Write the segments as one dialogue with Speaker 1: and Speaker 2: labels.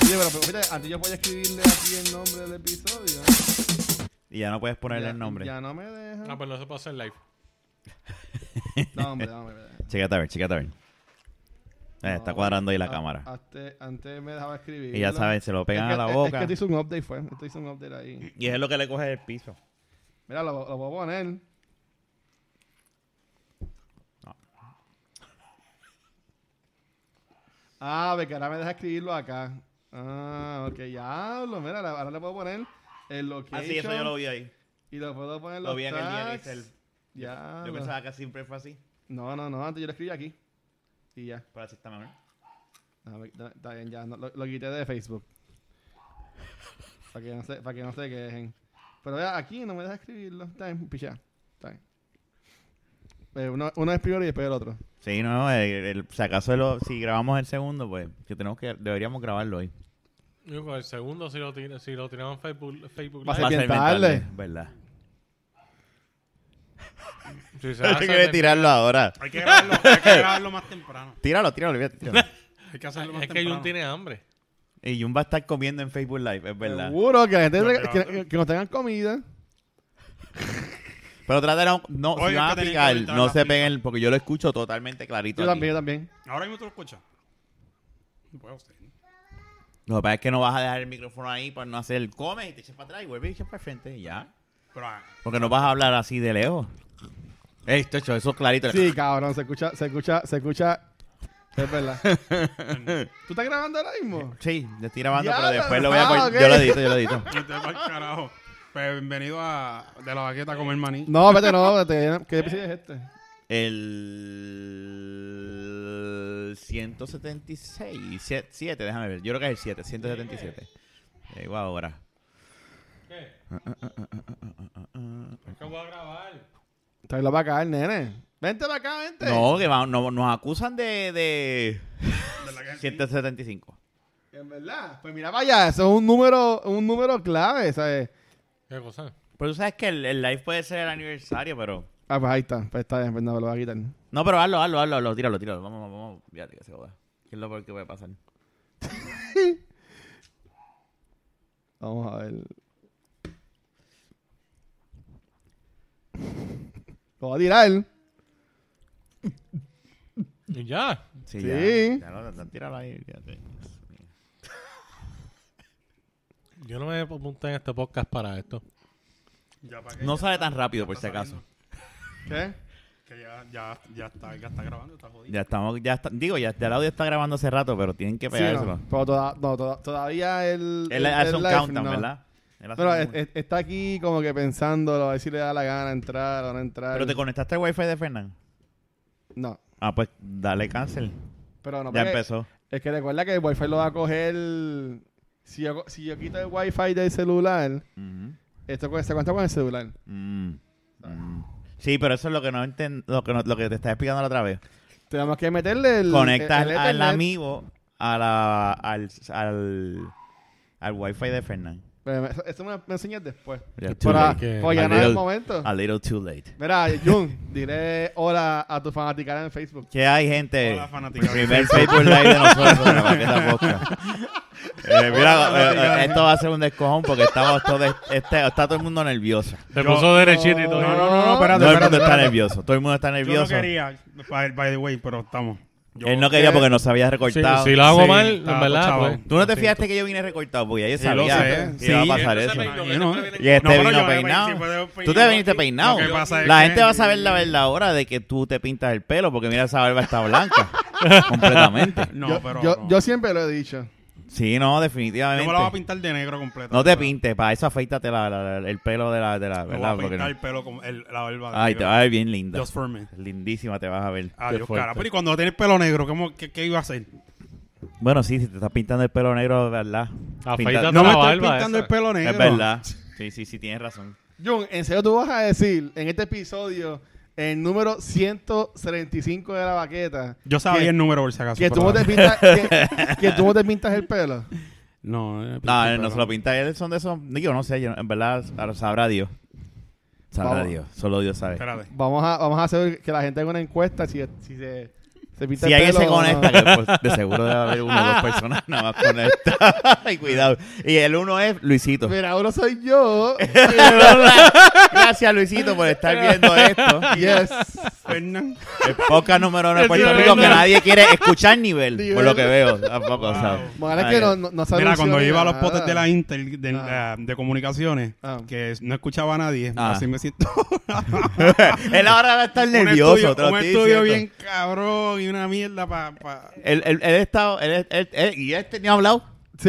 Speaker 1: pero mira, antes yo podía escribirle aquí el nombre del episodio.
Speaker 2: Y ya no puedes ponerle
Speaker 1: Ya-
Speaker 2: el nombre.
Speaker 1: Ya no me dejan.
Speaker 3: Ah, pues no se puede hacer live.
Speaker 1: No, hombre, no me dejan.
Speaker 2: Chécate a ver, chécate a ver. Eh,
Speaker 1: No,
Speaker 2: está cuadrando ahí la
Speaker 1: a-
Speaker 2: cámara.
Speaker 1: Antes, Ah, antes me dejaba escribir.
Speaker 2: y ya sabes, se lo pegan a la boca.
Speaker 1: Es que te hizo un update, fue. Te hizo un update ahí.
Speaker 2: Y es lo que le coge el piso.
Speaker 1: Mira, lo, lo voy a poner. Ah, ve que ahora me deja escribirlo acá. Ah, ok, ya hablo. Mira, ahora ahora le puedo poner el location.
Speaker 2: Así, Ah, eso yo lo vi ahí.
Speaker 1: Y lo puedo poner
Speaker 2: Lo
Speaker 1: los
Speaker 2: vi en el día de
Speaker 1: tags. ah.
Speaker 2: Excel.
Speaker 1: Ya.
Speaker 2: Yo
Speaker 1: lo-
Speaker 2: pensaba que siempre fue así.
Speaker 1: No, no, no, antes yo lo escribí aquí. Y ya.
Speaker 2: Pero así está mejor.
Speaker 1: Ah, ve- Está está bien, ya. no, lo, lo quité de Facebook. Para que, no se, para que no se quejen. Pero vea, aquí no me deja escribirlo. Está bien, pichá. Está bien. Eh, uno, uno es primero y después el otro.
Speaker 2: Sí, no, el, el- si acaso lo- si grabamos el segundo, pues que tenemos que deberíamos grabarlo hoy.
Speaker 3: Yo con el segundo, si lo, tira- si lo tiramos en Facebook, Facebook
Speaker 1: Va a
Speaker 3: Live,
Speaker 1: ser bien tarde.
Speaker 2: ¿eh? ¿verdad?
Speaker 3: si se
Speaker 2: Pero
Speaker 3: hace,
Speaker 2: quiere tirarlo ahora.
Speaker 4: Hay que grabarlo, hay que grabarlo más temprano.
Speaker 2: Tíralo, tíralo, olvídate, tíralo.
Speaker 4: Hay que hacerlo más
Speaker 3: Es que
Speaker 4: temprano.
Speaker 3: Jun tiene hambre.
Speaker 2: Y Jun va a estar comiendo en Facebook Live, es verdad.
Speaker 1: Seguro que la gente
Speaker 4: No,
Speaker 1: que,
Speaker 4: pero-
Speaker 1: que- que no tengan comida.
Speaker 2: Pero trata de no, no
Speaker 4: Oye,
Speaker 2: si van a
Speaker 4: es que tenés que
Speaker 2: picar,
Speaker 4: aventar
Speaker 2: no
Speaker 4: la
Speaker 2: se
Speaker 4: pizza.
Speaker 2: peguen, porque yo lo escucho totalmente clarito.
Speaker 1: Yo
Speaker 2: aquí.
Speaker 1: también, yo también.
Speaker 4: Ahora mismo tú lo escuchas. No puedo ser.
Speaker 2: Lo que pasa es que no vas a dejar el micrófono ahí para no hacer el come y te echas para atrás y vuelves y echas para el frente y ya.
Speaker 4: Pero ah,
Speaker 2: Porque no vas a hablar así de lejos. Ey, hecho, eso es clarito.
Speaker 1: Sí, cabrón, se escucha, se escucha, se escucha. Es verdad. ¿Tú estás grabando ahora mismo?
Speaker 2: Sí, le estoy grabando,
Speaker 1: Ya,
Speaker 2: pero después lo voy a
Speaker 1: ah,
Speaker 2: cort-
Speaker 1: ok.
Speaker 2: Yo lo edito, yo lo edito.
Speaker 4: y te va al carajo. Pues bienvenido a De la Vaqueta a comer maní.
Speaker 1: No, vete, no, vete. ¿Qué episodio es este?
Speaker 2: El 176, 7, déjame ver. Yo creo que es el 7, 177. Llegó ahora.
Speaker 3: ¿Qué? Es que voy a grabar.
Speaker 1: Tráelo para acá, el nene. Vente para acá, vente.
Speaker 2: No, que va- no- nos acusan de, de
Speaker 4: De la que-
Speaker 2: 175.
Speaker 1: En verdad. Pues mira, vaya, eso es un número, un número clave, ¿sabes?
Speaker 3: ¿Qué cosa?
Speaker 2: Pero tú sabes que el, el live puede ser el aniversario, pero...
Speaker 1: Ah, pues ahí está. Pues está bien, pues no, me lo va a quitar.
Speaker 2: No, pero hazlo, hazlo, hazlo, hazlo, tíralo, tíralo. Vamos, vamos, vamos. Fíjate que se joda. ¿Qué es lo peor que puede pasar?
Speaker 1: Vamos a ver. Lo va a tirar.
Speaker 3: Y ya.
Speaker 1: Sí.
Speaker 2: Ya, ya lo- ya tíralo ahí, fíjate.
Speaker 3: Yo no me apunté en este podcast para esto.
Speaker 4: Ya para que-
Speaker 2: No
Speaker 4: ya
Speaker 2: sale
Speaker 4: está-
Speaker 2: tan rápido,
Speaker 4: ya
Speaker 2: por
Speaker 4: está
Speaker 2: si acaso.
Speaker 4: saliendo.
Speaker 1: ¿Qué?
Speaker 4: Que ya, ya, ya, está, ya está grabando, está jodido.
Speaker 2: Ya estamos, ya está, digo, ya, ya el audio está grabando hace rato, pero tienen que
Speaker 1: Sí,
Speaker 2: pegárselo.
Speaker 1: no, pero toda- no, toda- todavía el.
Speaker 2: Él
Speaker 1: el-
Speaker 2: hace
Speaker 1: el
Speaker 2: un
Speaker 1: live,
Speaker 2: countdown,
Speaker 1: no.
Speaker 2: ¿verdad? Él hace
Speaker 1: Pero
Speaker 2: un-
Speaker 1: es- es- está aquí como que pensando, a ver si le da la gana entrar o no entrar.
Speaker 2: Pero te conectaste al wifi de Fernán.
Speaker 1: No.
Speaker 2: Ah, pues dale cancel.
Speaker 1: Pero no,
Speaker 2: ya
Speaker 1: porque-
Speaker 2: empezó.
Speaker 1: Es que recuerda que el wifi lo va a coger. Si yo, si yo quito el wifi del celular,
Speaker 2: Ujú.
Speaker 1: esto cu- se cuenta con el celular.
Speaker 2: Mm. Mm. Sí, pero eso es lo que no enten- lo que no- lo que te estaba explicando la otra vez.
Speaker 1: Tenemos que meterle el.
Speaker 2: Conectas
Speaker 1: el- el
Speaker 2: al
Speaker 1: Ethernet.
Speaker 2: amigo a la, al, al, al wifi de Fernán.
Speaker 1: Pero eso, eso me, me enseñas después.
Speaker 2: Ya,
Speaker 3: Too
Speaker 1: Para,
Speaker 3: late, que-
Speaker 1: pues ya
Speaker 2: A
Speaker 1: no es el
Speaker 2: little-
Speaker 1: momento.
Speaker 2: A little too late.
Speaker 1: Mira, Jun, diré hola a tu fanaticada en Facebook.
Speaker 2: ¿Qué hay, gente?
Speaker 4: Hola, fanática.
Speaker 2: Primer Facebook Live de nosotros, de la Vaqueta Podcast. Eh, mira, eh, eh, esto va a ser un descojón porque estamos todos, este- está todo el mundo nervioso.
Speaker 3: Se puso derechito y
Speaker 1: No,
Speaker 3: todo.
Speaker 4: No, no, no, no, espérate,
Speaker 2: Todo el mundo
Speaker 4: espérate.
Speaker 2: está nervioso. Todo el mundo está
Speaker 4: Yo no
Speaker 2: nervioso.
Speaker 4: quería, by, by the way, pero estamos. Yo-
Speaker 2: Él no quería porque nos había
Speaker 3: Si,
Speaker 2: recortado.
Speaker 3: si lo hago
Speaker 4: Sí,
Speaker 3: mal,
Speaker 4: está
Speaker 3: en verdad,
Speaker 4: chavo.
Speaker 3: pues.
Speaker 2: Tú no te fijaste que yo vine recortado porque ya yo
Speaker 4: Sí, lo
Speaker 2: sabía
Speaker 4: sé.
Speaker 2: que iba a
Speaker 4: Sí,
Speaker 2: pasar
Speaker 3: Ese
Speaker 2: eso.
Speaker 3: peinado que
Speaker 4: Yo no.
Speaker 3: siempre viene
Speaker 2: Y este
Speaker 4: No, pero yo
Speaker 2: vino
Speaker 4: me peiné, sí, fue
Speaker 2: peinado.
Speaker 4: de
Speaker 2: Tú te
Speaker 4: peinado.
Speaker 2: viniste peinado.
Speaker 4: Lo que pasa es
Speaker 2: La
Speaker 4: que-
Speaker 2: gente va a saber la verdad ahora de que tú te pintas el pelo porque mira esa barba está blanca. completamente.
Speaker 4: No,
Speaker 1: yo,
Speaker 4: pero.
Speaker 1: yo,
Speaker 4: no.
Speaker 1: yo siempre lo he dicho.
Speaker 2: Sí, no,
Speaker 4: Yo
Speaker 2: definitivamente.
Speaker 4: me la voy a pintar de negro completo.
Speaker 2: No te pintes, para eso afeítate la- la- la- el pelo de la, de la
Speaker 4: Me voy
Speaker 2: ¿verdad?
Speaker 4: a
Speaker 2: Porque no-
Speaker 4: pintar el pelo con el- la barba. de
Speaker 2: Ay, te
Speaker 4: negro.
Speaker 2: vas a ver bien linda.
Speaker 4: Just for me.
Speaker 2: Lindísima te vas a ver.
Speaker 4: Adiós,
Speaker 3: fuerte.
Speaker 4: cara. Pero y cuando tienes pelo negro, ¿cómo, qué, qué iba a hacer?
Speaker 2: Bueno, sí, si te estás pintando el pelo negro, ¿verdad?
Speaker 3: Afeítate
Speaker 2: Pinta-
Speaker 4: No me
Speaker 3: la
Speaker 4: estoy
Speaker 3: barba
Speaker 4: pintando
Speaker 3: esa.
Speaker 4: el pelo negro.
Speaker 2: Es verdad. Sí, sí, sí, tienes razón.
Speaker 1: Jun, ¿en serio tú vas a decir en este episodio, el número 135 de la baqueta,
Speaker 4: Yo sabía
Speaker 1: Que-
Speaker 4: el número por si acaso.
Speaker 1: que tú,
Speaker 4: pero-
Speaker 1: no te pintas, que, que tú no te pintas el pelo?
Speaker 4: No,
Speaker 3: Ah,
Speaker 4: eh,
Speaker 2: No,
Speaker 4: pinté el
Speaker 2: no
Speaker 4: pelo.
Speaker 2: se lo pinta él, son de esos. Yo no sé, yo, en verdad, ahora sabrá Dios. Sabrá
Speaker 1: Vamos.
Speaker 2: Dios, solo Dios sabe.
Speaker 4: Espérate.
Speaker 1: Vamos a, vamos a hacer que la gente haga una encuesta si, si se, se Se pinta
Speaker 2: Si
Speaker 1: el
Speaker 2: alguien se
Speaker 1: pelo, no.
Speaker 2: conecta, que pues, de seguro debe haber uno o dos personas nada más conectadas. Ay, cuidado. Y el uno es Luisito.
Speaker 1: Mira, uno soy yo. Eh,
Speaker 2: Gracias, Luisito, por estar viendo esto.
Speaker 1: Yes.
Speaker 4: Fernan.
Speaker 2: El podcast número uno de Puerto
Speaker 3: Sí,
Speaker 2: Rico que
Speaker 3: verdad.
Speaker 2: nadie quiere escuchar ni ver, por
Speaker 1: Nivel.
Speaker 2: lo que veo. Tampoco,
Speaker 4: Wow.
Speaker 2: ¿sabes?
Speaker 1: Bueno, es
Speaker 2: Ah,
Speaker 1: que
Speaker 2: ya.
Speaker 1: no, no, no se
Speaker 4: Mira, cuando
Speaker 1: alusiona
Speaker 4: iba a los
Speaker 1: nada.
Speaker 4: potes de la Intel, de,
Speaker 1: Ah.
Speaker 4: la- de comunicaciones,
Speaker 1: Ah.
Speaker 4: que no escuchaba a nadie,
Speaker 2: Ah.
Speaker 4: así me siento.
Speaker 2: Él ahora va a estar
Speaker 4: Un
Speaker 2: nervioso.
Speaker 4: estudio-
Speaker 2: te lo
Speaker 4: un
Speaker 2: estoy diciendo.
Speaker 4: estudio bien cabrón y una mierda para... Pa.
Speaker 2: Él, él, él estaba- él- él- él- y este ni ha hablado.
Speaker 1: Sí.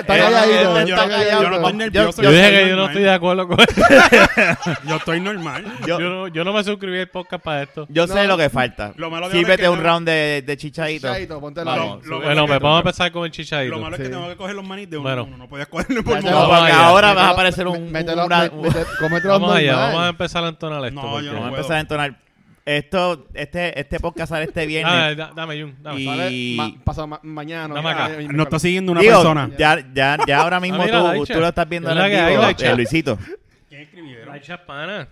Speaker 1: Está está
Speaker 2: era-
Speaker 1: calladito.
Speaker 2: era-
Speaker 1: está
Speaker 4: yo, no-
Speaker 1: calladito.
Speaker 4: yo no estoy nervioso.
Speaker 3: Yo dije que yo no estoy de
Speaker 4: normal.
Speaker 3: acuerdo con esto.
Speaker 4: Yo estoy normal.
Speaker 2: Yo,
Speaker 3: Yo no, yo no me suscribí al podcast para esto.
Speaker 2: yo sé
Speaker 1: No.
Speaker 2: lo que falta.
Speaker 4: Lo malo de ahora es
Speaker 2: Sírvete
Speaker 4: que
Speaker 2: un
Speaker 4: no-
Speaker 2: round de, de chichadito.
Speaker 1: Chichadito, ponte la-
Speaker 2: Vamos.
Speaker 4: Lo- lo-
Speaker 3: bueno,
Speaker 4: que-
Speaker 3: pues vamos a empezar con el chichadito.
Speaker 4: Lo malo es que
Speaker 1: Sí.
Speaker 4: tengo que coger los manis de uno.
Speaker 3: Bueno.
Speaker 4: en uno, No podías cogerlo por
Speaker 1: Mételo-
Speaker 2: No,
Speaker 4: uno.
Speaker 3: vamos
Speaker 2: porque
Speaker 3: allá.
Speaker 2: ahora vas a
Speaker 1: Mételo-
Speaker 2: aparecer un... un-
Speaker 1: Mételo,
Speaker 2: una-
Speaker 1: mé- mételo- cómetelo
Speaker 3: Vamos allá,
Speaker 1: normal.
Speaker 3: vamos a empezar a entonar esto.
Speaker 4: No,
Speaker 3: porque-
Speaker 4: yo no
Speaker 2: Vamos a
Speaker 4: puedo.
Speaker 2: empezar a entonar. Esto, este, este podcast sale este
Speaker 3: Ah,
Speaker 2: viernes.
Speaker 3: da- dame, Jun, dame.
Speaker 2: Y-
Speaker 1: Vale, ma- pasado ma- mañana.
Speaker 3: Dame
Speaker 1: ya,
Speaker 3: acá.
Speaker 1: ya, ya,
Speaker 4: No está siguiendo una
Speaker 2: Digo,
Speaker 4: persona.
Speaker 2: Ya, ya, ya ahora mismo
Speaker 3: Ah, mira, la
Speaker 2: tú,
Speaker 3: Icha.
Speaker 2: tú lo estás viendo
Speaker 3: Es
Speaker 2: en
Speaker 3: la
Speaker 2: el
Speaker 3: que hay,
Speaker 2: vivo,
Speaker 3: la Icha.
Speaker 2: eh, Luisito.
Speaker 4: ¿Quién escribieron?
Speaker 3: Ay, chapana.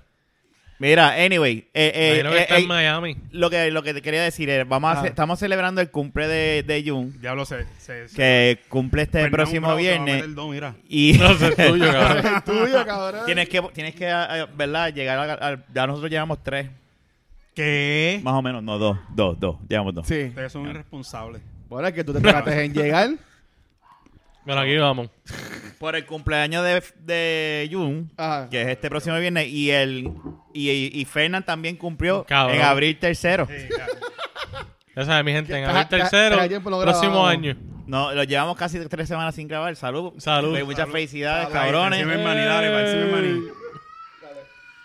Speaker 2: Mira, anyway. eh, eh,
Speaker 3: Imagino que
Speaker 2: eh,
Speaker 3: está
Speaker 2: eh,
Speaker 3: en Miami.
Speaker 2: lo que lo que te quería decir es, vamos a
Speaker 1: Ah.
Speaker 2: ce- estamos celebrando el cumple de, de Jun,
Speaker 4: Diablo, se... se- se-
Speaker 2: que cumple este
Speaker 4: Fernan,
Speaker 2: próximo
Speaker 4: bravo, te va a
Speaker 2: viernes.
Speaker 4: meter dos, mira.
Speaker 2: Y
Speaker 3: No, ese es tuyo, cabrón.
Speaker 1: Es tuyo, cabrón.
Speaker 2: tienes que, tienes que eh, ¿verdad? Llegar a, a- Ya nosotros llevamos tres,
Speaker 4: ¿Qué?
Speaker 2: más o menos. No, dos, dos, dos. Llevamos dos.
Speaker 1: Sí.
Speaker 4: Ustedes son irresponsables.
Speaker 1: Bueno, es que tú te trataste en llegar.
Speaker 3: Bueno, aquí vamos.
Speaker 2: Por el cumpleaños de, de Jun,
Speaker 1: Ajá.
Speaker 2: que es este próximo viernes, y el y, y, y Fernan también cumplió
Speaker 3: Cabrón.
Speaker 2: en abril tercero.
Speaker 3: Ya sabes, mi gente, en
Speaker 1: Está-
Speaker 3: abril
Speaker 1: está-
Speaker 3: tercero,
Speaker 1: está tiempo, lo
Speaker 3: próximo
Speaker 1: grabamos.
Speaker 3: año.
Speaker 2: No, lo llevamos casi tres semanas sin grabar. Salud.
Speaker 3: Salud.
Speaker 2: Eh, Muchas
Speaker 3: Salud.
Speaker 2: felicidades,
Speaker 1: Salud.
Speaker 2: cabrones.
Speaker 4: Encima en maní, dale, pa' encima en maní.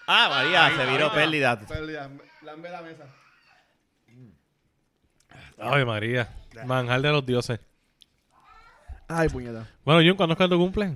Speaker 2: Ah, María, se viró pérdida.
Speaker 1: Pérdida. Lambe la mesa.
Speaker 3: Ay, María. Manjar de los dioses.
Speaker 1: Ay, puñeta.
Speaker 3: Bueno, Jun, ¿cuándo es que tú cumples?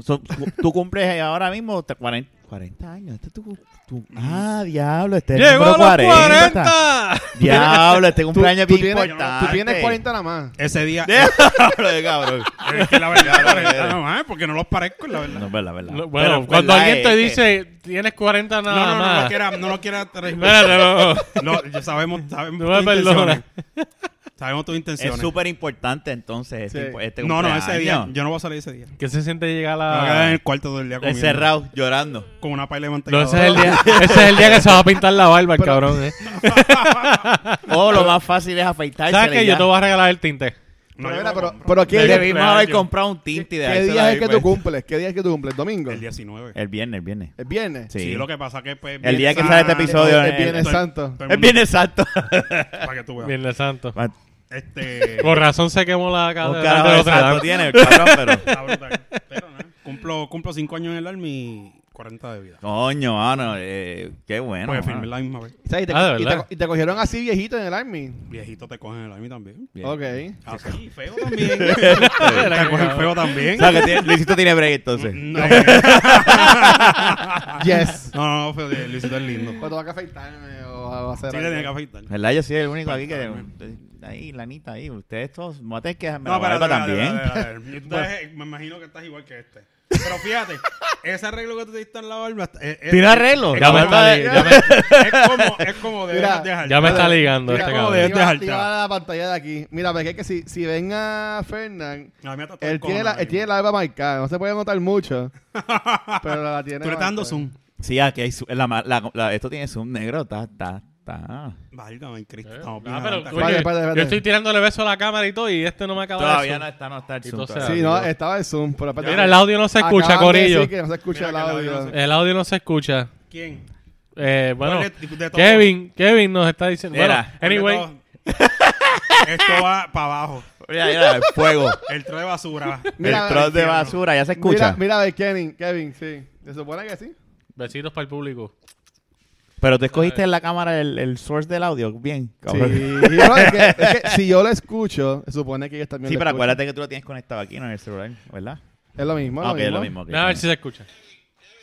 Speaker 2: So, tú- tú cumples ahora mismo tre- 40, 40 años. Este es tu, tu- ah, diablo, este es el número 40. Diablo, este cumpleaños
Speaker 1: tú
Speaker 2: es bien
Speaker 1: tienes-
Speaker 2: importante.
Speaker 1: Tú tienes 40 nada más.
Speaker 4: Ese día...
Speaker 2: Diablo, de cabrón.
Speaker 4: Es que la verdad, la verdad,
Speaker 2: eres.
Speaker 4: no, ah, porque no los parezco, la verdad.
Speaker 2: No,
Speaker 4: No,
Speaker 2: es verdad, es verdad.
Speaker 3: No,
Speaker 2: Pero
Speaker 3: bueno,
Speaker 2: es
Speaker 3: cuando
Speaker 2: verdad, este
Speaker 3: alguien te
Speaker 2: es que-
Speaker 3: dice, tienes 40 nada
Speaker 4: no, no, no, lo
Speaker 3: más.
Speaker 4: quiera, no lo quiera traer.
Speaker 3: Espérate, no.
Speaker 4: No, ya sabemos, sabemos
Speaker 3: No me
Speaker 4: tus intenciones.
Speaker 3: perdona.
Speaker 4: Sabemos tus
Speaker 2: es
Speaker 4: intenciones.
Speaker 2: súper importante entonces este,
Speaker 1: Sí.
Speaker 2: impo- este
Speaker 4: no, no,
Speaker 2: cumpleaños.
Speaker 4: ese día, yo no voy a salir ese día.
Speaker 3: ¿Qué se siente llegar a
Speaker 4: Me voy a quedar en
Speaker 3: la...
Speaker 4: el cuarto todo el día comiendo.
Speaker 2: Encerrado, llorando.
Speaker 4: Con una paila de
Speaker 3: Ah. No,
Speaker 4: mantecado.
Speaker 3: ese es el día, ese es el día que se va a pintar la barba el cabrón, eh.
Speaker 2: O lo más fácil es afeitarse.
Speaker 3: ¿Sabes qué? Yo te voy a regalar el tinte.
Speaker 4: No,
Speaker 1: pero,
Speaker 4: yo
Speaker 1: mira,
Speaker 4: no
Speaker 1: pero,
Speaker 4: compro.
Speaker 1: pero ¿qué, día,
Speaker 2: Debimos haber
Speaker 4: cumpleaños.
Speaker 2: comprado un tinte y
Speaker 1: qué
Speaker 2: dejárselo
Speaker 1: día
Speaker 2: ahí,
Speaker 1: es que
Speaker 2: pues.
Speaker 1: tú cumples? ¿Qué día es que tú cumples? ¿Domingo?
Speaker 4: El 19.
Speaker 2: El viernes, el viernes.
Speaker 1: ¿El viernes?
Speaker 2: Sí.
Speaker 4: Sí, lo que pasa que pues,
Speaker 2: El día que
Speaker 4: Viernes
Speaker 2: sale este
Speaker 4: Santo,
Speaker 2: episodio,
Speaker 1: El
Speaker 2: eh,
Speaker 1: viernes
Speaker 4: eh,
Speaker 1: santo.
Speaker 4: todo el
Speaker 2: El
Speaker 4: mundo-
Speaker 2: viernes exacto.
Speaker 4: Para que tú veas.
Speaker 3: Viernes Santo.
Speaker 4: Este.
Speaker 3: Con razón se quemó la
Speaker 2: Un
Speaker 3: catedral
Speaker 2: carajo
Speaker 3: de
Speaker 2: de
Speaker 3: Notre
Speaker 2: santo
Speaker 3: Dame.
Speaker 2: tiene, el cabrón, pero...
Speaker 4: está brutal. Pero nada, Cumplo, cumplo 5 años en el Army y 40 de vida.
Speaker 2: Coño, mano, eh, qué bueno.
Speaker 4: Voy a
Speaker 2: mano.
Speaker 4: firmar la misma vez.
Speaker 1: O sea, y, te,
Speaker 3: Ah, de
Speaker 1: y te-
Speaker 3: verdad.
Speaker 1: y te cogieron así viejito en el Army.
Speaker 4: Viejito te cogen en el Army también.
Speaker 2: Bien.
Speaker 1: Ok.
Speaker 4: Así, feo también. te cogen feo
Speaker 2: O
Speaker 4: también.
Speaker 2: sea, que tiene- Luisito tiene break entonces.
Speaker 4: No, no,
Speaker 1: Yes.
Speaker 4: no, feo, Luisito es lindo.
Speaker 1: Pero Ah. Pues tengo que afeitarme o o hacer
Speaker 4: Sí, le
Speaker 1: algo.
Speaker 4: tiene que afeitar.
Speaker 2: ¿Verdad? Yo soy el único aquí que. Ahí, lanita, ahí. Ustedes todos. Me voy a tener que dejarme
Speaker 4: No,
Speaker 2: la barba
Speaker 4: espérate,
Speaker 2: también.
Speaker 4: espérate, espérate, espérate. Tú estás- Me imagino que estás igual que este. Pero fíjate, ese arreglo que tú te diste en la barba. Es, es-
Speaker 2: Tiene arreglo.
Speaker 4: Es,
Speaker 3: Ya me
Speaker 4: como,
Speaker 3: está, li- ya me,
Speaker 4: es como, es como de
Speaker 1: Mira,
Speaker 4: dejar.
Speaker 3: ya me está ligando
Speaker 4: Mira
Speaker 3: este
Speaker 4: cómo
Speaker 3: cabrón.
Speaker 4: de-
Speaker 1: Iba-
Speaker 4: Deja el
Speaker 1: iba
Speaker 4: chat.
Speaker 1: a la pantalla de aquí. Mira, porque es que si, si ven a Fernán,
Speaker 4: La mía está todo el
Speaker 1: él tiene
Speaker 4: cojones
Speaker 1: la,
Speaker 4: ahora
Speaker 1: él tiene
Speaker 4: mismo.
Speaker 1: la barba marcada. No se puede notar mucho. pero la tiene.
Speaker 4: Tú le estás dando
Speaker 1: marcada.
Speaker 4: zoom.
Speaker 2: Sí, aquí hay. su- la ma- la- la- esto tiene zoom negro. Está, está, está.
Speaker 4: Válgame, Cristo.
Speaker 3: Ah,
Speaker 4: Estamos bien
Speaker 3: pero,
Speaker 4: adelante.
Speaker 3: coño,
Speaker 1: Espérate, espérate,
Speaker 3: Yo
Speaker 1: espérate.
Speaker 3: estoy tirándole besos a la cámara y todo y este no me acaba
Speaker 2: Todavía
Speaker 3: de
Speaker 2: no
Speaker 3: eso.
Speaker 2: está, no está el
Speaker 3: Y
Speaker 2: zoom.
Speaker 3: tú
Speaker 2: todavía.
Speaker 1: Sí, no, estaba el Zoom. Pero espérate.
Speaker 3: Mira, el audio no se escucha,
Speaker 1: Acaban de
Speaker 3: Corillo.
Speaker 1: decir que no se escucha
Speaker 4: Mira
Speaker 1: el
Speaker 4: que el audio no
Speaker 1: audio.
Speaker 4: se-
Speaker 3: El audio no se escucha.
Speaker 4: ¿Quién?
Speaker 3: Eh, bueno,
Speaker 4: Ponle de- de todo.
Speaker 3: Kevin, Kevin nos está diciendo.
Speaker 2: Mira,
Speaker 3: bueno, anyway,
Speaker 4: Ponle todo. Esto va para abajo.
Speaker 2: Mira, mira, el fuego.
Speaker 4: El tro de basura.
Speaker 1: Mira,
Speaker 2: el troll de
Speaker 4: infierno.
Speaker 2: basura, ya se escucha.
Speaker 1: Mira, mira, Kevin, Kevin, sí. Se supone que sí.
Speaker 3: besitos para el público.
Speaker 2: Pero tú escogiste en la cámara el, el source del audio. Bien,
Speaker 1: Sí,
Speaker 2: cabrón. Sí,
Speaker 1: no, es, que, es que si yo lo escucho, se supone que ellos también lo
Speaker 2: pero
Speaker 1: escuchan.
Speaker 2: acuérdate que tú lo tienes conectado aquí, no en el celular, ¿verdad?
Speaker 1: Es lo mismo.
Speaker 2: Ah, ok, es lo mismo. ok.
Speaker 3: A ver si se escucha.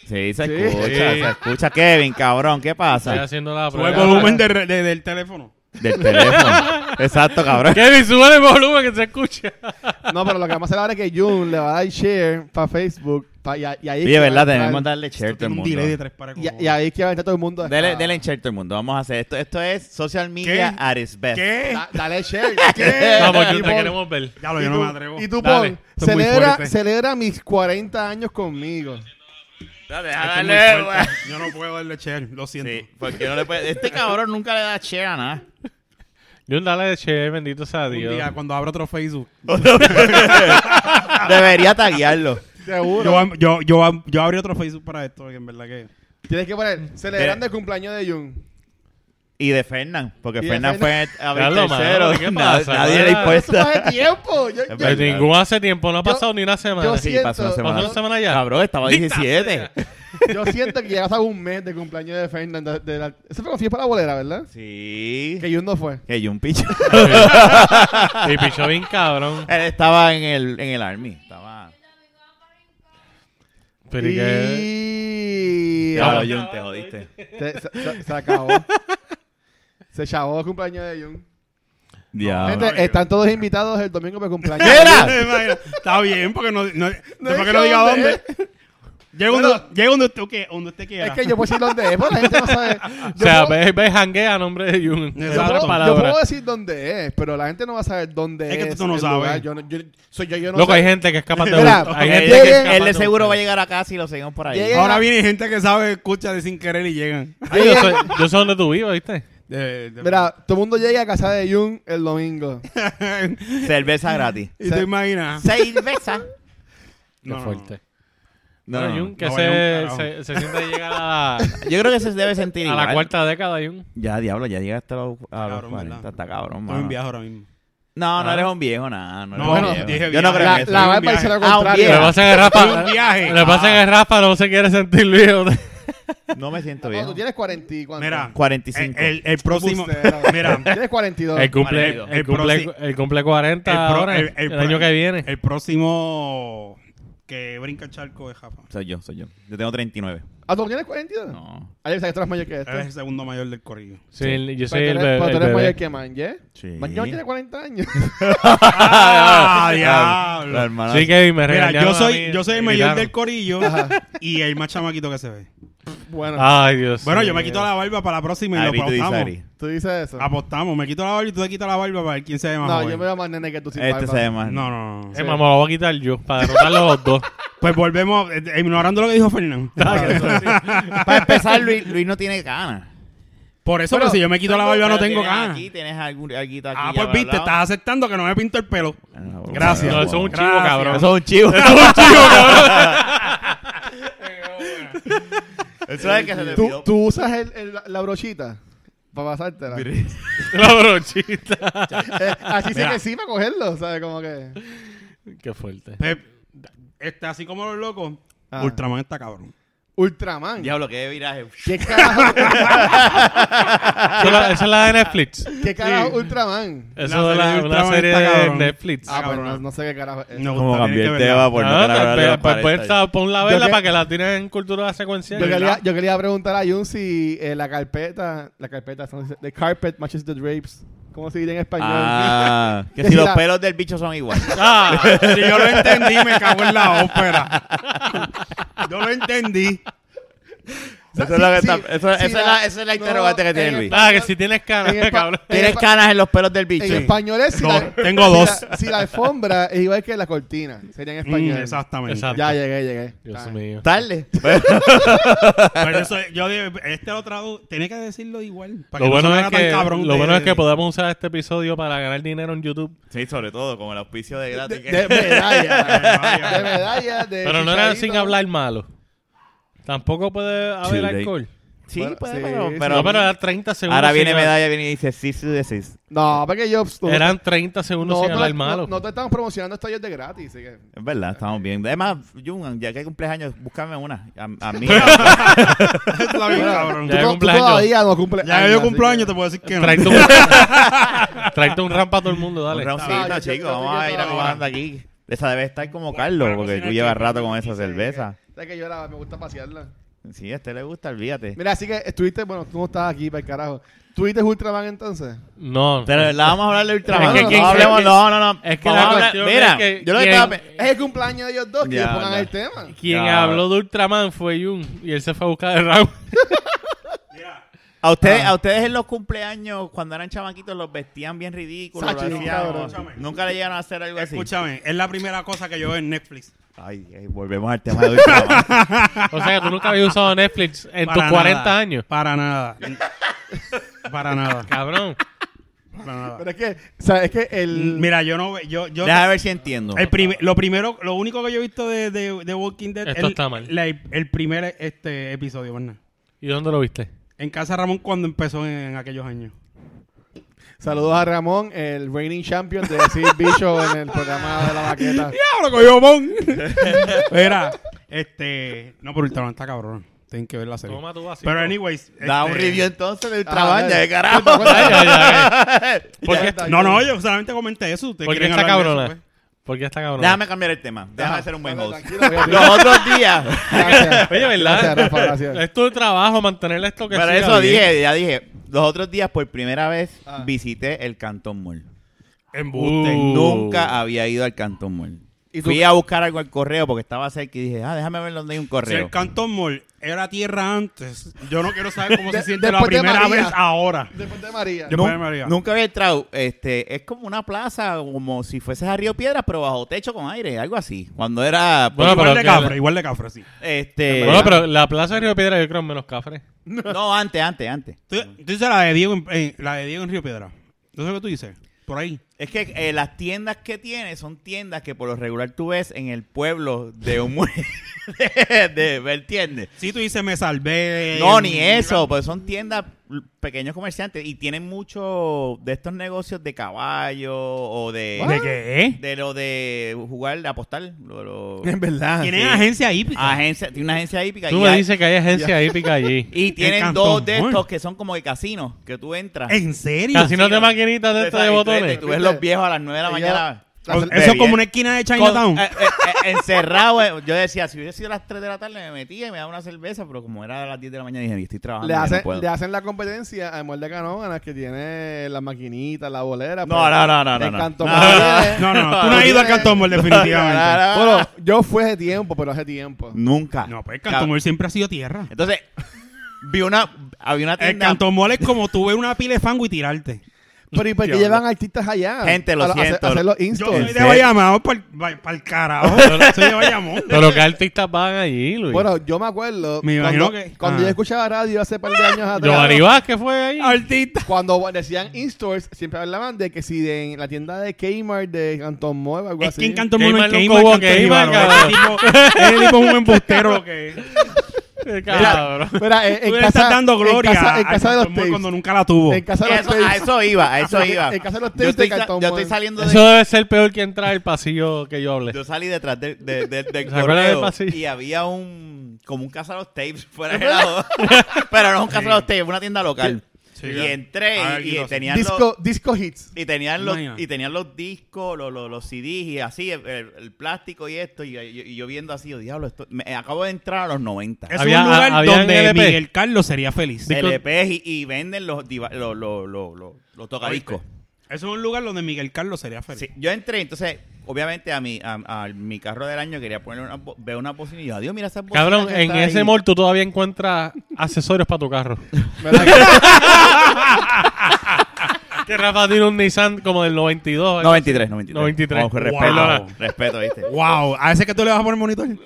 Speaker 2: Sí, se
Speaker 1: Sí.
Speaker 2: escucha,
Speaker 3: Sí.
Speaker 2: se escucha. Kevin, cabrón, ¿qué
Speaker 3: Estoy
Speaker 2: pasa?
Speaker 3: haciendo la
Speaker 4: Sube el
Speaker 3: prueba.
Speaker 4: volumen de re- de- del teléfono.
Speaker 2: Del teléfono. Exacto, cabrón.
Speaker 3: Kevin, sube el volumen que se escucha.
Speaker 1: No, pero lo que vamos a hacer ahora es que Jun le va a dar share para Facebook. pa- y, a- y ahí es
Speaker 2: Oye,
Speaker 1: que
Speaker 2: verdad,
Speaker 1: va a entrar-
Speaker 2: tenemos que darle share todo el
Speaker 4: tiene un delay de
Speaker 2: mundo.
Speaker 4: tres para
Speaker 1: Y, a- y ahí es que va a entrar todo el mundo.
Speaker 2: Dele,
Speaker 1: Ah.
Speaker 2: dele en share todo el mundo. Vamos a hacer esto. Esto es social media at its best.
Speaker 4: ¿Qué?
Speaker 1: Da- dale share.
Speaker 4: ¿Qué?
Speaker 3: Vamos,
Speaker 1: Y
Speaker 3: Jun, te
Speaker 1: pon-
Speaker 3: queremos ver.
Speaker 4: Ya lo,
Speaker 1: Y
Speaker 4: yo no
Speaker 1: tú-
Speaker 4: me atrevo.
Speaker 1: Y tú
Speaker 3: Dale,
Speaker 1: pon,
Speaker 4: estoy muy
Speaker 1: celebra,
Speaker 4: fuerte.
Speaker 1: celebra mis 40 años conmigo.
Speaker 4: Estoy muy fuerte. Yo no puedo darle share, lo siento.
Speaker 2: Sí, porque no le puede- Este cabrón nunca le da share a nada.
Speaker 3: Jun, dale de che, bendito sea
Speaker 4: Un
Speaker 3: Dios.
Speaker 4: día, cuando abra otro Facebook,
Speaker 2: Debería taguearlo.
Speaker 1: Seguro.
Speaker 4: yo, am- yo, yo, am- yo abrí otro Facebook para esto, que en verdad que...
Speaker 1: Tienes que poner celebrando el cumpleaños de Jun.
Speaker 2: Y de Fernan, porque
Speaker 1: Y de
Speaker 2: Fernan fue a ver
Speaker 3: Carlos,
Speaker 2: tercero.
Speaker 3: mano, ¿qué
Speaker 2: Na-
Speaker 3: pasa?
Speaker 2: Nadie le
Speaker 3: Mano,
Speaker 1: Eso fue
Speaker 2: importa.
Speaker 1: hace tiempo. Yo, yo-
Speaker 2: verdad.
Speaker 3: Pero ningún hace tiempo, no ha pasado ni una semana.
Speaker 1: yo
Speaker 2: Sí,
Speaker 1: siento-
Speaker 2: pasó una
Speaker 3: ¿Pasó
Speaker 2: semana.
Speaker 3: una semana ya?
Speaker 2: Cabrón, estaba
Speaker 3: Maldita
Speaker 2: 17.
Speaker 1: yo siento que llegas a un mes de cumpleaños de Fernanda. De la- Ese fue cuando fui para la bolera, ¿verdad?
Speaker 2: Sí.
Speaker 1: Que Jun no fue.
Speaker 2: Que yo un picho.
Speaker 3: Y pichó bien cabrón.
Speaker 2: Él estaba en el, en el army. Estaba.
Speaker 3: Pero y que...
Speaker 1: Y-
Speaker 2: Diablo, Jun, te jodiste.
Speaker 1: Se, se- se- se acabó. se chavó el cumpleaños de Jun.
Speaker 2: Diablo.
Speaker 1: Gente, están todos invitados el domingo para mi cumpleaños.
Speaker 2: ¡Mira!
Speaker 4: Imagina, Está bien, porque no... no, porque
Speaker 1: dije
Speaker 4: no diga
Speaker 1: dónde
Speaker 4: dónde. Llega
Speaker 1: Bueno.
Speaker 4: donde, llega donde, usted, que- donde usted quiera.
Speaker 1: Es que yo puedo decir dónde es, porque la gente no sabe.
Speaker 3: O
Speaker 1: Yo
Speaker 3: sea, pues,
Speaker 1: puedo-
Speaker 3: ve, ve, janguea a nombre de Jun. En
Speaker 4: Exacto.
Speaker 3: otras
Speaker 1: yo, puedo,
Speaker 3: palabras.
Speaker 1: decir dónde es, pero la gente no va a saber dónde es.
Speaker 4: Es que tú no
Speaker 1: el
Speaker 4: sabes.
Speaker 1: lugar. Yo no- yo- soy yo, yo no
Speaker 3: Loco,
Speaker 1: sé.
Speaker 3: hay gente que es capaz de
Speaker 1: Mira,
Speaker 3: Hay
Speaker 1: ok,
Speaker 3: gente
Speaker 1: llegué-
Speaker 3: que es capaz
Speaker 2: Él de seguro va a
Speaker 3: hurtar.
Speaker 2: llegar a casa y lo seguimos por ahí.
Speaker 1: Llegué-
Speaker 4: Ahora viene gente que sabe, escucha de sin querer y llegan.
Speaker 3: Ay, yo, soy- yo sé dónde tú vives, ¿viste?
Speaker 4: De- de-
Speaker 1: Mira, todo el mundo llega a casa de Jun el domingo.
Speaker 2: Cerveza gratis.
Speaker 4: ¿Y te imaginas?
Speaker 2: Cerveza.
Speaker 4: No, no, no.
Speaker 2: No,
Speaker 3: Bueno,
Speaker 2: no,
Speaker 3: Jun, que
Speaker 4: No,
Speaker 3: se,
Speaker 4: vaya un
Speaker 3: se, se siente llegar a
Speaker 2: no. Yo creo que se debe sentir.
Speaker 3: la, a la
Speaker 2: igual.
Speaker 3: cuarta década, Jun.
Speaker 2: Ya, diablo, ya llegaste a los, a los
Speaker 4: cabrón,
Speaker 2: 40.
Speaker 4: ¿verdad?
Speaker 2: Está cabrón,
Speaker 4: Estoy en
Speaker 2: mano.
Speaker 4: viaje ahora mismo.
Speaker 2: No, no
Speaker 3: Ah.
Speaker 2: eres un viejo, nada. No, eres
Speaker 4: No,
Speaker 2: un
Speaker 1: no,
Speaker 2: viejo.
Speaker 4: dije
Speaker 2: Yo no
Speaker 4: viejo.
Speaker 2: creo
Speaker 1: La,
Speaker 2: que eso.
Speaker 1: la
Speaker 4: un
Speaker 1: barba
Speaker 4: viaje.
Speaker 1: dice lo
Speaker 2: Ah, un
Speaker 1: contrario.
Speaker 2: viejo.
Speaker 3: Le pasa que Rafa,
Speaker 4: Un viaje.
Speaker 3: le pasa que Rafa no se quiere sentir viejo.
Speaker 2: No me siento
Speaker 1: No, tú
Speaker 2: viejo.
Speaker 1: tienes 40 y cuánto.
Speaker 4: Mira,
Speaker 2: 45.
Speaker 4: Eh, El, el- el próximo.
Speaker 1: Bustero.
Speaker 4: Mira,
Speaker 1: Tienes 42.
Speaker 3: El cumple,
Speaker 2: Marido.
Speaker 3: el
Speaker 4: El
Speaker 3: cumple,
Speaker 4: prosi-
Speaker 3: el cumple 40
Speaker 4: el pro-
Speaker 3: ahora, el,
Speaker 4: el- el pro-
Speaker 3: año que viene.
Speaker 4: el próximo que brinca el charco de Jafa.
Speaker 2: Soy yo, soy yo. Yo tengo 39.
Speaker 1: ¿Ah, tú tienes 42?
Speaker 2: No.
Speaker 1: Ayer sabes que tú eres mayor que este.
Speaker 4: Él es el segundo mayor del corrillo.
Speaker 3: Sí, el-
Speaker 1: Pero
Speaker 3: yo soy
Speaker 1: tú
Speaker 3: el,
Speaker 1: eres-
Speaker 3: bebé-
Speaker 1: pero tú
Speaker 3: el
Speaker 1: eres mayor
Speaker 3: bebé.
Speaker 1: que Manje.
Speaker 2: Sí.
Speaker 1: Manje tiene 40 años.
Speaker 4: ¡Ah,
Speaker 2: La
Speaker 4: diablo!
Speaker 2: hermana.
Speaker 3: Sí, Kevin, me
Speaker 4: Mira,
Speaker 3: regañaron
Speaker 4: yo
Speaker 3: a
Speaker 4: soy,
Speaker 3: mí,
Speaker 4: yo soy el
Speaker 3: me
Speaker 4: mayor del
Speaker 3: gritaron.
Speaker 4: corillo y el más chamaquito que se ve.
Speaker 1: bueno,
Speaker 3: Ay, Dios
Speaker 4: Bueno,
Speaker 3: mío.
Speaker 4: yo me quito la barba para la próxima y
Speaker 2: Ari,
Speaker 4: lo
Speaker 2: tú dices,
Speaker 4: apostamos.
Speaker 2: Ari.
Speaker 1: tú dices eso.
Speaker 4: Ah, Apostamos, me quito la barba y tú te quitas la barba para pues, ver quién se ve más
Speaker 1: No,
Speaker 4: joven.
Speaker 1: yo me veo más nene que tú sin
Speaker 2: Este
Speaker 1: barba.
Speaker 2: se ve más.
Speaker 4: No, no, no.
Speaker 3: Eh, mamá, lo voy a quitar yo para derrotar los dos.
Speaker 4: Pues volvemos, eh, eh, ignorando lo que dijo Fernando.
Speaker 2: Para empezar, Luis, Luis no tiene ganas.
Speaker 4: Por eso,
Speaker 1: Pero-
Speaker 4: pero si yo me quito la barba no
Speaker 2: Pero
Speaker 4: tengo
Speaker 2: tienes
Speaker 4: ganas.
Speaker 2: Aquí tienes algún alguito aquí.
Speaker 4: Ah,
Speaker 2: ya
Speaker 4: pues
Speaker 2: lo
Speaker 4: viste,
Speaker 2: hablamos.
Speaker 4: estás aceptando que no me pinto el pelo.
Speaker 2: Ah, bueno,
Speaker 4: Gracias.
Speaker 3: No,
Speaker 2: bueno,
Speaker 3: eso es un
Speaker 2: bueno.
Speaker 3: chivo,
Speaker 4: Gracias.
Speaker 3: cabrón.
Speaker 2: Eso es un chivo. Eso es que se te
Speaker 1: ¿Tú,
Speaker 2: olvidó.
Speaker 1: tú usas el, el- la brochita para pasártela.
Speaker 3: La brochita.
Speaker 1: Eh, así sí
Speaker 4: Mira.
Speaker 1: que sí para cogerlo, ¿sabes? Como que.
Speaker 3: Qué fuerte.
Speaker 4: Pep, Pues, este, así como los locos,
Speaker 1: Ah.
Speaker 4: Ultraman está cabrón.
Speaker 1: Ultraman.
Speaker 2: Diablo, qué viraje.
Speaker 1: ¿Qué carajo,
Speaker 3: Esa es la- esa es la de Netflix.
Speaker 1: qué carajo Ultraman?
Speaker 3: Eso es la,
Speaker 4: serie de
Speaker 3: una
Speaker 4: Ultraman
Speaker 3: serie
Speaker 4: está
Speaker 3: de
Speaker 4: cabrón.
Speaker 3: Netflix.
Speaker 1: Ah, pero no,
Speaker 4: cabrón.
Speaker 1: no sé qué carajo es.
Speaker 4: No,
Speaker 2: Como
Speaker 4: gusta,
Speaker 2: cambié
Speaker 4: tiene
Speaker 2: el
Speaker 4: que
Speaker 2: tema
Speaker 4: verla.
Speaker 2: por no
Speaker 3: Ah,
Speaker 2: tener
Speaker 3: tal
Speaker 2: hablar de
Speaker 3: vez,
Speaker 2: los
Speaker 3: pues, pues,
Speaker 2: 40.
Speaker 3: esa, pon la
Speaker 1: Yo
Speaker 3: vela
Speaker 1: que-
Speaker 3: para que la tiren en cultura
Speaker 1: Yo
Speaker 3: secuencial.
Speaker 1: quería, yo quería preguntar a Jun si eh, la carpeta, la carpeta, ¿cómo se dice? The carpet matches the drapes. ¿Cómo se dice en español?
Speaker 2: Ah, que
Speaker 1: Que
Speaker 2: si
Speaker 1: si
Speaker 2: los
Speaker 1: la-
Speaker 2: pelos del bicho son iguales.
Speaker 3: Ah,
Speaker 4: Si yo lo entendí, me cago en la ópera. Yo lo entendí.
Speaker 1: O sea,
Speaker 2: Eso es
Speaker 1: si-
Speaker 2: lo que
Speaker 1: si-
Speaker 2: está-
Speaker 1: si
Speaker 2: eso- esa es la- esa es la interrogante que
Speaker 1: en
Speaker 2: tiene
Speaker 1: espa-
Speaker 2: Luis.
Speaker 3: ah, que si tienes cara,
Speaker 1: En el pa-
Speaker 3: cabrón.
Speaker 1: en
Speaker 2: Tienes
Speaker 1: espa-
Speaker 2: canas en los pelos del bicho.
Speaker 1: En español es si
Speaker 4: Ah, No,
Speaker 1: la,
Speaker 4: tengo
Speaker 1: si
Speaker 4: dos.
Speaker 1: la- si la alfombra es igual que la cortina. Sería en español.
Speaker 4: Mm, exactamente.
Speaker 3: Exacto.
Speaker 1: Ya llegué, llegué.
Speaker 3: Dios
Speaker 1: Ah.
Speaker 3: mío.
Speaker 2: Tarde.
Speaker 4: Pero eso, yo digo, este lo tradujo. Tiene que decirlo igual. para
Speaker 3: Lo
Speaker 4: no
Speaker 3: bueno, es
Speaker 4: sonara tan
Speaker 3: que,
Speaker 4: cabrón
Speaker 3: lo
Speaker 4: de-
Speaker 3: bueno es que
Speaker 4: de-
Speaker 3: podemos usar este episodio para ganar dinero en YouTube.
Speaker 2: Sí, sobre todo, como el auspicio de gratis. que-
Speaker 1: De medalla. de medalla. De
Speaker 3: Pero no era
Speaker 1: chicharito.
Speaker 3: sin hablar malo. Tampoco puede haber
Speaker 2: Chile.
Speaker 3: alcohol.
Speaker 2: sí,
Speaker 1: Bueno,
Speaker 2: puede,
Speaker 1: sí,
Speaker 2: pero,
Speaker 1: sí.
Speaker 2: pero-
Speaker 3: no, pero eran 30 segundos.
Speaker 2: ahora viene
Speaker 3: sin-
Speaker 2: medalla viene y dice sí, sí, sí, sí.
Speaker 1: No, porque yo. pues, tú-
Speaker 3: Eran 30 segundos sin
Speaker 1: no,
Speaker 3: hablar
Speaker 1: no-
Speaker 3: malo.
Speaker 1: no te estamos promocionando esto ayer de gratis. Así que.
Speaker 2: Es verdad, estamos bien. Además, Jun, ya que cumples años, búscame una. A, a mí.
Speaker 4: Está bien, cabrón.
Speaker 3: Ya
Speaker 1: Tú
Speaker 3: de
Speaker 1: to- tú
Speaker 3: cumpleaños.
Speaker 1: todavía no cumple
Speaker 4: Ya yo cumplo años, te puedo decir que no.
Speaker 3: Tráete un, tráete un ram para todo el mundo,
Speaker 2: un
Speaker 3: dale.
Speaker 1: Ah, yo
Speaker 2: roundcito,
Speaker 1: quiero-
Speaker 2: chicos.
Speaker 1: yo
Speaker 2: Vamos a
Speaker 1: quiero
Speaker 2: ir acomodando
Speaker 1: trabajar.
Speaker 2: aquí. Esa debe estar como Carlos,
Speaker 4: Bueno,
Speaker 2: porque
Speaker 4: si no
Speaker 2: tú
Speaker 4: es
Speaker 2: llevas
Speaker 4: que-
Speaker 2: rato con esa cerveza.
Speaker 1: Sabes que yo la, me gusta pasearla.
Speaker 2: Sí, a este le gusta, olvídate.
Speaker 1: Mira, así que estuviste, bueno, tú no estabas aquí para el carajo. ¿Tuviste Ultraman entonces?
Speaker 3: No.
Speaker 2: Pero de verdad vamos a hablar de Ultraman.
Speaker 1: Es que
Speaker 2: no,
Speaker 1: quien-
Speaker 2: no hablemos,
Speaker 3: es que-
Speaker 2: no, no, no.
Speaker 3: es que
Speaker 2: Vamos
Speaker 3: la
Speaker 2: a hablar-
Speaker 3: cuestión
Speaker 2: mira,
Speaker 3: es que
Speaker 2: yo lo que
Speaker 3: quien-
Speaker 2: estaba pe-
Speaker 1: Es el cumpleaños de ellos dos, que
Speaker 2: Ya,
Speaker 1: ellos pongan
Speaker 2: ya.
Speaker 1: el tema.
Speaker 3: Quien
Speaker 2: Ya.
Speaker 3: habló de Ultraman fue Jun y él se fue a buscar el round.
Speaker 4: Mira,
Speaker 2: A
Speaker 3: Ah.
Speaker 2: ustedes, a ustedes en los cumpleaños, cuando eran chamaquitos, los vestían bien ridículos.
Speaker 1: Sacho,
Speaker 2: lo
Speaker 1: no,
Speaker 2: hacían,
Speaker 1: cabrón.
Speaker 2: escúchame. Nunca le llegaron a hacer algo así.
Speaker 4: escúchame, es la primera cosa que yo veo en Netflix.
Speaker 2: Ay, ay, volvemos al tema de Ultraman.
Speaker 3: O sea que tú nunca habías usado Netflix en
Speaker 4: Para
Speaker 3: tus 40
Speaker 4: nada,
Speaker 3: años.
Speaker 4: Para nada. para nada.
Speaker 3: Cabrón.
Speaker 4: Para nada.
Speaker 1: Pero es que, o sea, es que el.
Speaker 2: Mm,
Speaker 4: Mira, yo no ve- yo, yo
Speaker 2: Deja ver si entiendo.
Speaker 4: el prim- lo primero, lo único que yo he visto de, de, de Walking Dead
Speaker 3: Esto
Speaker 4: el,
Speaker 3: está mal.
Speaker 4: la- el primer este episodio, ¿verdad?
Speaker 3: ¿Y dónde lo viste?
Speaker 4: En casa de Ramón cuando empezó en, aquellos años.
Speaker 1: Saludos a Ramón, el reigning champion de decir bicho en el programa de la maqueta.
Speaker 4: ¡Diablo, cogió Mon! Mira, este, no, pero Ultraman está cabrón. Tienen que ver la serie.
Speaker 3: Toma tu vasito.
Speaker 4: Pero anyways,
Speaker 2: Da un
Speaker 4: este,
Speaker 2: review entonces de Ultraman,
Speaker 1: Ah,
Speaker 2: ya
Speaker 1: dale.
Speaker 2: de carajo.
Speaker 3: Ay, ay, ay. ¿Por
Speaker 1: Ya
Speaker 3: qué?
Speaker 1: está,
Speaker 4: No,
Speaker 1: ya.
Speaker 4: no, yo solamente comenté eso. ¿Ustedes
Speaker 3: ¿Por qué
Speaker 4: quieren
Speaker 3: está
Speaker 4: hablar de eso, pues.
Speaker 3: cabrona? ¿Por qué está cabrona?
Speaker 2: Déjame cambiar el tema. Déjame
Speaker 1: Ajá,
Speaker 2: ser un buen
Speaker 1: dale,
Speaker 2: host.
Speaker 1: tranquilo, voy a-
Speaker 2: Los otros días.
Speaker 1: Gracias.
Speaker 3: Oye, ¿verdad?
Speaker 1: Gracias, Rafa, gracias.
Speaker 3: Es tu trabajo mantenerle esto que
Speaker 2: Pero
Speaker 3: siga
Speaker 2: eso
Speaker 3: bien.
Speaker 2: dije, ya dije. Los otros días, por primera vez,
Speaker 1: Ah.
Speaker 2: visité el Cantón Mall.
Speaker 4: pues?
Speaker 3: Embuste. Uh.
Speaker 2: Nunca había ido al Cantón Mall.
Speaker 1: ¿Y tú?
Speaker 2: Fui a buscar algo al correo porque estaba cerca y dije, ah, déjame ver dónde hay un
Speaker 4: Si
Speaker 2: correo.
Speaker 4: el Cantón Mall era tierra antes, yo no quiero saber cómo se
Speaker 1: De-
Speaker 4: siente la
Speaker 1: después de
Speaker 4: primera
Speaker 1: María.
Speaker 4: vez ahora.
Speaker 1: Después de María.
Speaker 4: Yo-
Speaker 2: Nu-
Speaker 4: Padre María.
Speaker 2: nunca había entrado. Este, es como una plaza, como si fueses a Río Piedras, pero bajo techo con aire, algo así. Cuando era.
Speaker 3: Bueno,
Speaker 4: igual
Speaker 3: pero
Speaker 4: de
Speaker 3: que-
Speaker 4: cafre, igual de cafre, sí.
Speaker 2: este,
Speaker 3: Bueno, pero la plaza de Río Piedra yo creo es menos cafre.
Speaker 2: No, antes, antes, antes.
Speaker 4: Tú, tú dices la de Diego en, en- la de Diego en Río Piedra. ¿Tú sabes lo que tú dices? Por ahí.
Speaker 2: Es que eh, las tiendas que tiene son tiendas que por lo regular tú ves en el pueblo de un. mue- de, de- ¿Me entiendes?
Speaker 4: Sí, tú dices, me salvé.
Speaker 2: No, ni eso, pues son tiendas l- pequeños comerciantes y tienen mucho de estos negocios de caballo o de
Speaker 4: ¿De qué?
Speaker 2: de lo de jugar, de apostar, lo- lo-
Speaker 1: En verdad.
Speaker 4: Tienen
Speaker 2: sí.
Speaker 4: agencia pues. hípica.
Speaker 2: agencia, tiene una agencia hípica
Speaker 3: Tú
Speaker 2: y,
Speaker 3: me
Speaker 2: hay-
Speaker 3: dices que hay agencia hípica allí.
Speaker 2: y tienen
Speaker 4: Cantón
Speaker 2: dos de
Speaker 4: Mall.
Speaker 2: estos que son como de casinos, que tú entras.
Speaker 4: ¿En serio?
Speaker 3: Casi no
Speaker 2: sí,
Speaker 3: te
Speaker 2: no.
Speaker 3: maquinitas de estas de
Speaker 2: Exacto,
Speaker 3: botones.
Speaker 2: Tú ves los viejos a las 9 de la
Speaker 1: Ella-
Speaker 2: mañana.
Speaker 1: La-
Speaker 4: Eso
Speaker 2: Bebiendo.
Speaker 4: es como una esquina de Chinatown.
Speaker 2: Con- eh, eh, eh, encerrado, eh, yo decía, si hubiera sido a las 3 de la tarde me metía y me daba una cerveza, pero como era a las 10 de la mañana dije, "Yo estoy trabajando,
Speaker 1: Le
Speaker 2: ya
Speaker 1: hacen,
Speaker 2: Ah, no puedo".
Speaker 1: le hacen la competencia a Muerde Canóganas que tiene la maquinita, la bolera.
Speaker 2: No,
Speaker 1: pero
Speaker 2: no, no, no,
Speaker 1: el
Speaker 2: no, no.
Speaker 1: Cantón
Speaker 2: No,
Speaker 1: Mall-
Speaker 2: no,
Speaker 4: Ah, No, no, no. Tú no has ido al Cantón Mall,
Speaker 2: No,
Speaker 4: definitivamente.
Speaker 2: no, Mm, no.
Speaker 1: Bueno, yo fui hace tiempo, pero hace tiempo.
Speaker 2: Nunca.
Speaker 4: No, pues el Cantón Mall siempre ha sido tierra.
Speaker 2: Entonces, vi una, había una
Speaker 4: El
Speaker 2: tienda.
Speaker 4: Cantón Mall es como tú ves una pila de fango y tirarte.
Speaker 1: Pero ¿y por qué
Speaker 2: Diablo.
Speaker 1: llevan artistas allá?
Speaker 2: Gente, lo
Speaker 1: A- a hacer-
Speaker 2: siento.
Speaker 1: a hacer los
Speaker 4: Yo
Speaker 1: instos.
Speaker 4: soy
Speaker 2: ¿En
Speaker 4: de
Speaker 2: serio?
Speaker 4: Bayamón para el pues, carajo. Soy de Bayamón.
Speaker 3: Pero qué artistas van allí, Luis.
Speaker 1: Bueno, yo me acuerdo. cuando
Speaker 4: Me imagino que-
Speaker 1: cuando
Speaker 4: Ah.
Speaker 1: yo escuchaba radio hace par de años atrás.
Speaker 3: Giovanni Vázquez fue ahí.
Speaker 4: Artista.
Speaker 1: Cuando decían in-stores, siempre hablaban de que si de, en la tienda de Kmart, de Cantón Mall, algo
Speaker 4: Es
Speaker 1: así.
Speaker 4: que en Cantón Mall no es
Speaker 3: Kmart
Speaker 4: que
Speaker 3: nunca hubo Kmart,
Speaker 4: Es tipo un embustero lo que es.
Speaker 3: Cabrón.
Speaker 1: Mira, en, en
Speaker 4: Tú le
Speaker 1: casa,
Speaker 4: estás dando
Speaker 1: en
Speaker 4: gloria
Speaker 1: casa- en
Speaker 4: al
Speaker 1: casa de los
Speaker 4: Cantón Mall
Speaker 1: tapes.
Speaker 4: cuando nunca la tuvo.
Speaker 1: En casa de los
Speaker 2: Eso- a
Speaker 1: tapes.
Speaker 2: eso iba, a eso iba.
Speaker 1: En casa de los
Speaker 2: yo
Speaker 1: tapes
Speaker 2: estoy,
Speaker 1: de
Speaker 2: sa-
Speaker 1: Cantón
Speaker 2: yo estoy
Speaker 1: Mall.
Speaker 2: saliendo
Speaker 3: Eso
Speaker 2: de.
Speaker 3: debe ser peor que entrar al pasillo que yo hablé.
Speaker 2: Yo salí detrás de, de, de- del
Speaker 3: acuerdan
Speaker 2: correo
Speaker 3: del pasillo?
Speaker 2: y había un. como un casa de los tapes fuera de lado. Pero no es un casa de los tapes, una tienda local.
Speaker 4: Sí,
Speaker 2: y
Speaker 4: claro. Ah,
Speaker 2: entré y- y,
Speaker 4: alguien lo
Speaker 2: tenían los.
Speaker 1: Disco, disco hits.
Speaker 2: Y tenían, los,
Speaker 4: Imagina.
Speaker 2: y tenían los discos, los, los, los CDs y así, el, el- el plástico y esto. Y, y- y yo viendo así, yo, diablo, esto, me, acabo de entrar a los 90.
Speaker 4: Es
Speaker 3: Había-
Speaker 4: un lugar
Speaker 3: ha- habían
Speaker 4: donde
Speaker 3: LP.
Speaker 4: Miguel Carlos sería feliz.
Speaker 3: Disco-
Speaker 2: LPs y, y venden los, diva- los, los, los, los- los tocadiscos.
Speaker 4: Es un lugar donde Miguel Carlos sería feliz.
Speaker 2: Sí, yo entré, entonces, obviamente a mi, a, a mi carro del año quería poner una, bo- veo una bocina y yo, adiós, mira esas bocinas.
Speaker 3: Cabrón,
Speaker 2: que
Speaker 3: en
Speaker 2: están
Speaker 3: ese
Speaker 2: ahí".
Speaker 3: mall tú todavía encuentras accesorios para tu carro.
Speaker 1: ¿Verdad que-
Speaker 3: Que Rafa tiene un Nissan como del 92.
Speaker 2: 93, 93.
Speaker 3: 93.
Speaker 2: Vamos, con
Speaker 3: Wow.
Speaker 2: respeto, respeto, ¿viste?
Speaker 4: Wow, a ese que tú le vas a poner monitor.
Speaker 2: Mira,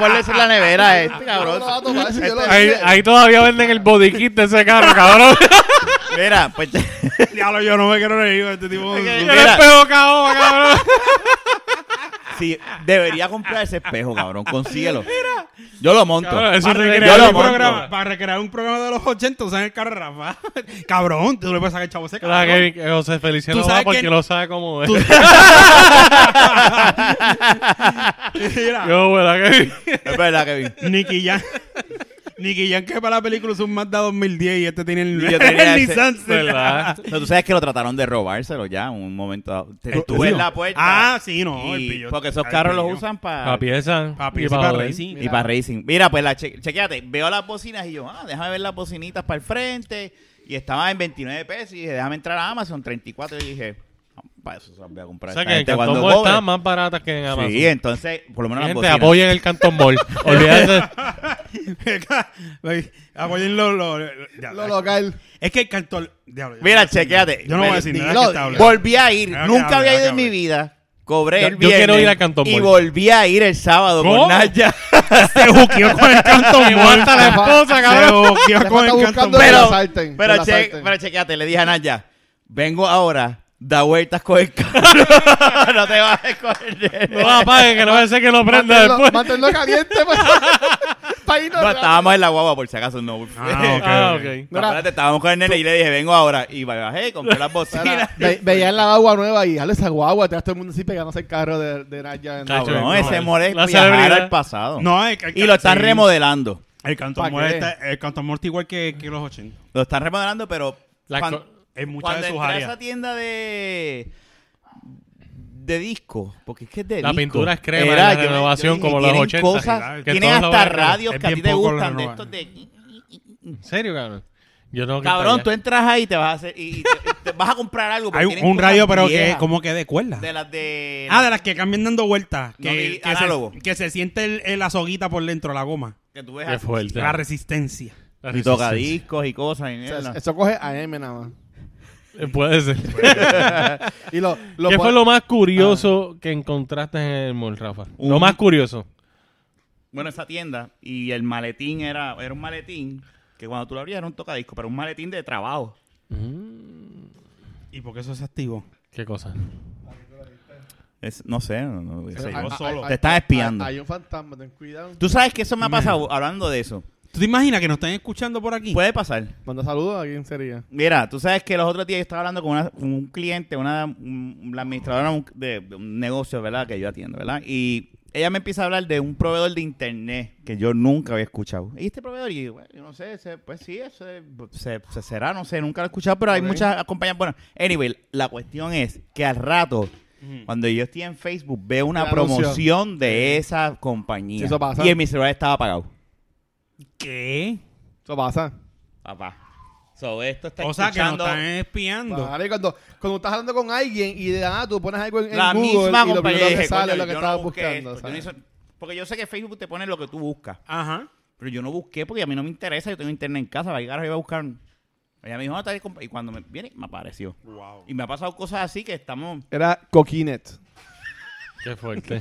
Speaker 2: ponle eso en la nevera a este,
Speaker 1: Yo
Speaker 2: cabrón.
Speaker 1: lo voy a tomar, si yo lo-
Speaker 3: Ahí, ahí todavía venden el body kit de ese carro, cabrón.
Speaker 2: Mira, pues...
Speaker 4: Diablo, yo no me quiero reír de este tipo.
Speaker 2: Ok.
Speaker 3: Era el peor cabrón, cabrón.
Speaker 2: Sí, debería comprar ese espejo, cabrón. Consíguelo. Yo lo monto.
Speaker 3: Cabrón, eso
Speaker 4: Para
Speaker 3: te
Speaker 2: yo lo
Speaker 4: recrear, un
Speaker 2: monto.
Speaker 4: programa, para recrear un programa de los 80, usan el carro de Rafa. Cabrón, tú le puedes sacar chavo ese
Speaker 3: Claro
Speaker 4: cabrón.
Speaker 3: que, que José Feliciano
Speaker 4: Tú
Speaker 3: va
Speaker 4: sabes
Speaker 3: porque
Speaker 4: que-
Speaker 3: lo sabe cómo es.
Speaker 4: Tú-
Speaker 3: Yo, ¿verdad que
Speaker 2: Es verdad, Kevin.
Speaker 4: Nicky Jam. Nicky Jam que para la película usó un Mazda 2010 y este tiene el,
Speaker 2: Y yo tenía
Speaker 4: el
Speaker 2: ese-
Speaker 4: Nissan Sentra.
Speaker 3: ¿Verdad?
Speaker 2: No, tú sabes que lo trataron de robárselo ya en un momento. dado. Te- Tú ves la puerta.
Speaker 4: Ah, sí, no.
Speaker 2: y-
Speaker 4: el pillo-
Speaker 2: porque esos
Speaker 4: el
Speaker 2: carros los
Speaker 4: pillo.
Speaker 2: usan para.
Speaker 3: Para pieza.
Speaker 4: Papi,
Speaker 3: y
Speaker 4: ese
Speaker 3: para
Speaker 4: para
Speaker 3: joder.
Speaker 4: racing.
Speaker 2: Y para racing. Mira, pues la che- chequéate, veo las bocinas y yo, ah, déjame ver las bocinitas para el frente. Y estaba en 29 pesos y dije, déjame entrar a Amazon, 34. Y dije, ah, para eso se las voy a comprar.
Speaker 3: O sea
Speaker 2: Esta
Speaker 3: que en
Speaker 2: gente
Speaker 3: Cantón
Speaker 2: cuando
Speaker 3: Mall
Speaker 2: cobre-
Speaker 3: están más baratas que en Amazon.
Speaker 2: Sí, entonces, por lo menos las
Speaker 3: Gente,
Speaker 2: bocinas.
Speaker 3: apoyen el Cantón Mall. Olvídate.
Speaker 4: Like, Apoyen lo, lo- lo- ya,
Speaker 1: Lo local.
Speaker 4: Es que el cantor. diablo, yo
Speaker 2: Mira,
Speaker 4: no voy a decir
Speaker 2: chequéate.
Speaker 4: nada. Yo no voy a
Speaker 2: Mira,
Speaker 4: decir nada.
Speaker 1: dilo,
Speaker 4: que está hablando.
Speaker 2: Volví a ir,
Speaker 4: Déjame
Speaker 2: nunca
Speaker 4: hablar,
Speaker 2: había ido en
Speaker 4: déjame
Speaker 2: mi
Speaker 4: hablar.
Speaker 2: vida. Cobré
Speaker 3: Yo-
Speaker 2: el
Speaker 3: yo
Speaker 2: viernes.
Speaker 3: quiero ir a Cantón
Speaker 2: Y
Speaker 3: Mall.
Speaker 2: volví a ir el sábado
Speaker 3: ¿Cómo?
Speaker 2: con Naya.
Speaker 4: Se juqueó con el cantor.
Speaker 3: Igual hasta la esposa,
Speaker 4: Se
Speaker 3: cabrón.
Speaker 4: juqueó
Speaker 1: Ya
Speaker 4: con
Speaker 1: está
Speaker 4: el
Speaker 1: buscando-
Speaker 4: cantor.
Speaker 1: Que la
Speaker 2: Pero,
Speaker 1: salten, que
Speaker 2: pero,
Speaker 1: la
Speaker 2: che,
Speaker 1: salten.
Speaker 2: pero chequéate, le dije a Naya, vengo ahora, da vueltas con el carro. no te vas a esconder.
Speaker 3: No la apaguen, que no va a ser que lo prenda
Speaker 1: Manténlo,
Speaker 3: después.
Speaker 1: manténlo caliente para irnos.
Speaker 2: No, estábamos en la guagua, por si acaso, no.
Speaker 4: Ah, ok.
Speaker 3: Ah,
Speaker 4: ok.
Speaker 3: ok.
Speaker 2: No, espérate, estábamos con el nene y le dije, vengo ahora. Y bajé, compré las bocinas.
Speaker 1: Ve- veían la agua nueva y dale esa guagua, te das todo el mundo así pegándose el carro de, de Naya. en la-
Speaker 3: Cacho,
Speaker 2: No,
Speaker 3: no,
Speaker 2: ese
Speaker 3: es-
Speaker 2: more es
Speaker 3: la
Speaker 2: viajar
Speaker 3: celebridad.
Speaker 2: al pasado.
Speaker 4: No, el, el-
Speaker 2: y lo están
Speaker 4: sí.
Speaker 2: remodelando.
Speaker 4: El
Speaker 1: ¿Pa'
Speaker 4: cantor
Speaker 1: qué?
Speaker 4: muerta, el cantor muerta igual que, que los 80.
Speaker 2: Lo están remodelando, pero
Speaker 3: La
Speaker 2: cuan-
Speaker 3: co-
Speaker 4: En muchas
Speaker 2: cuando
Speaker 4: de sus
Speaker 2: entré a
Speaker 4: áreas.
Speaker 2: esa tienda de de disco, porque es que es de
Speaker 3: La
Speaker 2: disco.
Speaker 3: pintura es crema,
Speaker 2: Era,
Speaker 3: la
Speaker 2: yo- yo
Speaker 3: renovación
Speaker 2: dije,
Speaker 3: como los
Speaker 2: tienen
Speaker 3: 80,
Speaker 2: Cosas,
Speaker 3: que
Speaker 2: tienen
Speaker 3: todos la
Speaker 2: hasta
Speaker 3: van a renovar.
Speaker 2: radios
Speaker 4: Es
Speaker 2: que a ti
Speaker 4: bien
Speaker 2: te
Speaker 4: poco la
Speaker 2: gustan de estos
Speaker 4: renovación.
Speaker 2: de...
Speaker 3: ¿En serio, cabrón? Yo tengo que ir
Speaker 2: Cabrón, tú
Speaker 3: para allá.
Speaker 2: entras ahí y te vas a hacer... Y, y te, te vas a comprar algo. porque
Speaker 4: Hay un,
Speaker 2: tienen cosas
Speaker 4: radio, pero que
Speaker 2: viejas
Speaker 4: como que de cuerda.
Speaker 2: De las de...
Speaker 4: Ah, de las que cambian dando vueltas.
Speaker 2: No,
Speaker 4: Que,
Speaker 2: y
Speaker 4: que,
Speaker 2: análogo.
Speaker 4: se, que se siente el- el- la soguita por dentro, la goma.
Speaker 2: que tú ves
Speaker 3: Qué
Speaker 2: así,
Speaker 3: fuerte.
Speaker 4: La resistencia.
Speaker 3: La
Speaker 2: Y
Speaker 3: resistencia.
Speaker 2: tocadiscos y cosas. Y
Speaker 1: O sea,
Speaker 2: mierda.
Speaker 1: eso coge a M nada más.
Speaker 3: Eh, Puede ser.
Speaker 1: Y lo, lo
Speaker 3: ¿Qué
Speaker 1: pon-
Speaker 3: fue lo más curioso que encontraste en el mall, Rafa? Lo
Speaker 2: Un-
Speaker 3: más curioso.
Speaker 2: bueno, esa tienda y el maletín era, era un maletín que cuando tú lo abrías era un tocadisco, pero un maletín de trabajo.
Speaker 4: ¿Y por qué eso se activó?
Speaker 3: ¿Qué cosa?
Speaker 2: Es- no sé, no, no, qué sé yo.
Speaker 1: Hay-
Speaker 4: vos solo.
Speaker 1: hay-
Speaker 2: Te están espiando.
Speaker 1: Hay, hay un fantasma, ten cuidado.
Speaker 2: Tú sabes que eso me ha pasado hablando de eso.
Speaker 4: ¿Tú te imaginas que nos están escuchando por aquí?
Speaker 2: Puede pasar.
Speaker 1: Manda saludos a quién sería.
Speaker 2: Mira, tú sabes que los otros días yo estaba hablando con, una- con un cliente, una, un- la administradora de un- de, de un negocio, ¿verdad? Que yo atiendo, ¿verdad? Y ella me empieza a hablar de un proveedor de internet que yo nunca había escuchado. Y este proveedor, y bueno, yo no sé, se- pues sí, eso es- se, se será, no sé, nunca lo he escuchado, pero hay
Speaker 1: Ok.
Speaker 2: muchas compañías. Bueno, anyway, la cuestión es que al rato, cuando yo estoy en Facebook, veo una
Speaker 1: El anuncio.
Speaker 2: promoción de esa compañía.
Speaker 1: Sí, eso pasa.
Speaker 2: Y en mi celular estaba apagado.
Speaker 4: ¿Qué?
Speaker 1: Eso pasa.
Speaker 2: Papá. So, esto está
Speaker 4: O sea, que nos
Speaker 2: escuchando-
Speaker 4: están espiando.
Speaker 1: Vale, cuando, cuando estás hablando con alguien y de la nada tú pones algo en, en
Speaker 2: la
Speaker 1: Google
Speaker 2: misma
Speaker 1: y lo
Speaker 2: compañía
Speaker 1: primero
Speaker 2: dije,
Speaker 1: que sale es
Speaker 2: "Coño,
Speaker 1: lo que
Speaker 2: yo no
Speaker 1: estabas
Speaker 2: busqué
Speaker 1: buscando.
Speaker 2: esto, yo no
Speaker 1: ¿sabes?
Speaker 2: hice- porque yo sé que Facebook te pone lo que tú buscas
Speaker 4: Ajá.
Speaker 2: pero yo no busqué porque a mí no me interesa yo tengo internet en casa va a llegar iba a buscar ella me dijo no, está bien, compa-". y cuando me viene me apareció
Speaker 4: Wow.
Speaker 2: y me ha pasado cosas así que estamos
Speaker 1: Era Coquinet.
Speaker 3: Qué fuerte.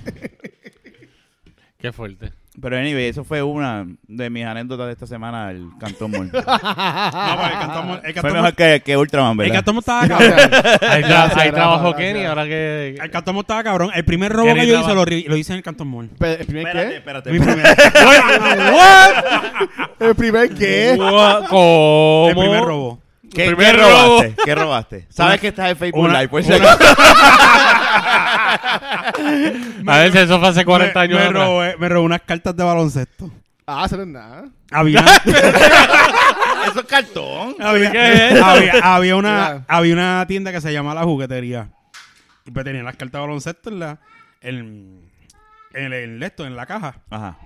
Speaker 3: Qué fuerte.
Speaker 2: pero anyway eso fue una de mis anécdotas de esta semana el Cantón Mall
Speaker 4: No, pues el cantamos. El
Speaker 2: fue
Speaker 4: cantamos,
Speaker 2: mejor que, que Ultraman
Speaker 4: el
Speaker 2: ¿verdad?
Speaker 4: Cantamo estaba
Speaker 1: Cabrón.
Speaker 4: cabrón.
Speaker 3: Ahí, tra-
Speaker 1: Gracias,
Speaker 3: ahí
Speaker 1: Rafa,
Speaker 3: trabajó
Speaker 1: gracias.
Speaker 3: Kenny, ahora que...
Speaker 4: El Cantamo estaba cabrón. El primer robo
Speaker 3: Kenny
Speaker 4: que yo hice
Speaker 3: estaba-
Speaker 4: lo, ri- lo hice en el Cantón Mall.
Speaker 1: Pe- ¿El primer
Speaker 2: espérate
Speaker 1: qué?
Speaker 2: espérate
Speaker 4: Mi
Speaker 2: espérate.
Speaker 4: primer-
Speaker 1: ¿El primer qué?
Speaker 3: Gua- ¿Cómo?
Speaker 4: el primer robo.
Speaker 2: ¿Qué,
Speaker 3: Primer
Speaker 2: qué
Speaker 3: robo.
Speaker 2: robaste? ¿Qué robaste? Sabes
Speaker 4: Una-
Speaker 2: que estás en Facebook
Speaker 4: una-
Speaker 2: Live por si
Speaker 4: una-
Speaker 2: acaso.
Speaker 3: A ver, eso fue hace 40
Speaker 4: Me-
Speaker 3: años
Speaker 4: me,
Speaker 3: atrás.
Speaker 4: robé, me robé unas cartas de baloncesto.
Speaker 1: Ah, eso no es nada.
Speaker 4: Había,
Speaker 2: eso es cartón
Speaker 3: ¿Qué es?
Speaker 4: había, había, había una,
Speaker 1: Mira.
Speaker 4: había una tienda que se llama La Juguetería. Y pues tenían las cartas de baloncesto en la. En, en, el- en esto, en la caja.
Speaker 2: ajá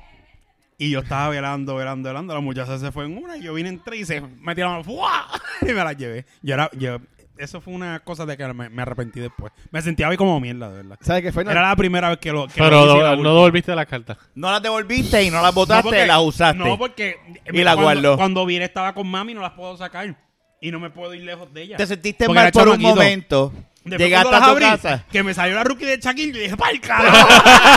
Speaker 4: Y yo estaba velando, velando, velando. La muchacha se fue en una y yo vine en tres y se me tiraron ¡fua! y me las llevé. Yo era, yo- eso fue una cosa de que me, me arrepentí después. Me sentía hoy como mierda, de verdad.
Speaker 1: ¿Sabes qué fue?
Speaker 4: Era la primera vez que lo que
Speaker 3: Pero
Speaker 4: lo hice,
Speaker 3: do-
Speaker 4: la
Speaker 3: no devolviste las cartas.
Speaker 2: no las devolviste y no las botaste
Speaker 4: porque-
Speaker 2: las usaste
Speaker 4: No, porque
Speaker 2: Y la
Speaker 4: cuando,
Speaker 2: guardó.
Speaker 4: Cuando vine estaba con mami no las puedo sacar. Y no me puedo ir lejos de ella.
Speaker 2: Te sentiste
Speaker 4: Porque
Speaker 2: mal
Speaker 4: era
Speaker 2: por
Speaker 4: chamaquito.
Speaker 2: un momento.
Speaker 4: Después
Speaker 2: Llegaste
Speaker 4: cuando
Speaker 2: a
Speaker 4: las
Speaker 2: tu
Speaker 4: abrí,
Speaker 2: casa.
Speaker 4: Que me salió la rookie de Shaquille y dije, ¡pal carajo!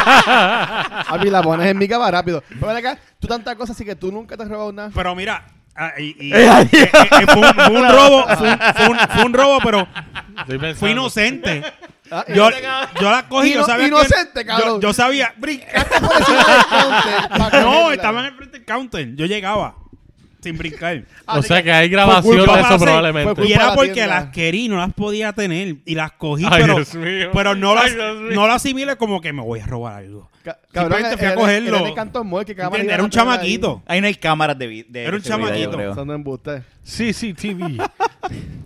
Speaker 1: A mí la pones en mi cama rápido. Pero ven acá, tú tantas cosas así que tú nunca te has robado nada.
Speaker 4: Pero mira, ah, y- y- eh, eh, eh, fue, un, fue un robo, fue un- fue un- fue un robo, pero
Speaker 3: Estoy pensando.
Speaker 4: fui inocente.
Speaker 1: Ah, y-
Speaker 4: Yo, yo la cogí,
Speaker 1: Ino-
Speaker 4: yo sabía
Speaker 1: inocente,
Speaker 4: que...
Speaker 1: cabrón.
Speaker 4: Yo, yo sabía...
Speaker 1: Brincaste por encima del counter para
Speaker 4: No,
Speaker 1: cogerla.
Speaker 4: estaba en el frente del counter. Yo llegaba sin brincar.
Speaker 3: O sea que hay
Speaker 1: Fue
Speaker 3: grabación
Speaker 1: culpa
Speaker 3: de
Speaker 1: de
Speaker 3: eso
Speaker 4: hacer-
Speaker 3: probablemente.
Speaker 1: fue culpa
Speaker 4: Y
Speaker 1: de
Speaker 4: era
Speaker 1: la
Speaker 4: porque
Speaker 1: tienda.
Speaker 4: las querí, no las podía tener. Y las cogí,
Speaker 3: Ay,
Speaker 4: pero,
Speaker 3: Dios mío.
Speaker 4: pero no, las,
Speaker 3: Ay, Dios mío.
Speaker 4: no las asimilé como que me voy a robar algo.
Speaker 1: Ca-
Speaker 4: Simplemente pues, fui a
Speaker 1: era-
Speaker 4: cogerlo.
Speaker 1: Era en el Cantón Mall, que cada
Speaker 4: ¿Entiendes?
Speaker 1: mañana
Speaker 4: Era un
Speaker 1: se pegaba
Speaker 4: chamaquito.
Speaker 2: Ahí no hay cámaras de, vi- de
Speaker 4: Era un
Speaker 2: seguridad, yo
Speaker 4: chamaquito.
Speaker 1: ahí.
Speaker 2: creo.
Speaker 1: Son de embuste.
Speaker 3: CCTV.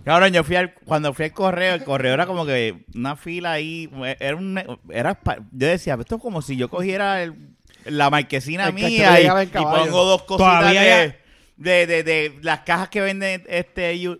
Speaker 2: Cabrón, yo fui al, cuando fui al correo, el correo era como que una fila ahí, era un, era, pa- yo decía, esto es como si yo cogiera el- la marquesina
Speaker 1: El cachorro
Speaker 2: mía y,
Speaker 1: llegaba en
Speaker 2: y
Speaker 1: caballo.
Speaker 2: pongo dos cositas
Speaker 4: Todavía
Speaker 2: de,
Speaker 4: ya-
Speaker 2: de, de, de las cajas que venden este U-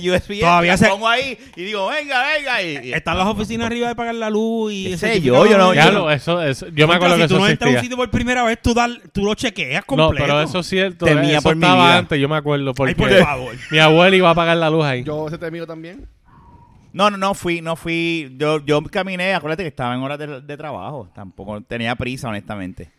Speaker 2: USB,
Speaker 4: Todavía
Speaker 2: las
Speaker 4: se-
Speaker 2: pongo ahí y digo, venga, venga, y, y-
Speaker 4: Están las oficinas arriba de pagar la luz y...
Speaker 2: ¿Qué
Speaker 4: ese
Speaker 2: sé
Speaker 4: tipo
Speaker 2: yo?
Speaker 4: de
Speaker 2: Yo no-
Speaker 4: cosas.
Speaker 3: Ya lo, eso, eso. eh, Yo me acuerdo
Speaker 4: si
Speaker 3: que
Speaker 4: tú
Speaker 3: eso
Speaker 4: no entras a un
Speaker 3: existía.
Speaker 4: sitio por primera vez, tú, dal- tú lo chequeas
Speaker 3: No,
Speaker 4: completo.
Speaker 3: pero eso es cierto.
Speaker 2: Temía
Speaker 3: eso
Speaker 2: por mi
Speaker 3: estaba
Speaker 2: vida.
Speaker 3: antes, yo me acuerdo. Porque
Speaker 4: Ay, por favor.
Speaker 3: mi abuela iba a apagar la luz ahí.
Speaker 1: Yo ese temido también.
Speaker 2: No, no, no fui, no fui. Yo, yo caminé, acuérdate que estaba en horas de, de trabajo. Tampoco tenía prisa, honestamente.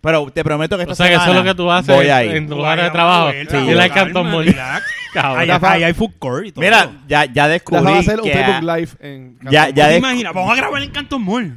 Speaker 2: Pero te prometo que esta
Speaker 3: o sea, que eso es
Speaker 2: semana
Speaker 3: lo que tú haces
Speaker 2: voy ahí.
Speaker 3: en lugares de
Speaker 4: Guayama,
Speaker 3: trabajo.
Speaker 4: vuelta,
Speaker 3: y la
Speaker 4: calma,
Speaker 3: Cantón Mall.
Speaker 4: relax. Ahí
Speaker 3: Cabrón.
Speaker 1: Rafa-
Speaker 4: ahí hay food court y todo.
Speaker 2: Mira, ya, ya
Speaker 1: La va a
Speaker 2: descubrí
Speaker 1: hacer un
Speaker 2: que
Speaker 1: Facebook
Speaker 2: ah,
Speaker 1: Live en Cantón
Speaker 2: ya,
Speaker 1: Mall.
Speaker 2: ya
Speaker 4: ¿Te
Speaker 2: de-
Speaker 4: imaginas? Vamos a grabar en Canton Mall.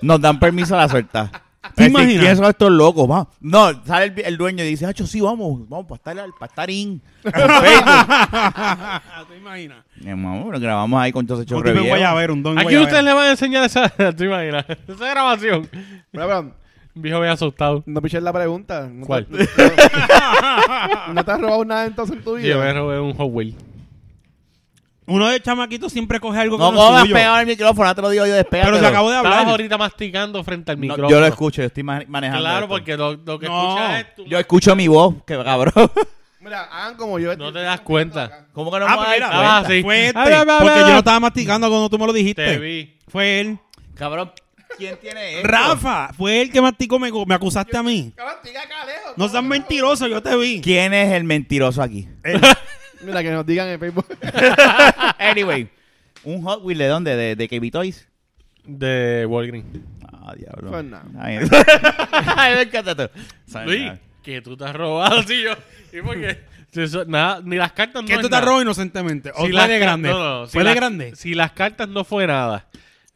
Speaker 2: nos dan permiso a la suelta. Este,
Speaker 4: ¿Te imaginas?
Speaker 2: ¿Quiénes son estos locos? Va. No, sale el, el dueño y dice, Hacho, sí, vamos, vamos para estar, al- para estar in. con Facebook".
Speaker 4: ¿Te imaginas?
Speaker 2: Mi amor, nos grabamos ahí con todos esos
Speaker 4: Un tipo en
Speaker 2: chorreviejos.
Speaker 4: Guayabero, un don
Speaker 3: Aquí
Speaker 4: Guayabero.
Speaker 3: ustedes le van a enseñar esa, ¿tú imaginas? Esa grabación.
Speaker 1: Pero, pero,
Speaker 3: Un Viejo me asustado.
Speaker 1: no piches la pregunta. No te-
Speaker 3: ¿Cuál?
Speaker 1: ¿No te has robado nada entonces en tu vida?
Speaker 3: Yo me robé un Hot Wheels.
Speaker 4: Uno de chamaquitos siempre coge algo que
Speaker 2: No,
Speaker 4: no,
Speaker 2: ¿cómo
Speaker 4: es
Speaker 2: has
Speaker 4: suyo.
Speaker 2: pegado el micrófono? Ya te lo digo yo, despega.
Speaker 4: Pero se acabó de
Speaker 3: Estabas
Speaker 4: hablar.
Speaker 3: ahorita masticando frente al micrófono.
Speaker 2: yo lo escucho, yo estoy ma- manejando.
Speaker 3: Claro,
Speaker 2: esto.
Speaker 3: porque lo, lo que
Speaker 4: No.
Speaker 3: escuchas es tú.
Speaker 2: Yo escucho mi voz, que cabrón.
Speaker 1: Mira, hagan como yo.
Speaker 3: No te das cuenta.
Speaker 2: ¿Cómo que no
Speaker 4: Ah,
Speaker 2: me
Speaker 4: pues
Speaker 2: voy a dar
Speaker 4: mira,
Speaker 2: cuenta?
Speaker 3: ah, sí.
Speaker 4: Fue este,
Speaker 3: Habla, habla,
Speaker 4: porque
Speaker 3: habla.
Speaker 4: yo no estaba masticando cuando tú me lo
Speaker 3: Te
Speaker 4: dijiste.
Speaker 3: vi.
Speaker 4: Fue él.
Speaker 2: Cabrón, ¿quién tiene esto?
Speaker 4: Rafa, fue él que masticó, me, me acusaste a mí.
Speaker 1: Cabrón, diga acá lejos.
Speaker 4: No seas mentiroso, yo te vi. Eh,
Speaker 2: ¿Quién es el mentiroso aquí?
Speaker 1: Mira, que nos digan en Facebook.
Speaker 2: Ah, anyway, ¿un Hot Wheels de dónde? ¿De, de KB Toys?
Speaker 3: De Walgreens.
Speaker 2: Ah, diablo.
Speaker 1: Pues nada.
Speaker 2: Ay, ay, me encanta esto. Saben
Speaker 3: Luis,
Speaker 2: nada.
Speaker 3: que tú te has robado, sí, yo. ¿Y por qué? Si eso- nada, ni las cartas
Speaker 4: Que
Speaker 3: no.
Speaker 4: tú
Speaker 3: es
Speaker 4: te
Speaker 3: nada.
Speaker 4: robas inocentemente. O
Speaker 3: Si
Speaker 4: fue
Speaker 3: las
Speaker 4: de
Speaker 3: ca-
Speaker 4: grande.
Speaker 3: no, no, si
Speaker 4: fue de
Speaker 3: las-
Speaker 4: grande.
Speaker 3: Si las cartas no fue nada.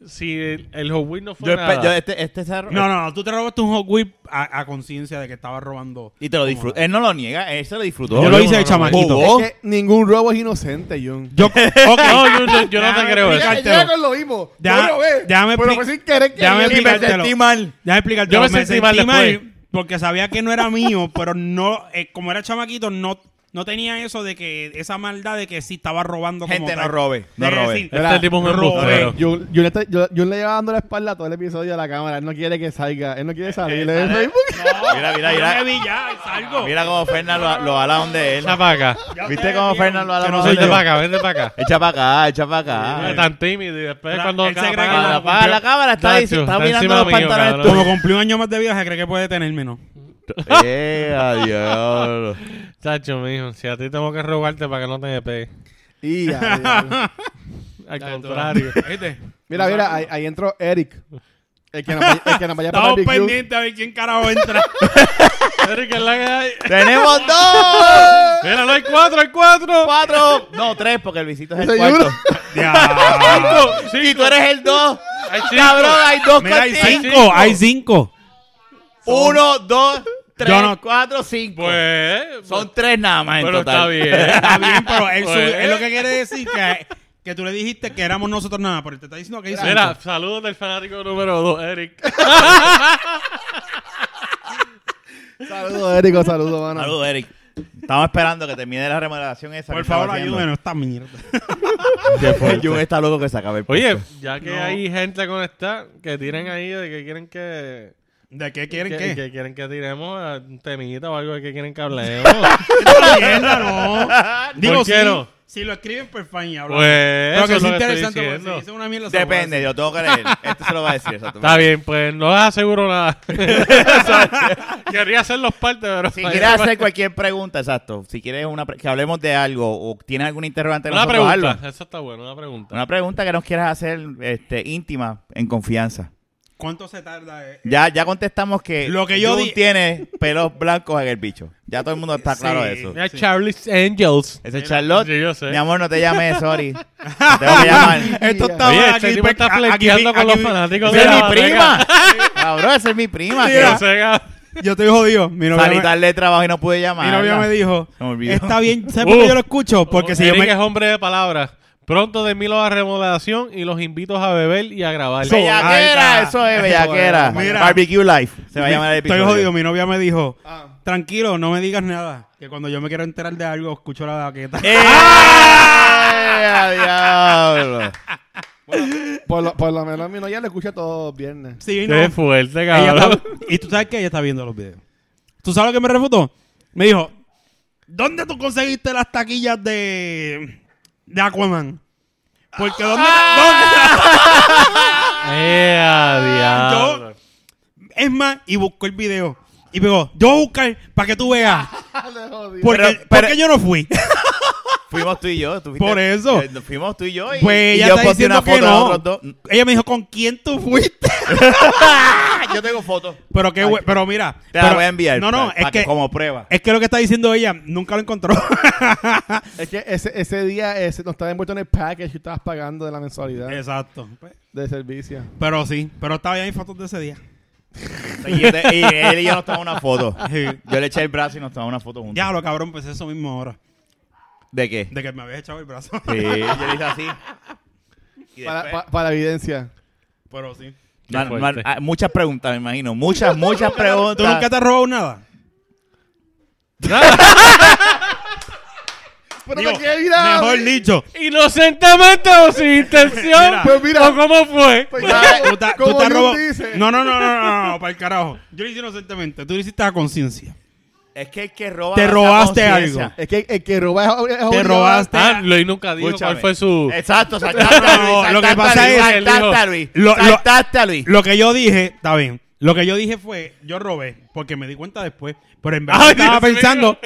Speaker 3: Si el, el Hot Wheels no fue
Speaker 2: Yo, espe-
Speaker 3: nada.
Speaker 2: yo este, este se ha ro-
Speaker 4: No, no, no. Tú te robaste un Hot Whip a, a conciencia de que estabas robando.
Speaker 2: Y te lo disfruto. Él no lo niega, él se lo disfrutó.
Speaker 4: Yo lo hice de
Speaker 3: no, no,
Speaker 4: chamaquito.
Speaker 2: Jugó.
Speaker 1: Que ningún robo es inocente, John.
Speaker 4: Oh. Yo, ok.
Speaker 3: No, yo, yo- yo no te
Speaker 4: Déjame
Speaker 3: creo eso.
Speaker 4: explicarte.
Speaker 1: Mira, ya con lo mismo.
Speaker 4: Déjame-
Speaker 1: Yo lo ve.
Speaker 4: déjame
Speaker 1: Pero
Speaker 4: expli-
Speaker 1: fue sin querer que
Speaker 4: déjame
Speaker 1: yo-
Speaker 2: Y me
Speaker 4: explicártelo.
Speaker 2: sentí mal.
Speaker 4: Ya explicarte.
Speaker 3: Yo me sentí mal después.
Speaker 4: porque sabía que no era mío, pero no, eh, como era chamaquito, no, no tenía eso de que esa maldad de que sí estaba robando. como
Speaker 2: Gente, no
Speaker 4: tal.
Speaker 2: robe, no
Speaker 4: De
Speaker 2: robe.
Speaker 4: decir,
Speaker 3: Este tipo es un
Speaker 4: robé.
Speaker 3: embustero.
Speaker 1: John, John está- John- John le lleva dando la espalda todo el episodio a la cámara. Él no quiere que salga. Él no quiere salir de Facebook.
Speaker 4: No,
Speaker 2: Mira, mira,
Speaker 4: yo
Speaker 2: mira.
Speaker 4: me vi ya, salgo.
Speaker 2: Mira cómo Fernan lo, lo ala donde él.
Speaker 3: Echa para acá.
Speaker 4: Ya
Speaker 2: ¿Viste
Speaker 4: ustedes
Speaker 2: cómo
Speaker 4: vieron.
Speaker 2: Fernan lo ala
Speaker 3: Que no
Speaker 2: donde
Speaker 3: soy de
Speaker 2: él?
Speaker 3: para acá, vente para acá.
Speaker 2: Echa para acá, echa para
Speaker 3: Mira,
Speaker 2: acá.
Speaker 3: tan tímido y después
Speaker 4: Ra-
Speaker 3: cuando
Speaker 4: él se cree que
Speaker 2: Para
Speaker 4: la-
Speaker 2: la, para la cámara está,
Speaker 3: Nacho,
Speaker 2: dice- está
Speaker 3: está
Speaker 2: mirando
Speaker 3: encima
Speaker 2: los
Speaker 3: mío,
Speaker 2: pantalones
Speaker 3: cabrón.
Speaker 2: tuyos.
Speaker 4: Como cumplí un año más de vida, se cree que puede tenerme, ¿no?
Speaker 2: Eh, adiós.
Speaker 3: Chacho, mijo, si a ti tengo que rogarte para que no te pegue.
Speaker 1: Y ya, ya.
Speaker 3: Al
Speaker 4: Dale, tú.
Speaker 3: contrario.
Speaker 4: ¿Viste?
Speaker 1: Mira, mira, ahí, ahí entró Eric. El que nos vaya, el que nos vaya para
Speaker 4: Estamos
Speaker 1: barbecue.
Speaker 4: pendientes a ver quién carajo entra.
Speaker 3: Eric, ¿qué es la que hay?
Speaker 2: ¡Tenemos dos!
Speaker 3: Mira, no hay cuatro, hay cuatro.
Speaker 2: ¡Cuatro! No, tres, porque el visito es el
Speaker 1: Soy
Speaker 2: cuarto.
Speaker 1: uno.
Speaker 4: Ya.
Speaker 3: Sí,
Speaker 2: Y tú eres el dos.
Speaker 3: Hay cinco.
Speaker 2: Cabrón, hay dos
Speaker 4: Mira, hay
Speaker 2: contigo.
Speaker 4: cinco, hay cinco.
Speaker 2: Uno, dos, tres,
Speaker 4: Yo no-
Speaker 2: cuatro, cinco.
Speaker 3: Pues.
Speaker 2: Son tres nada más en
Speaker 3: Pero está
Speaker 2: total.
Speaker 3: bien.
Speaker 4: Está bien, pero él
Speaker 3: Pues.
Speaker 4: sube- es lo que quiere decir que, que tú le dijiste que éramos nosotros nada, pero él te está diciendo que hay cinco.
Speaker 3: Mira, saludos del fanático número 2, Eric.
Speaker 1: Saludos, Eric. Saludos, mano.
Speaker 2: Saludos, Eric. Estamos esperando que termine la remodelación esa. que
Speaker 4: Por
Speaker 2: estamos
Speaker 4: favor,
Speaker 2: haciendo.
Speaker 4: ayúdenos esta mierda.
Speaker 2: El Jun está loco que se acabe el
Speaker 3: Oye,
Speaker 2: podcast.
Speaker 3: ya que
Speaker 4: No.
Speaker 3: hay gente conectada que tiren ahí de que quieren que.
Speaker 4: ¿De qué quieren
Speaker 3: que,
Speaker 4: que?
Speaker 3: que quieren que tiremos a un temita o algo de que quieren que hablemos.
Speaker 4: Esta mierda, no. Digo,
Speaker 3: ¿Por qué
Speaker 4: sí,
Speaker 3: no?
Speaker 4: si lo escriben, pues fan y hablamos.
Speaker 3: pues.
Speaker 4: Pero
Speaker 3: eso es
Speaker 4: que es
Speaker 3: lo que estoy
Speaker 4: interesante, porque
Speaker 3: diciendo.
Speaker 4: si es una mierda, se lo voy a
Speaker 2: Depende, yo tengo que leer. Esto se lo va a decir. exacto.
Speaker 3: Está bien, pues no les aseguro nada. Quería hacer los partes, pero.
Speaker 2: Si quieres hacer cualquier pregunta, exacto. Si quieres una pre- que hablemos de algo o tienes alguna interrogante,
Speaker 3: Una
Speaker 2: nosotros,
Speaker 3: pregunta.
Speaker 2: hazlo.
Speaker 3: Eso está bueno, una pregunta.
Speaker 2: Una pregunta que nos quieras hacer este, íntima, en confianza.
Speaker 4: decir. ¿Cuánto se tarda? eh?
Speaker 2: Ya, ya contestamos que
Speaker 4: Lo que yo
Speaker 2: Jun
Speaker 4: di-
Speaker 2: tiene pelos blancos en el bicho. Ya todo el mundo está claro de
Speaker 4: Sí.
Speaker 2: eso.
Speaker 3: Mira, Charlie's Angels.
Speaker 2: Ese es Charlotte.
Speaker 3: Sí, yo sé.
Speaker 2: Mi amor, no te llames, sorry. Te tengo que llamar.
Speaker 4: Esto está
Speaker 3: Oye,
Speaker 4: ahora
Speaker 3: este tipo está
Speaker 4: aquí-
Speaker 3: flequeando con
Speaker 4: aquí-
Speaker 3: los fanáticos
Speaker 2: ¡Esa
Speaker 3: de
Speaker 2: es
Speaker 3: la
Speaker 2: mi prima! Cabrón, esa es mi prima.
Speaker 4: Mira.
Speaker 3: Yo sé, cabrón.
Speaker 4: Yo estoy jodido. Mi novia,
Speaker 2: Salí
Speaker 4: me,
Speaker 2: tarde de trabajo y no pude llamar.
Speaker 4: mi novia me dijo,
Speaker 2: Se me olvidó.
Speaker 4: está bien, ¿sabes por qué
Speaker 3: Uh.
Speaker 4: yo lo escucho? Porque si yo
Speaker 3: Eric
Speaker 4: me...
Speaker 3: es hombre de palabras, Pronto termino la remodelación y los invito a beber y a grabar.
Speaker 4: So-
Speaker 2: Bellaquera,
Speaker 4: Ahí está.
Speaker 2: eso es bellaquera.
Speaker 4: Mira.
Speaker 2: Barbecue Life. Se va a llamar el
Speaker 4: Estoy
Speaker 2: episodio.
Speaker 4: jodido, mi novia me dijo,
Speaker 1: Ah.
Speaker 4: tranquilo, no me digas nada, que cuando yo me quiero enterar de algo, escucho la daqueta.
Speaker 2: ¡Eh! ¡Ah, diablo!
Speaker 1: Por lo, por lo menos a mi novia le escucha todos los viernes.
Speaker 4: Sí,
Speaker 3: Qué fuerte,
Speaker 4: Ella
Speaker 3: cabrón.
Speaker 4: está- y tú sabes que ella está viendo los videos. ¿Tú sabes lo que me refutó? Me dijo, ¿dónde tú conseguiste las taquillas de, de Aquaman? Porque ¿dónde,
Speaker 2: Ah.
Speaker 3: ¡Eh,
Speaker 2: Ah,
Speaker 3: a
Speaker 4: dónde-
Speaker 3: diablo!
Speaker 4: yo- es más, y buscó el video. Y me dijo, yo voy a buscar para que tú veas.
Speaker 1: Le jodí.
Speaker 4: Porque,
Speaker 2: Pero- pero-
Speaker 4: porque yo no fui.
Speaker 2: Fuimos tú y yo. tú
Speaker 4: Por eso.
Speaker 2: Eh, fuimos tú y yo. Y,
Speaker 4: Pues
Speaker 2: y
Speaker 4: ella
Speaker 2: yo
Speaker 4: está
Speaker 2: posté
Speaker 4: diciendo
Speaker 2: una
Speaker 4: que
Speaker 2: foto de
Speaker 4: no.
Speaker 2: nosotros dos.
Speaker 4: Ella me dijo, ¿con quién tú fuiste?
Speaker 2: Ah, Yo tengo fotos.
Speaker 4: Pero qué hue- pero mira.
Speaker 2: Te
Speaker 4: pero-
Speaker 2: la voy a enviar.
Speaker 4: No, no,
Speaker 2: pa-
Speaker 4: es
Speaker 2: pa' que
Speaker 4: que,
Speaker 2: como prueba.
Speaker 4: es que lo que está diciendo ella nunca lo encontró.
Speaker 1: Es que ese, ese día ese, no estaba envuelto en el package que estabas pagando de la mensualidad
Speaker 4: Exacto.
Speaker 1: de servicio.
Speaker 4: Pero sí, pero estaba bien en fotos de ese día.
Speaker 2: Y, yo te- y él y yo nos tomamos una foto. Yo le eché el brazo y nos tomamos una foto juntos.
Speaker 4: Diablo, cabrón, pues eso mismo ahora.
Speaker 2: ¿De qué?
Speaker 4: De que me habías echado el brazo.
Speaker 2: Sí, yo le hice así. Y
Speaker 1: Para,
Speaker 2: después-
Speaker 1: pa- para evidencia.
Speaker 4: Pero sí.
Speaker 2: Mar-
Speaker 3: Qué
Speaker 2: mar-
Speaker 3: fuerte.
Speaker 2: ah, muchas preguntas, me imagino. Muchas, muchas preguntas.
Speaker 4: ¿Tú nunca te has robado nada?
Speaker 1: Pero
Speaker 4: Digo,
Speaker 1: me quedé virado.
Speaker 4: Mejor dicho.
Speaker 3: ¿Inocentemente o sin intención?
Speaker 4: Mira.
Speaker 1: Pues mira.
Speaker 3: ¿O cómo fue?
Speaker 1: Pues
Speaker 4: Tú
Speaker 1: ya,
Speaker 4: te- tú te- tú
Speaker 1: como
Speaker 4: te has
Speaker 1: Dios
Speaker 4: robado-
Speaker 1: dice.
Speaker 4: No, no, no, no, no, no, no, para el carajo. Yo lo hice inocentemente. Tú lo hiciste a conciencia.
Speaker 2: Es que el que roba.
Speaker 4: Te
Speaker 2: la
Speaker 4: robaste
Speaker 2: conciencia.
Speaker 4: algo.
Speaker 1: Es que el que roba es ob- es obligado a-
Speaker 4: robaste.
Speaker 3: Ah, Luis nunca dijo
Speaker 2: Escúchame.
Speaker 3: cuál fue su...
Speaker 2: Exacto, saltaste a Luis.
Speaker 4: No,
Speaker 2: saltaste
Speaker 4: lo que
Speaker 2: a
Speaker 4: pasa
Speaker 2: Luis,
Speaker 4: es-
Speaker 2: Saltaste a Luis.
Speaker 4: Lo- lo-
Speaker 2: Saltaste a Luis.
Speaker 4: Lo que yo dije, está bien. Lo que yo dije fue, yo robé, porque me di cuenta después. Pero en verdad
Speaker 3: Ay,
Speaker 4: estaba
Speaker 3: Dios
Speaker 4: pensando,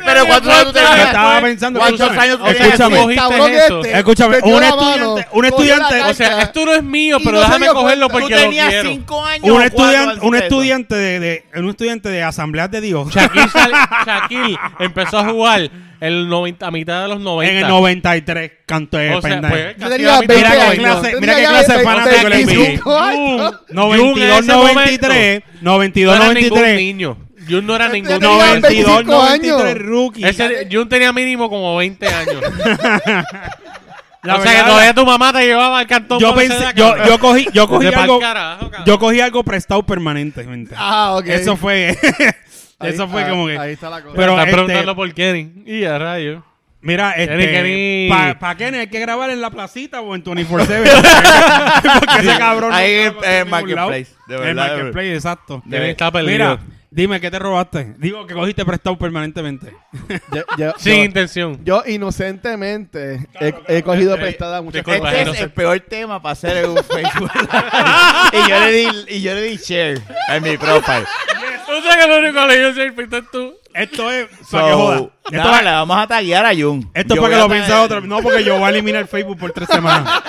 Speaker 2: Pero ¿cuántos años tú
Speaker 4: yo
Speaker 2: tenías?
Speaker 4: estaba pensando,
Speaker 2: ¿Cuántos
Speaker 4: escúchame,
Speaker 2: años tú tenías?
Speaker 4: escúchame,
Speaker 3: Cogiste
Speaker 1: cabrón
Speaker 3: esto.
Speaker 1: este.
Speaker 4: Escúchame,
Speaker 1: Te dio
Speaker 4: un
Speaker 1: la mano,
Speaker 4: estudiante- un
Speaker 1: cogió la
Speaker 4: estudiante-
Speaker 1: carta.
Speaker 3: O sea, esto no es mío,
Speaker 1: Y
Speaker 3: pero
Speaker 1: no se
Speaker 3: déjame
Speaker 1: dio
Speaker 3: cogerlo
Speaker 1: cuenta.
Speaker 2: pues, Tú
Speaker 3: porque lo
Speaker 2: tenías
Speaker 3: quiero.
Speaker 2: cinco años.
Speaker 4: un
Speaker 2: o
Speaker 4: estudiante,
Speaker 2: cuatro
Speaker 4: un
Speaker 2: antes de eso.
Speaker 4: estudiante de, de- un estudiante de Asamblea de Dios
Speaker 3: Shaquille, sal- Shaquille empezó a jugar el 90, a mitad de los 90.
Speaker 4: en el 93 cantó el
Speaker 3: O sea,
Speaker 4: pendejo.
Speaker 3: pues,
Speaker 1: Yo
Speaker 3: casi
Speaker 1: tenía
Speaker 3: la mitad de
Speaker 1: 20
Speaker 3: los
Speaker 4: qué
Speaker 3: 90.
Speaker 4: clase-
Speaker 1: años.
Speaker 4: mira qué
Speaker 1: Tenía
Speaker 4: clase de
Speaker 1: ya
Speaker 4: fanático
Speaker 3: el
Speaker 1: 25
Speaker 4: Uh.
Speaker 3: NBA.
Speaker 1: años.
Speaker 3: Jun en
Speaker 4: 92,
Speaker 3: ese
Speaker 4: 93, 92,
Speaker 3: no era ningún
Speaker 4: 93,
Speaker 3: niño. Jun no era ningún
Speaker 1: tenía
Speaker 4: 92,
Speaker 1: 25
Speaker 4: 93
Speaker 1: años.
Speaker 4: rookie.
Speaker 3: Ese, Jun tenía mínimo como 20 años.
Speaker 4: La
Speaker 3: o sea que
Speaker 4: verdad,
Speaker 3: todavía tu mamá te llevaba al cantón.
Speaker 4: yo
Speaker 3: por ese
Speaker 4: pensé,
Speaker 3: de
Speaker 4: yo,
Speaker 3: acá.
Speaker 4: yo cogí, yo cogí
Speaker 3: De pa'l
Speaker 4: algo,
Speaker 3: carajo, cabrón.
Speaker 4: yo cogí algo prestado permanentemente.
Speaker 1: Ah, ok.
Speaker 4: Eso fue,
Speaker 1: Ahí-
Speaker 4: eso fue
Speaker 1: ah,
Speaker 4: como que.
Speaker 1: Ahí está la cosa.
Speaker 4: pero,
Speaker 3: Están
Speaker 4: este-
Speaker 3: preguntando por Kenny. Y a rayo.
Speaker 4: Mira,
Speaker 3: Kenny,
Speaker 4: este,
Speaker 3: Kenny.
Speaker 4: para Kenny hay que grabar en la placita o en 24/7. porque ese cabrón
Speaker 2: Ahí en-
Speaker 4: no graba
Speaker 2: en
Speaker 4: ningún lado.
Speaker 2: Marketplace, de
Speaker 4: En
Speaker 2: verdad, de
Speaker 4: marketplace, exacto.
Speaker 2: De verdad.
Speaker 3: está perdido.
Speaker 4: Mira, dime qué te robaste. Digo que cogiste prestado permanentemente.
Speaker 1: Yo- yo-
Speaker 3: Sin
Speaker 1: yo-
Speaker 3: intención.
Speaker 1: Yo inocentemente he, he cogido prestada muchas
Speaker 3: disculpa,
Speaker 1: cosas.
Speaker 2: Este es el peor tema para hacer en un Facebook Live. y, yo le di, y yo le di share en mi profile.
Speaker 3: O sea que lo único que yo soy es tú.
Speaker 4: Esto es
Speaker 2: So,
Speaker 4: para que joda. Esto,
Speaker 2: nada,
Speaker 4: va-
Speaker 2: le vamos a taguear a Jun.
Speaker 4: esto es
Speaker 2: Yo voy
Speaker 4: para que
Speaker 2: a
Speaker 4: lo pienses
Speaker 2: taguear-
Speaker 4: otra vez. No, porque yo voy a eliminar el Facebook por tres semanas.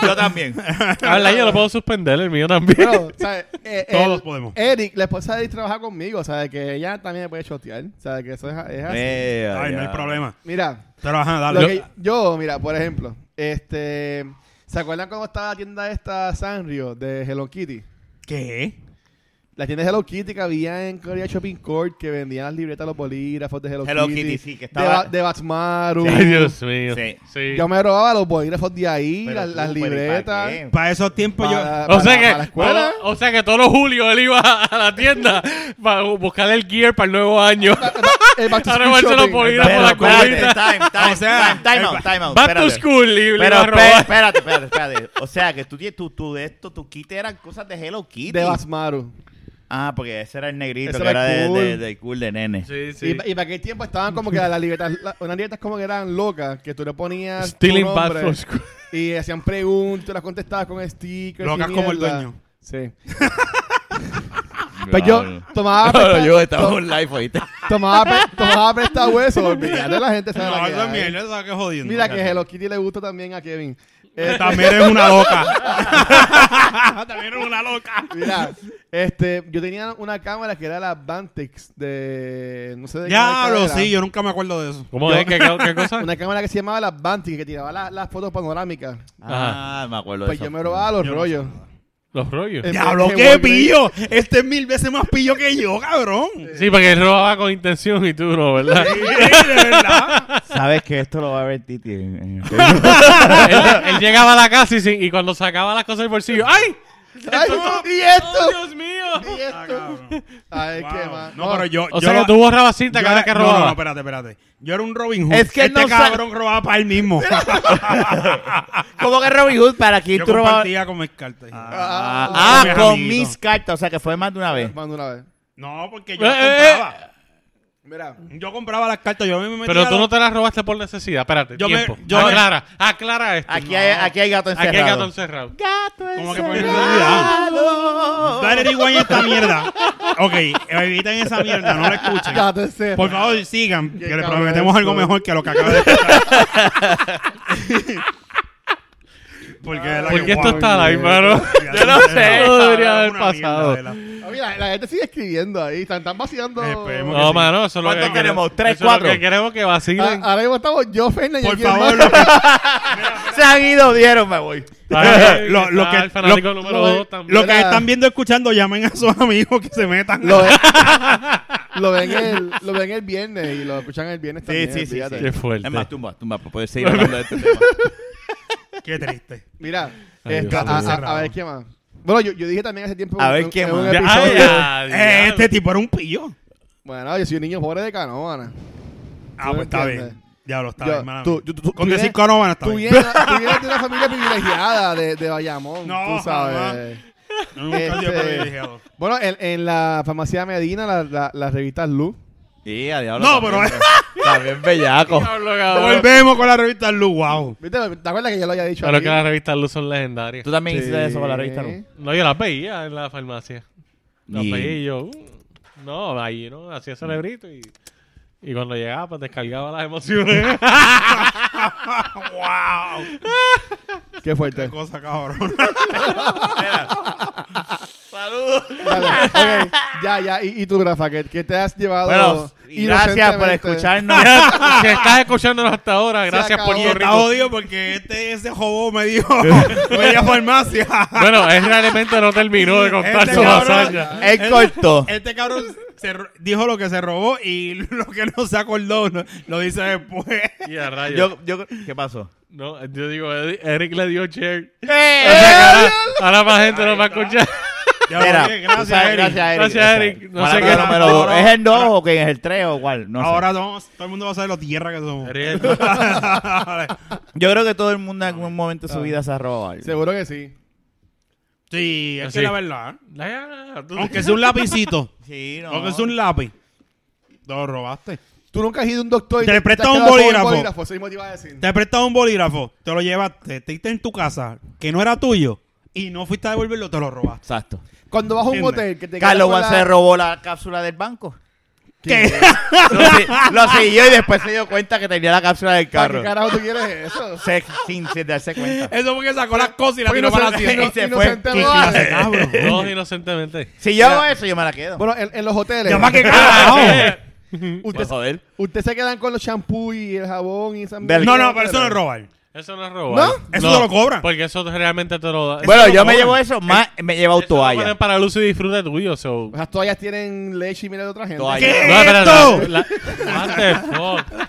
Speaker 2: Yo también.
Speaker 3: Habla, yo lo puedo suspender, el mío también.
Speaker 1: Pero, ¿sabes? Eh,
Speaker 4: Todos
Speaker 1: el-
Speaker 4: podemos.
Speaker 1: Eric, la esposa de Eric trabaja conmigo, ¿sabes? Que ella también me puede chotear, ¿sabes? Que eso es, es así.
Speaker 2: Eh,
Speaker 4: Ay, no hay
Speaker 2: ya.
Speaker 4: problema.
Speaker 1: Mira,
Speaker 4: Pero ajá,
Speaker 1: lo
Speaker 4: dale.
Speaker 1: que yo, mira, por ejemplo, este. ¿Se acuerdan cuando estaba la tienda esta Sanrio de Hello Kitty?
Speaker 4: ¿Qué?
Speaker 1: La tienda de Hello Kitty que había en Korea Shopping Court que vendían las libretas, los bolígrafos de Hello,
Speaker 2: Hello
Speaker 1: Kitty.
Speaker 2: Kitty, sí, que
Speaker 1: De,
Speaker 2: estaba-
Speaker 1: Ba- de Batmaru.
Speaker 3: Ay, Dios mío.
Speaker 2: Sí.
Speaker 3: Sí.
Speaker 1: Yo me robaba los bolígrafos de ahí,
Speaker 2: Pero
Speaker 1: las,
Speaker 2: tú,
Speaker 1: las
Speaker 2: pero ¿y para
Speaker 1: libretas.
Speaker 2: qué?
Speaker 4: Para esos tiempos Pues yo.
Speaker 1: para-
Speaker 3: O
Speaker 1: para-
Speaker 3: sea,
Speaker 1: para la
Speaker 3: que,
Speaker 1: escuela.
Speaker 3: o, o sea que todos los julios él iba a la tienda para buscar el gear para el nuevo año.
Speaker 1: Eh, back to
Speaker 3: Ahora
Speaker 1: school
Speaker 3: vuélvelo
Speaker 1: shopping.
Speaker 3: por ir a
Speaker 2: Pero,
Speaker 3: por la
Speaker 2: espérate,
Speaker 3: colita.
Speaker 2: time, time,
Speaker 4: O sea,
Speaker 2: time, time
Speaker 4: el-
Speaker 2: out, time out.
Speaker 3: Back to
Speaker 2: espérate.
Speaker 3: school y le
Speaker 2: Pero
Speaker 3: iba a
Speaker 2: espé-
Speaker 3: robar.
Speaker 2: espérate, espérate, espérate. O sea, que tú, tie- tú, tú de esto, tus kits eran cosas de Hello Kitty.
Speaker 1: De Basmaru.
Speaker 2: Ah, porque ese era el negrito,
Speaker 1: Ese
Speaker 2: que
Speaker 1: era
Speaker 2: era de,
Speaker 1: cool.
Speaker 2: de, de cool de nene.
Speaker 3: Sí, sí.
Speaker 1: Y, pa- y para aquel tiempo estaban como que las libretas, la- unas libretas como que eran locas, que tú le ponías
Speaker 3: Stealing
Speaker 1: tu
Speaker 3: Bad
Speaker 1: nombre
Speaker 3: for School.
Speaker 1: y hacían preguntas, las contestabas con stickers. y
Speaker 4: Locas como el
Speaker 1: mierda.
Speaker 4: dueño.
Speaker 1: Sí.
Speaker 2: Ah,
Speaker 1: Pues yo tomaba
Speaker 2: Pero
Speaker 1: presta-
Speaker 2: Ah, yo Ah, estaba en live ahorita.
Speaker 1: tomaba, pre- tomaba prestado hueso, olvídate, la gente sabe la
Speaker 4: No,
Speaker 1: que
Speaker 4: eso es
Speaker 1: hay.
Speaker 4: mierda, eso es que jodiendo.
Speaker 1: Mira que Hello Kitty le gusta también a Kevin. Eh,
Speaker 4: También eres una loca. También eres una loca.
Speaker 1: mira, este, yo tenía una cámara que era la Vantex de no sé de qué
Speaker 4: Diablo,
Speaker 1: marca era.
Speaker 4: sí, yo nunca me acuerdo de eso.
Speaker 3: ¿Cómo es? ¿Qué, qué, qué cosa?
Speaker 1: Una cámara que se llamaba la Vantex que tiraba la- las fotos panorámicas.
Speaker 2: Ah, me acuerdo
Speaker 1: Pues
Speaker 2: de eso.
Speaker 1: yo me robaba los
Speaker 4: Yo no
Speaker 1: rollos.
Speaker 3: Los rollos.
Speaker 1: Eh,
Speaker 4: ¡Diablo,
Speaker 1: es que
Speaker 4: qué
Speaker 1: Walgreens-
Speaker 4: pillo! Este es mil veces más pillo que yo, cabrón.
Speaker 3: Sí, porque él robaba con intención y tú no, ¿verdad?
Speaker 4: Sí, de verdad.
Speaker 2: Sabes que esto lo va a ver Titi en, en-
Speaker 3: él, él llegaba a la casa y, sin- y cuando sacaba las cosas del bolsillo, ¡ay!
Speaker 1: ¡Ay, y
Speaker 3: ¡Oh,
Speaker 1: esto!
Speaker 3: Dios mío!
Speaker 1: ¡Y esto! Ay, qué
Speaker 4: Wow.
Speaker 1: mal.
Speaker 4: Ah, No, pero yo.
Speaker 3: O
Speaker 4: yo
Speaker 3: sea,
Speaker 4: lo-
Speaker 3: que tú borrabas cinta
Speaker 4: yo
Speaker 3: cada
Speaker 4: era-
Speaker 3: vez que
Speaker 4: no, No, no,
Speaker 3: robaba.
Speaker 4: espérate, espérate. Yo era un Robin Hood.
Speaker 2: Es que
Speaker 4: este
Speaker 2: no sa-
Speaker 4: cabrón robaba para él mismo.
Speaker 2: ¿Cómo que Robin Hood? ¿Para quién
Speaker 4: yo
Speaker 2: tú robabas?
Speaker 4: compartía con mis cartas.
Speaker 2: Ah,
Speaker 4: Con mis
Speaker 2: con
Speaker 4: amiguitos.
Speaker 2: mis cartas. O sea, que fue más de una vez.
Speaker 1: Mando una vez.
Speaker 4: No, porque yo
Speaker 3: Eh,
Speaker 4: las
Speaker 3: eh,
Speaker 4: compraba.
Speaker 1: Mira,
Speaker 4: Yo compraba las cartas. Yo me metía
Speaker 3: Pero tú
Speaker 4: a
Speaker 3: no
Speaker 4: los-
Speaker 3: te la robaste por necesidad. Espérate,
Speaker 4: Yo me-
Speaker 3: tiempo.
Speaker 4: yo me-
Speaker 3: aclara, aclara esto.
Speaker 2: Aquí, hay, aquí hay gato encerrado.
Speaker 3: Aquí hay gato encerrado.
Speaker 2: Gato
Speaker 4: ¿Cómo que por
Speaker 2: encerrado.
Speaker 4: Dale rewind a esta mierda. Ok, eh, eviten esa mierda, no la escuchen.
Speaker 1: gato ese.
Speaker 4: Por favor, sigan, que le
Speaker 1: cabrón
Speaker 4: prometemos
Speaker 1: soy.
Speaker 4: algo mejor que lo que acaba de escuchar. Porque, de verdad
Speaker 3: ¿Por
Speaker 4: que,
Speaker 3: qué esto
Speaker 4: wow,
Speaker 3: está
Speaker 1: Dios.
Speaker 3: live, mano?
Speaker 4: ya
Speaker 2: Yo no sé,
Speaker 4: cabrón,
Speaker 3: eso debería
Speaker 4: una
Speaker 3: haber
Speaker 4: mierda, de
Speaker 3: pasado.
Speaker 4: verdad.
Speaker 1: Oye, Ah, la, la gente sigue escribiendo ahí. Están, están vaciando.
Speaker 4: Esperemos
Speaker 3: No,
Speaker 4: sí.
Speaker 3: mano, eso es lo que
Speaker 2: ¿Cuántos tenemos?
Speaker 3: queremos.
Speaker 2: ¿Tres,
Speaker 3: Eso es lo
Speaker 2: cuatro?
Speaker 3: que queremos que vacilen.
Speaker 1: Ah, ahora mismo estamos yo, Fernández.
Speaker 4: Por favor,
Speaker 1: Lo...
Speaker 4: lo que,
Speaker 2: Se han ido, dieron, me voy.
Speaker 3: Ahí
Speaker 4: ah, lo-
Speaker 3: está
Speaker 4: lo que-
Speaker 3: Ah, el fanático
Speaker 4: lo-
Speaker 3: número
Speaker 1: lo-
Speaker 3: dos también.
Speaker 4: lo que están viendo, escuchando, llamen a sus amigos que se metan.
Speaker 1: Lo, ven, lo, ven el, lo ven el viernes y lo escuchan el viernes también.
Speaker 2: sí, sí,
Speaker 1: olvídate.
Speaker 2: sí.
Speaker 3: Qué fuerte.
Speaker 2: Es más, tumba, tumba, para poder seguir hablando de este tema.
Speaker 4: Qué triste.
Speaker 1: Mira,
Speaker 3: Ay,
Speaker 1: este,
Speaker 3: Dios
Speaker 1: a, a-
Speaker 4: mío.
Speaker 1: a ver qué más. Bueno, yo, yo dije también hace tiempo.
Speaker 2: A ver
Speaker 1: en-
Speaker 2: qué
Speaker 1: en un
Speaker 2: más.
Speaker 3: Ya,
Speaker 1: episodio-
Speaker 3: ya,
Speaker 4: Eh,
Speaker 3: ya.
Speaker 4: este tipo era un pillo.
Speaker 1: Bueno, yo soy un niño pobre de canoana.
Speaker 4: Ah,
Speaker 1: Tú
Speaker 4: pues está
Speaker 1: entiendes.
Speaker 4: bien. Diablo, está
Speaker 1: Yo-
Speaker 4: bien, mala
Speaker 1: tú-
Speaker 4: mía.
Speaker 1: tú- tú- tú
Speaker 4: Con
Speaker 1: vienes-
Speaker 4: decir que no van a estar
Speaker 1: Tú
Speaker 4: bien.
Speaker 1: vienes, tú vienes de una familia privilegiada de, de Bayamón,
Speaker 4: No,
Speaker 1: tú sabes.
Speaker 4: No, nunca
Speaker 1: Este-
Speaker 4: yo privilegiado.
Speaker 1: Bueno, en, en la farmacia Medina, la, la, las revistas Luz.
Speaker 2: Sí, a diablo.
Speaker 4: No,
Speaker 2: también,
Speaker 4: pero-
Speaker 2: bro. También bellaco.
Speaker 3: Diablo, cabrón.
Speaker 4: Volvemos con la revista Lu, wow.
Speaker 1: ¿Viste? ¿Te acuerdas que ya lo había dicho?
Speaker 3: Claro
Speaker 1: aquí?
Speaker 3: que las revistas Luz son legendarias.
Speaker 2: Tú también
Speaker 1: Sí.
Speaker 2: hiciste eso con la revista, ¿no?
Speaker 3: No, yo las veía en la farmacia. Las
Speaker 2: Y-
Speaker 3: veía y yo. mm, No, ahí no, hacía cerebrito y. Y cuando llegaba, pues descargaba las emociones.
Speaker 4: wow.
Speaker 1: Qué fuerte.
Speaker 4: Qué cosa, cabrón.
Speaker 2: Saludos.
Speaker 1: Dale, ok, ya, ya. ¿Y, y tú, Rafa? ¿Qué, qué te has llevado?
Speaker 2: Bueno, y gracias por
Speaker 1: inocentemente?
Speaker 2: escucharnos.
Speaker 3: si estás escuchándonos hasta ahora, gracias por
Speaker 1: acabó.
Speaker 4: Y
Speaker 1: Qué
Speaker 4: está odio porque este ese jodó me dio media farmacia.
Speaker 3: Bueno, él realmente no terminó de contar
Speaker 4: Este
Speaker 3: su
Speaker 4: cabrón-
Speaker 3: hazaña.
Speaker 2: Es corto.
Speaker 4: Este cabrón se ro- dijo lo que se robó y lo que no se acordó lo, lo dice después.
Speaker 3: Y a rayos.
Speaker 2: Yo, yo, ¿Qué pasó?
Speaker 3: no, yo digo, Eric Eric le dio share. O sea que
Speaker 2: ¡Eh!
Speaker 3: ahora, ahora más gente nos va a escuchar.
Speaker 4: Ya,
Speaker 2: Mira,
Speaker 4: oye,
Speaker 2: tú sabes,
Speaker 4: Eric.
Speaker 2: gracias, Eric.
Speaker 3: Gracias, Eric. No
Speaker 2: Para
Speaker 3: sé
Speaker 2: el
Speaker 3: qué-
Speaker 2: número
Speaker 4: ahora-
Speaker 2: dos. ¿Es el 2 o qué? ¿Es el 3 o cuál? No sé.
Speaker 4: Ahora vamos, todo el mundo va a saber lo tierra que somos.
Speaker 3: Eric,
Speaker 2: Yo creo que todo el mundo en algún momento de su vida se ha robado algo.
Speaker 1: Seguro que sí.
Speaker 4: sí, es
Speaker 3: Sí.
Speaker 4: que la verdad. ¿eh?
Speaker 3: la- ah, tú-
Speaker 4: Aunque sea un lapicito,
Speaker 2: Sí, no.
Speaker 4: aunque sea un lápiz, te lo robaste.
Speaker 1: Tú nunca has ido a un doctor y
Speaker 4: Te le
Speaker 1: has
Speaker 4: prestó un
Speaker 1: quedado con
Speaker 4: bolígrafo.
Speaker 1: Eso mismo te iba a decir.
Speaker 4: Te prestado un bolígrafo, te lo llevaste, te diste en tu casa, que no era tuyo, y no fuiste a devolverlo, te lo robaste.
Speaker 2: Exacto.
Speaker 1: Cuando vas a un
Speaker 4: Entiende.
Speaker 1: hotel que te quedas
Speaker 2: Carlos
Speaker 1: con
Speaker 2: Juan
Speaker 1: la-
Speaker 2: se robó la cápsula del banco.
Speaker 4: ¿Qué?
Speaker 2: Lo, si- lo siguió y después se dio cuenta que tenía la cápsula del
Speaker 1: ¿Para qué
Speaker 2: carro.
Speaker 1: carajo tú quieres eso?
Speaker 2: Se- sin, sin darse cuenta.
Speaker 4: Eso porque sacó las cosas y las
Speaker 1: Porque
Speaker 4: tiró para la
Speaker 1: inocente-
Speaker 4: tienda.
Speaker 2: Y se
Speaker 1: ino-
Speaker 2: fue.
Speaker 1: inocente
Speaker 2: ¿Qué
Speaker 1: lo hace.
Speaker 2: clase de
Speaker 4: Cabrón.
Speaker 3: Todos inocentemente.
Speaker 2: Si yo hago eso, yo me la quedo.
Speaker 1: Bueno, en, en los hoteles.
Speaker 4: Ya más que
Speaker 2: Ah,
Speaker 4: carajo.
Speaker 2: Pues,
Speaker 1: Ustedes
Speaker 2: joder.
Speaker 1: ustedes se quedan con los champú y el jabón y esas
Speaker 2: Del-
Speaker 4: No,
Speaker 1: mierdas.
Speaker 4: no, pero eso no es robar.
Speaker 3: Eso no es robar.
Speaker 1: ¿No?
Speaker 4: Eso te lo cobran.
Speaker 3: Porque eso realmente te lo da.
Speaker 2: Bueno,
Speaker 4: no
Speaker 2: yo me
Speaker 4: cobran.
Speaker 2: llevo eso, más me he llevado
Speaker 3: Eso lo
Speaker 2: toalla.
Speaker 3: ponen para luz y disfrute tuyo. So.
Speaker 1: Las toallas tienen leche y miel de otra gente.
Speaker 2: Toalla.
Speaker 4: ¿Qué?
Speaker 3: No, espera,
Speaker 4: esto?
Speaker 3: la- la- what the fuck?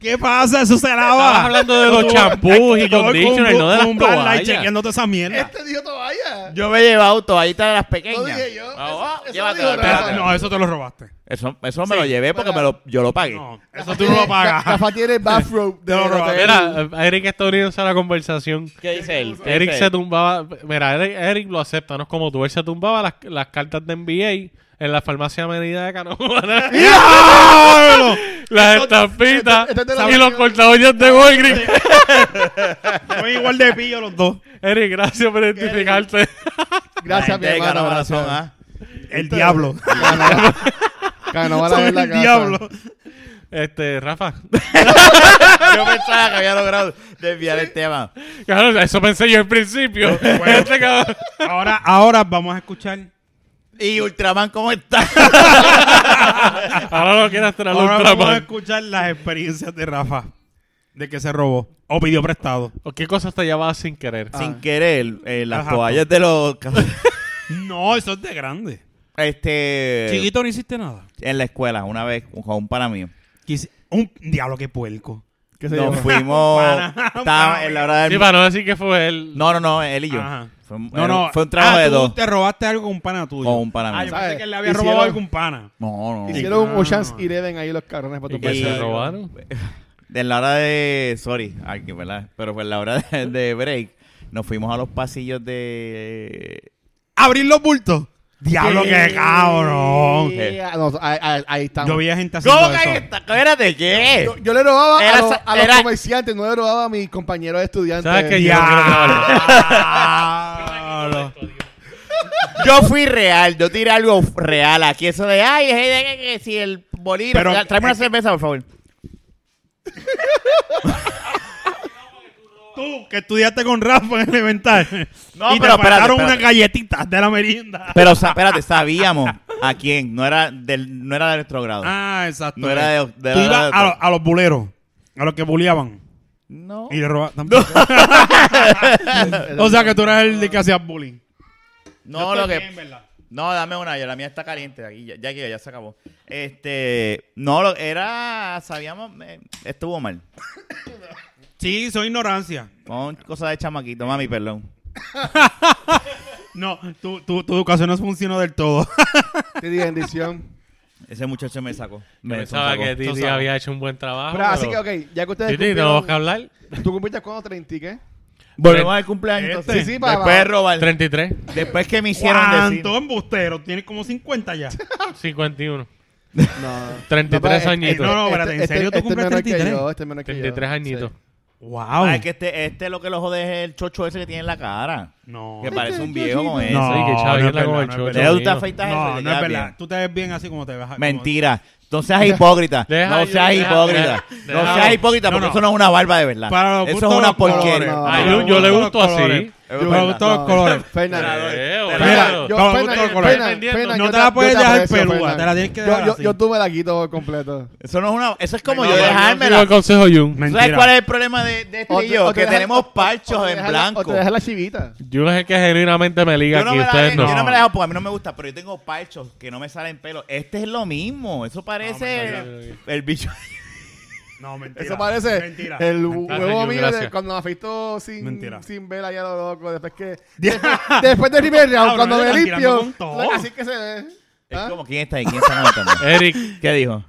Speaker 4: ¿Qué pasa? Eso se
Speaker 3: Estabas
Speaker 4: lava.
Speaker 3: hablando de los champús y conditioners, no de las
Speaker 4: toallas.
Speaker 3: toallas.
Speaker 4: chequeándote esa mierda.
Speaker 1: Este dijo toalla.
Speaker 2: Yo me he llevado toallitas de las
Speaker 1: Lo
Speaker 2: pequeñas.
Speaker 1: dije yo.
Speaker 2: Ah,
Speaker 1: Eso-
Speaker 2: ah,
Speaker 1: eso
Speaker 2: llévatelo,
Speaker 1: dijo Rafa.
Speaker 2: espérate,
Speaker 4: No, eso te lo robaste.
Speaker 2: Eso, eso me lo llevé porque me lo, yo lo pagué.
Speaker 4: No, eso tú no lo pagas.
Speaker 1: Rafa tiene el bathrobe de
Speaker 4: Te lo robaste.
Speaker 3: Mira, Eric está uniéndose a la conversación.
Speaker 2: ¿Qué dice él? ¿Qué
Speaker 3: Eric
Speaker 2: dice
Speaker 3: se
Speaker 2: él?
Speaker 3: tumbaba. Mira, Eric, Eric lo acepta, no es como tú. Él se tumbaba las, las cartas de NBA en la farmacia Avenida de Canóvana.
Speaker 4: ¡Diablo!
Speaker 3: las estampitas
Speaker 1: esto- esto es de la
Speaker 3: y los
Speaker 1: versión-
Speaker 3: cortaollas de Walgreens.
Speaker 4: Son igual de pillo los dos.
Speaker 3: Eric, gracias por identificarte.
Speaker 2: La
Speaker 1: Gracias, mi
Speaker 2: gente de
Speaker 1: hermano.
Speaker 2: Canóvana son,
Speaker 1: gracias.
Speaker 2: ah.
Speaker 4: El diablo.
Speaker 1: Canóvana- Canóvana
Speaker 4: Son
Speaker 1: es la
Speaker 4: el
Speaker 1: casa.
Speaker 4: diablo.
Speaker 3: Este, Rafa.
Speaker 2: Yo pensaba que había logrado desviar el tema.
Speaker 3: Claro, eso pensé yo al principio. Este cabrón.
Speaker 4: Ahora, ahora vamos a escuchar.
Speaker 2: Y Ultraman, ¿cómo está?
Speaker 3: Ahora lo quieras traer a
Speaker 4: Ahora vamos a
Speaker 3: Ultraman.
Speaker 4: escuchar las experiencias de Rafa. de que se robó o pidió prestado.
Speaker 3: ¿O qué cosas te llevabas sin querer?
Speaker 1: Ah.
Speaker 2: Sin querer, eh, las
Speaker 4: Ajá.
Speaker 2: toallas de los...
Speaker 4: No, eso es de grande.
Speaker 2: este...
Speaker 3: Eh.
Speaker 4: Chiquito no hiciste nada.
Speaker 2: En la escuela, una vez, con un pana mío.
Speaker 4: Quisi- Un diablo que puerco.
Speaker 1: ¿Qué se
Speaker 2: Nos
Speaker 1: llevó?
Speaker 2: fuimos...
Speaker 4: Pana, pana
Speaker 2: Estaba en la hora
Speaker 1: em,
Speaker 2: del...
Speaker 3: Sí, para no decir que fue él.
Speaker 2: No, no, no, él y yo.
Speaker 4: Ajá.
Speaker 2: Fue, un- eh,
Speaker 4: No, no.
Speaker 2: fue un trabajo
Speaker 4: ah,
Speaker 2: de
Speaker 4: tú
Speaker 2: dos
Speaker 4: te robaste algo con un pana tuyo.
Speaker 2: con un pana
Speaker 4: Ah, yo
Speaker 2: mío.
Speaker 1: ¿Sabes?
Speaker 4: pensé que le había
Speaker 1: Hicieron-
Speaker 4: robado algún pana.
Speaker 2: No, no, no.
Speaker 1: Hicieron un
Speaker 4: Ah.
Speaker 1: Ocean's Eleven ahí los cabrones para
Speaker 3: ¿Y
Speaker 1: tu
Speaker 3: que se
Speaker 2: Y-
Speaker 3: robaron?
Speaker 2: En la hora de. Sorry, aquí, ¿verdad? Pero fue en la hora de, de break. Nos fuimos a los pasillos de. eh,
Speaker 4: ¿Abrir los bultos? Diablo, qué cabrón.
Speaker 1: Yeah, no, ahí, ahí- ahí estamos.
Speaker 4: Yo vi a gente haciendo
Speaker 2: ¿Cómo que ahí
Speaker 4: eso.
Speaker 2: está? Espérate, ¿qué?
Speaker 1: Yo, yo le robaba
Speaker 2: Era
Speaker 1: a, los,
Speaker 2: sa-
Speaker 1: a los
Speaker 2: era-
Speaker 1: comerciantes, no le robaba a mis compañeros estudiantes.
Speaker 3: ¿Sabes que yo no quiero grabar?
Speaker 4: Diablo.
Speaker 2: Yo fui real, yo tiré algo real aquí. Eso de, ay, es- es- es- es- si el bolígrafo.
Speaker 4: Pero-
Speaker 2: tráeme una cerveza, por favor.
Speaker 4: Tú, que estudiaste con Rafa en elemental.
Speaker 2: No,
Speaker 4: y
Speaker 2: pero
Speaker 4: te
Speaker 2: espérate,
Speaker 4: pagaron
Speaker 2: espérate.
Speaker 4: unas galletitas de la merienda.
Speaker 2: Pero sa- espérate, sabíamos a quién. No era, del, no era de nuestro grado.
Speaker 4: Ah, exacto.
Speaker 2: No era de- de-
Speaker 4: Tú
Speaker 2: de-
Speaker 4: ibas
Speaker 2: de-
Speaker 4: a, lo- a los buleros, a los que buleaban.
Speaker 2: No.
Speaker 4: Y le robaban. tampoco. o sea que tú eras el de que hacías bullying.
Speaker 2: No, lo
Speaker 4: Estoy
Speaker 2: que.
Speaker 4: bien, ¿verdad?
Speaker 2: No, dame una, yo, la mía está caliente, aquí ya, ya que ya se acabó. Este, no, lo- era, sabíamos, eh, estuvo mal.
Speaker 4: Sí, soy ignorancia.
Speaker 2: Son cosas de chamaquito, mami, perdón.
Speaker 4: No, tu, tu, tu educación no funcionó del todo.
Speaker 1: Te di bendición.
Speaker 2: Ese muchacho me sacó.
Speaker 3: Yo
Speaker 2: Me
Speaker 3: pensaba
Speaker 2: sacó.
Speaker 3: que Titi
Speaker 4: sacó.
Speaker 3: había hecho un buen trabajo.
Speaker 1: Pero, así que,
Speaker 3: pero-
Speaker 1: ok, ya que ustedes.
Speaker 3: Titi, tenemos que
Speaker 1: cumplieron-
Speaker 3: hablar.
Speaker 1: ¿Tú cumpliste cuando 30 y qué?
Speaker 2: Volvemos al cumpleaños.
Speaker 4: Este.
Speaker 2: entonces.
Speaker 1: Sí, sí, pa-
Speaker 2: Después de
Speaker 1: pa-
Speaker 2: robar.
Speaker 3: 33,
Speaker 2: Después que me hicieron decir.
Speaker 4: ¿Cuánto embustero? Tienes como 50 ya.
Speaker 3: 51,
Speaker 1: No. este,
Speaker 3: 33
Speaker 1: No,
Speaker 3: añitos.
Speaker 4: no, no, espérate, ¿en serio tú cumples
Speaker 1: este, menor
Speaker 4: 33?
Speaker 1: Que yo, este menor que
Speaker 3: 33
Speaker 1: yo.
Speaker 3: añitos.
Speaker 1: Sí.
Speaker 4: ¡Wow!
Speaker 2: Ah, es que este, este lo que lo jode es el chocho ese que tiene en la cara.
Speaker 4: No.
Speaker 2: Que parece un viejo con eso.
Speaker 4: No,
Speaker 3: sí, que
Speaker 4: no es
Speaker 3: chavita con
Speaker 4: verdad,
Speaker 3: el
Speaker 4: no es
Speaker 3: chocho.
Speaker 4: verdad.
Speaker 2: Ya tú te
Speaker 3: mío.
Speaker 2: afeitas eso y
Speaker 4: No, no
Speaker 2: te
Speaker 4: es
Speaker 2: quedas
Speaker 4: verdad.
Speaker 2: bien.
Speaker 4: Tú te ves bien así como te vas.
Speaker 2: Mentira. No seas hipócrita.
Speaker 3: Deja
Speaker 2: no
Speaker 3: yo-
Speaker 2: seas
Speaker 3: deja-
Speaker 2: hipócrita.
Speaker 3: deja-
Speaker 2: no
Speaker 3: deja-
Speaker 2: seas hipócrita
Speaker 4: No,
Speaker 2: porque
Speaker 4: no.
Speaker 2: eso no es una barba de verdad.
Speaker 4: Para los
Speaker 2: Eso es
Speaker 4: gustos,
Speaker 2: una
Speaker 4: los colores.
Speaker 2: porquería.
Speaker 1: No,
Speaker 3: Ay,
Speaker 1: no,
Speaker 3: yo,
Speaker 1: no,
Speaker 3: yo le
Speaker 4: no,
Speaker 3: gusto
Speaker 4: no,
Speaker 3: así.
Speaker 2: Es
Speaker 4: Para
Speaker 2: verdad.
Speaker 4: los gustos, los colores.
Speaker 1: Fernando.
Speaker 3: Eh, bueno.
Speaker 4: Mira,
Speaker 1: Yo,
Speaker 4: Con
Speaker 1: Fernan,
Speaker 4: gusto, colores.
Speaker 1: Fernan,
Speaker 3: Dependiendo.
Speaker 1: Fernan,
Speaker 4: No
Speaker 1: yo
Speaker 4: te la puedes
Speaker 1: yo
Speaker 4: dejar
Speaker 1: aprecio,
Speaker 4: pelúa,
Speaker 1: Fernan.
Speaker 4: te la tienes que
Speaker 1: Yo-
Speaker 4: dejar
Speaker 1: yo,
Speaker 4: así.
Speaker 1: yo tuve la quito completo.
Speaker 2: Eso no es una. Eso es como
Speaker 4: No,
Speaker 2: yo
Speaker 4: no,
Speaker 2: dejármela.
Speaker 3: Yo el consejo Jun.
Speaker 2: ¿Tú ¿Sabes
Speaker 4: Mentira.
Speaker 2: cuál es el problema de, de este
Speaker 1: O
Speaker 2: y
Speaker 1: te-
Speaker 2: yo?
Speaker 1: o te
Speaker 2: que
Speaker 1: dejas-
Speaker 2: tenemos
Speaker 1: o-
Speaker 2: parchos
Speaker 1: o te
Speaker 2: en
Speaker 1: dejas la- O
Speaker 2: blanco.
Speaker 1: te dejas la chivita.
Speaker 3: Jun es el que genuinamente me liga
Speaker 2: Yo no,
Speaker 3: aquí,
Speaker 2: me la
Speaker 3: ustedes
Speaker 2: dejo,
Speaker 3: no.
Speaker 2: yo no me
Speaker 4: no.
Speaker 2: la dejo porque a mí no me gusta, pero yo tengo parchos que no me salen pelo. Este es lo mismo. Eso parece
Speaker 4: No,
Speaker 2: el bicho.
Speaker 4: No, mentira.
Speaker 1: Eso parece
Speaker 4: Mentira.
Speaker 1: el
Speaker 3: Gracias,
Speaker 1: huevo
Speaker 3: Jun,
Speaker 1: mío
Speaker 3: gracias.
Speaker 1: de cuando me afectó sin,
Speaker 4: Mentira.
Speaker 1: sin vela ya lo loco. Después que. después, después del primer round,
Speaker 4: Cabrón,
Speaker 1: cuando me
Speaker 4: están tirando
Speaker 1: limpio.
Speaker 4: con todo.
Speaker 1: Así que se ve. ¿Ah?
Speaker 2: Es como quién está ahí, quién está matando.
Speaker 3: Eric,
Speaker 2: ¿Qué dijo?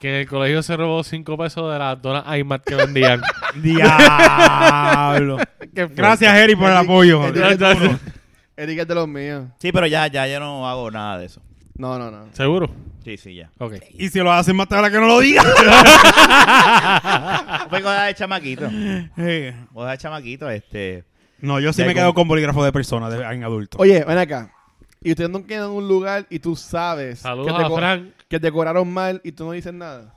Speaker 3: que el colegio se robó 5 pesos de las donas Aymat que vendían.
Speaker 4: Diablo. Gracias, Eri, por el
Speaker 1: Eric,
Speaker 4: apoyo.
Speaker 1: Eric,
Speaker 3: No, no, no.
Speaker 1: Eric es de los míos.
Speaker 2: Sí, pero ya, ya, yo no hago nada de eso.
Speaker 1: No, no, no.
Speaker 3: ¿Seguro?
Speaker 2: Sí, sí, ya.
Speaker 3: Ok.
Speaker 4: Y si lo hacen más tarde, que no lo digas.
Speaker 2: Fue cosa de chamaquito.
Speaker 4: Eh,
Speaker 2: Cosa de chamaquito, este.
Speaker 4: no, yo sí
Speaker 2: Ya
Speaker 4: me
Speaker 2: con-
Speaker 4: quedo con bolígrafo de persona de- en adulto.
Speaker 1: Oye, ven acá. Y ustedes no quedan en un lugar y tú sabes
Speaker 3: Saludos
Speaker 1: que,
Speaker 3: a
Speaker 1: co-
Speaker 3: Frank.
Speaker 1: que te cobraron mal y tú no dices nada.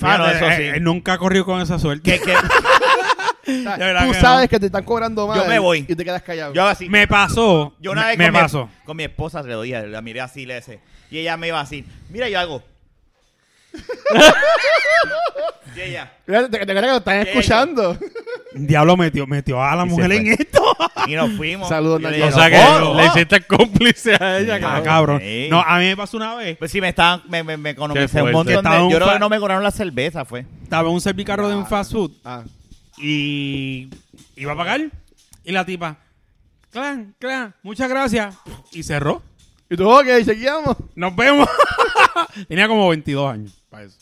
Speaker 2: Ah, no,
Speaker 4: Fíjate,
Speaker 2: eso
Speaker 4: eh,
Speaker 2: sí.
Speaker 4: eh, nunca ha corrido con esa suerte.
Speaker 2: Que, que
Speaker 1: O sea,
Speaker 4: De verdad
Speaker 1: tú
Speaker 4: que
Speaker 1: sabes que te están cobrando mal
Speaker 2: Yo me voy.
Speaker 1: y te quedas callado.
Speaker 2: yo hago así.
Speaker 4: Me pasó.
Speaker 2: Yo una
Speaker 4: me-
Speaker 2: vez
Speaker 4: me
Speaker 2: con,
Speaker 4: pasó.
Speaker 2: Mi, con mi esposa se lo dije, la miré así, le decía. Y ella me iba así. Mira, yo hago. y ella.
Speaker 1: Mira, te, te, te- te- te están
Speaker 2: ¿Qué
Speaker 1: escuchando.
Speaker 4: Diablo metió, metió a la
Speaker 2: Y se
Speaker 4: mujer en
Speaker 2: fue.
Speaker 4: esto.
Speaker 2: Y nos fuimos.
Speaker 1: Saludos,
Speaker 2: Yo le
Speaker 1: Nadia.
Speaker 3: O
Speaker 2: dije,
Speaker 3: sea
Speaker 2: "Oh,
Speaker 3: que le
Speaker 2: oh".
Speaker 3: hiciste cómplice a ella,
Speaker 2: Sí.
Speaker 4: Ah,
Speaker 3: cabrón.
Speaker 4: cabrón.
Speaker 2: Sí.
Speaker 4: No, a mí me pasó una vez.
Speaker 2: Pues sí, me estaban, me, me, me economicé
Speaker 3: Qué
Speaker 2: un
Speaker 3: fuerte.
Speaker 2: montón
Speaker 4: Estaba
Speaker 2: de.
Speaker 4: un
Speaker 2: Yo creo
Speaker 4: fa-
Speaker 2: que no me cobraron la cerveza, fue.
Speaker 4: Estaba en un servicarro de un fast food
Speaker 1: Ah,
Speaker 4: y iba a pagar. Y la tipa, clan, clan, muchas gracias. Y cerró.
Speaker 1: Y tú, ok, chequeamos.
Speaker 4: Nos vemos. Tenía como 22 años para eso.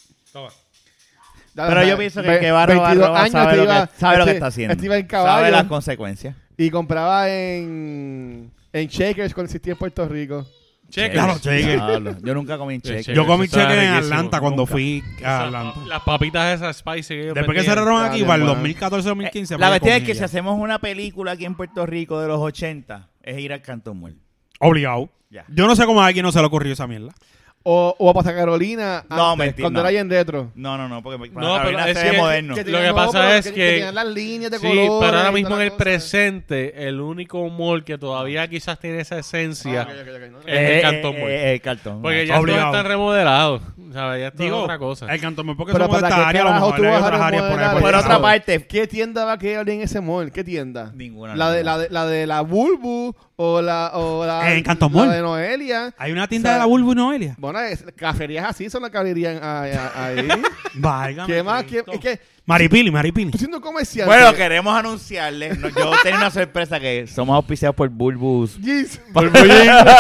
Speaker 1: Dale,
Speaker 2: Pero
Speaker 1: dale.
Speaker 2: yo pienso que
Speaker 1: Ve-
Speaker 2: el que va a robar
Speaker 1: 22
Speaker 2: roba,
Speaker 1: años
Speaker 2: sabe,
Speaker 1: te
Speaker 2: lo
Speaker 1: iba-
Speaker 2: que, sabe lo que
Speaker 1: este-
Speaker 2: está haciendo.
Speaker 1: este iba en
Speaker 2: Sabe las
Speaker 1: caballo
Speaker 2: consecuencias.
Speaker 1: y compraba en, en Shakers cuando existía en Puerto Rico.
Speaker 3: Cheque.
Speaker 4: Claro, cheque.
Speaker 2: Diablo, Yo nunca comí
Speaker 3: Sí,
Speaker 2: cheque.
Speaker 3: cheque.
Speaker 4: Yo comí
Speaker 3: Eso estaba
Speaker 4: cheque en
Speaker 3: riquísimo.
Speaker 4: Atlanta cuando
Speaker 2: Nunca.
Speaker 4: fui a
Speaker 3: Esas-
Speaker 4: Atlanta.
Speaker 3: Las papitas esas spicy. ellos
Speaker 4: Después que
Speaker 3: vendían.
Speaker 4: cerraron aquí,
Speaker 1: Dale,
Speaker 4: para el
Speaker 1: mano.
Speaker 4: 2014, 2015.
Speaker 2: Eh, La
Speaker 4: pues,
Speaker 2: cuestión es
Speaker 4: comí
Speaker 2: que
Speaker 4: ya.
Speaker 2: si hacemos una película aquí en Puerto Rico de los 80, es ir al Cantón Muerto.
Speaker 4: Obligado.
Speaker 2: Ya.
Speaker 4: Yo no sé cómo a alguien no se le ocurrió esa mierda.
Speaker 1: O, o a Plaza Carolina
Speaker 2: No,
Speaker 1: antes,
Speaker 2: mentira,
Speaker 1: cuando
Speaker 2: no.
Speaker 1: era allá en Dentro.
Speaker 2: No, no, no, porque para
Speaker 3: No, pero
Speaker 2: Carolina
Speaker 3: es
Speaker 2: se ve
Speaker 3: que-
Speaker 2: moderno.
Speaker 3: que-
Speaker 1: tenía-
Speaker 3: Lo pasa
Speaker 1: pero
Speaker 3: es que-
Speaker 1: tenían las líneas de
Speaker 3: Sí,
Speaker 1: colores
Speaker 3: pero ahora
Speaker 1: y
Speaker 3: mismo en
Speaker 1: toda
Speaker 3: el
Speaker 1: la cosa.
Speaker 3: presente, el único mall que todavía quizás tiene esa esencia
Speaker 1: Ah, ok, ok, ok, no, no.
Speaker 3: es el Cantón Mall.
Speaker 2: eh, el cartón.
Speaker 3: porque ya todos
Speaker 4: Obligado.
Speaker 3: están remodelados. ¿sabes? Ya esto es
Speaker 4: Digo,
Speaker 3: otra cosa.
Speaker 4: el cantón me porque
Speaker 1: Pero
Speaker 4: somos de
Speaker 1: ¿para
Speaker 4: esta
Speaker 1: qué
Speaker 4: área, a lo
Speaker 1: carajo
Speaker 4: mejor
Speaker 1: tú
Speaker 4: hay
Speaker 1: vas a
Speaker 4: otras áreas por ahí.
Speaker 1: remodelar
Speaker 4: por
Speaker 2: por
Speaker 4: ahí.
Speaker 2: otra
Speaker 1: Exacto.
Speaker 2: parte,
Speaker 1: ¿Qué tienda va a quedar en ese mall? ¿Qué tienda?
Speaker 2: Ninguna,
Speaker 1: La de
Speaker 2: ninguna.
Speaker 1: la de la de la Bulbu o la o la
Speaker 4: En Canton
Speaker 1: la
Speaker 4: Mall.
Speaker 1: de Noelia.
Speaker 4: Hay una
Speaker 1: O
Speaker 4: tienda
Speaker 1: sea,
Speaker 4: de la Bulbo y Noelia.
Speaker 1: Bueno, es- cafeterías así son las que abrirían a- a- ahí.
Speaker 4: Válgame.
Speaker 1: ¿Qué más? ¿Qué,
Speaker 4: Cristo.
Speaker 1: es que
Speaker 4: Maripili, Maripili.
Speaker 1: tú siendo comerciante.
Speaker 2: Bueno, queremos anunciarles. no, yo tenía una sorpresa que somos auspiciados por Bulbus.
Speaker 1: Jeez.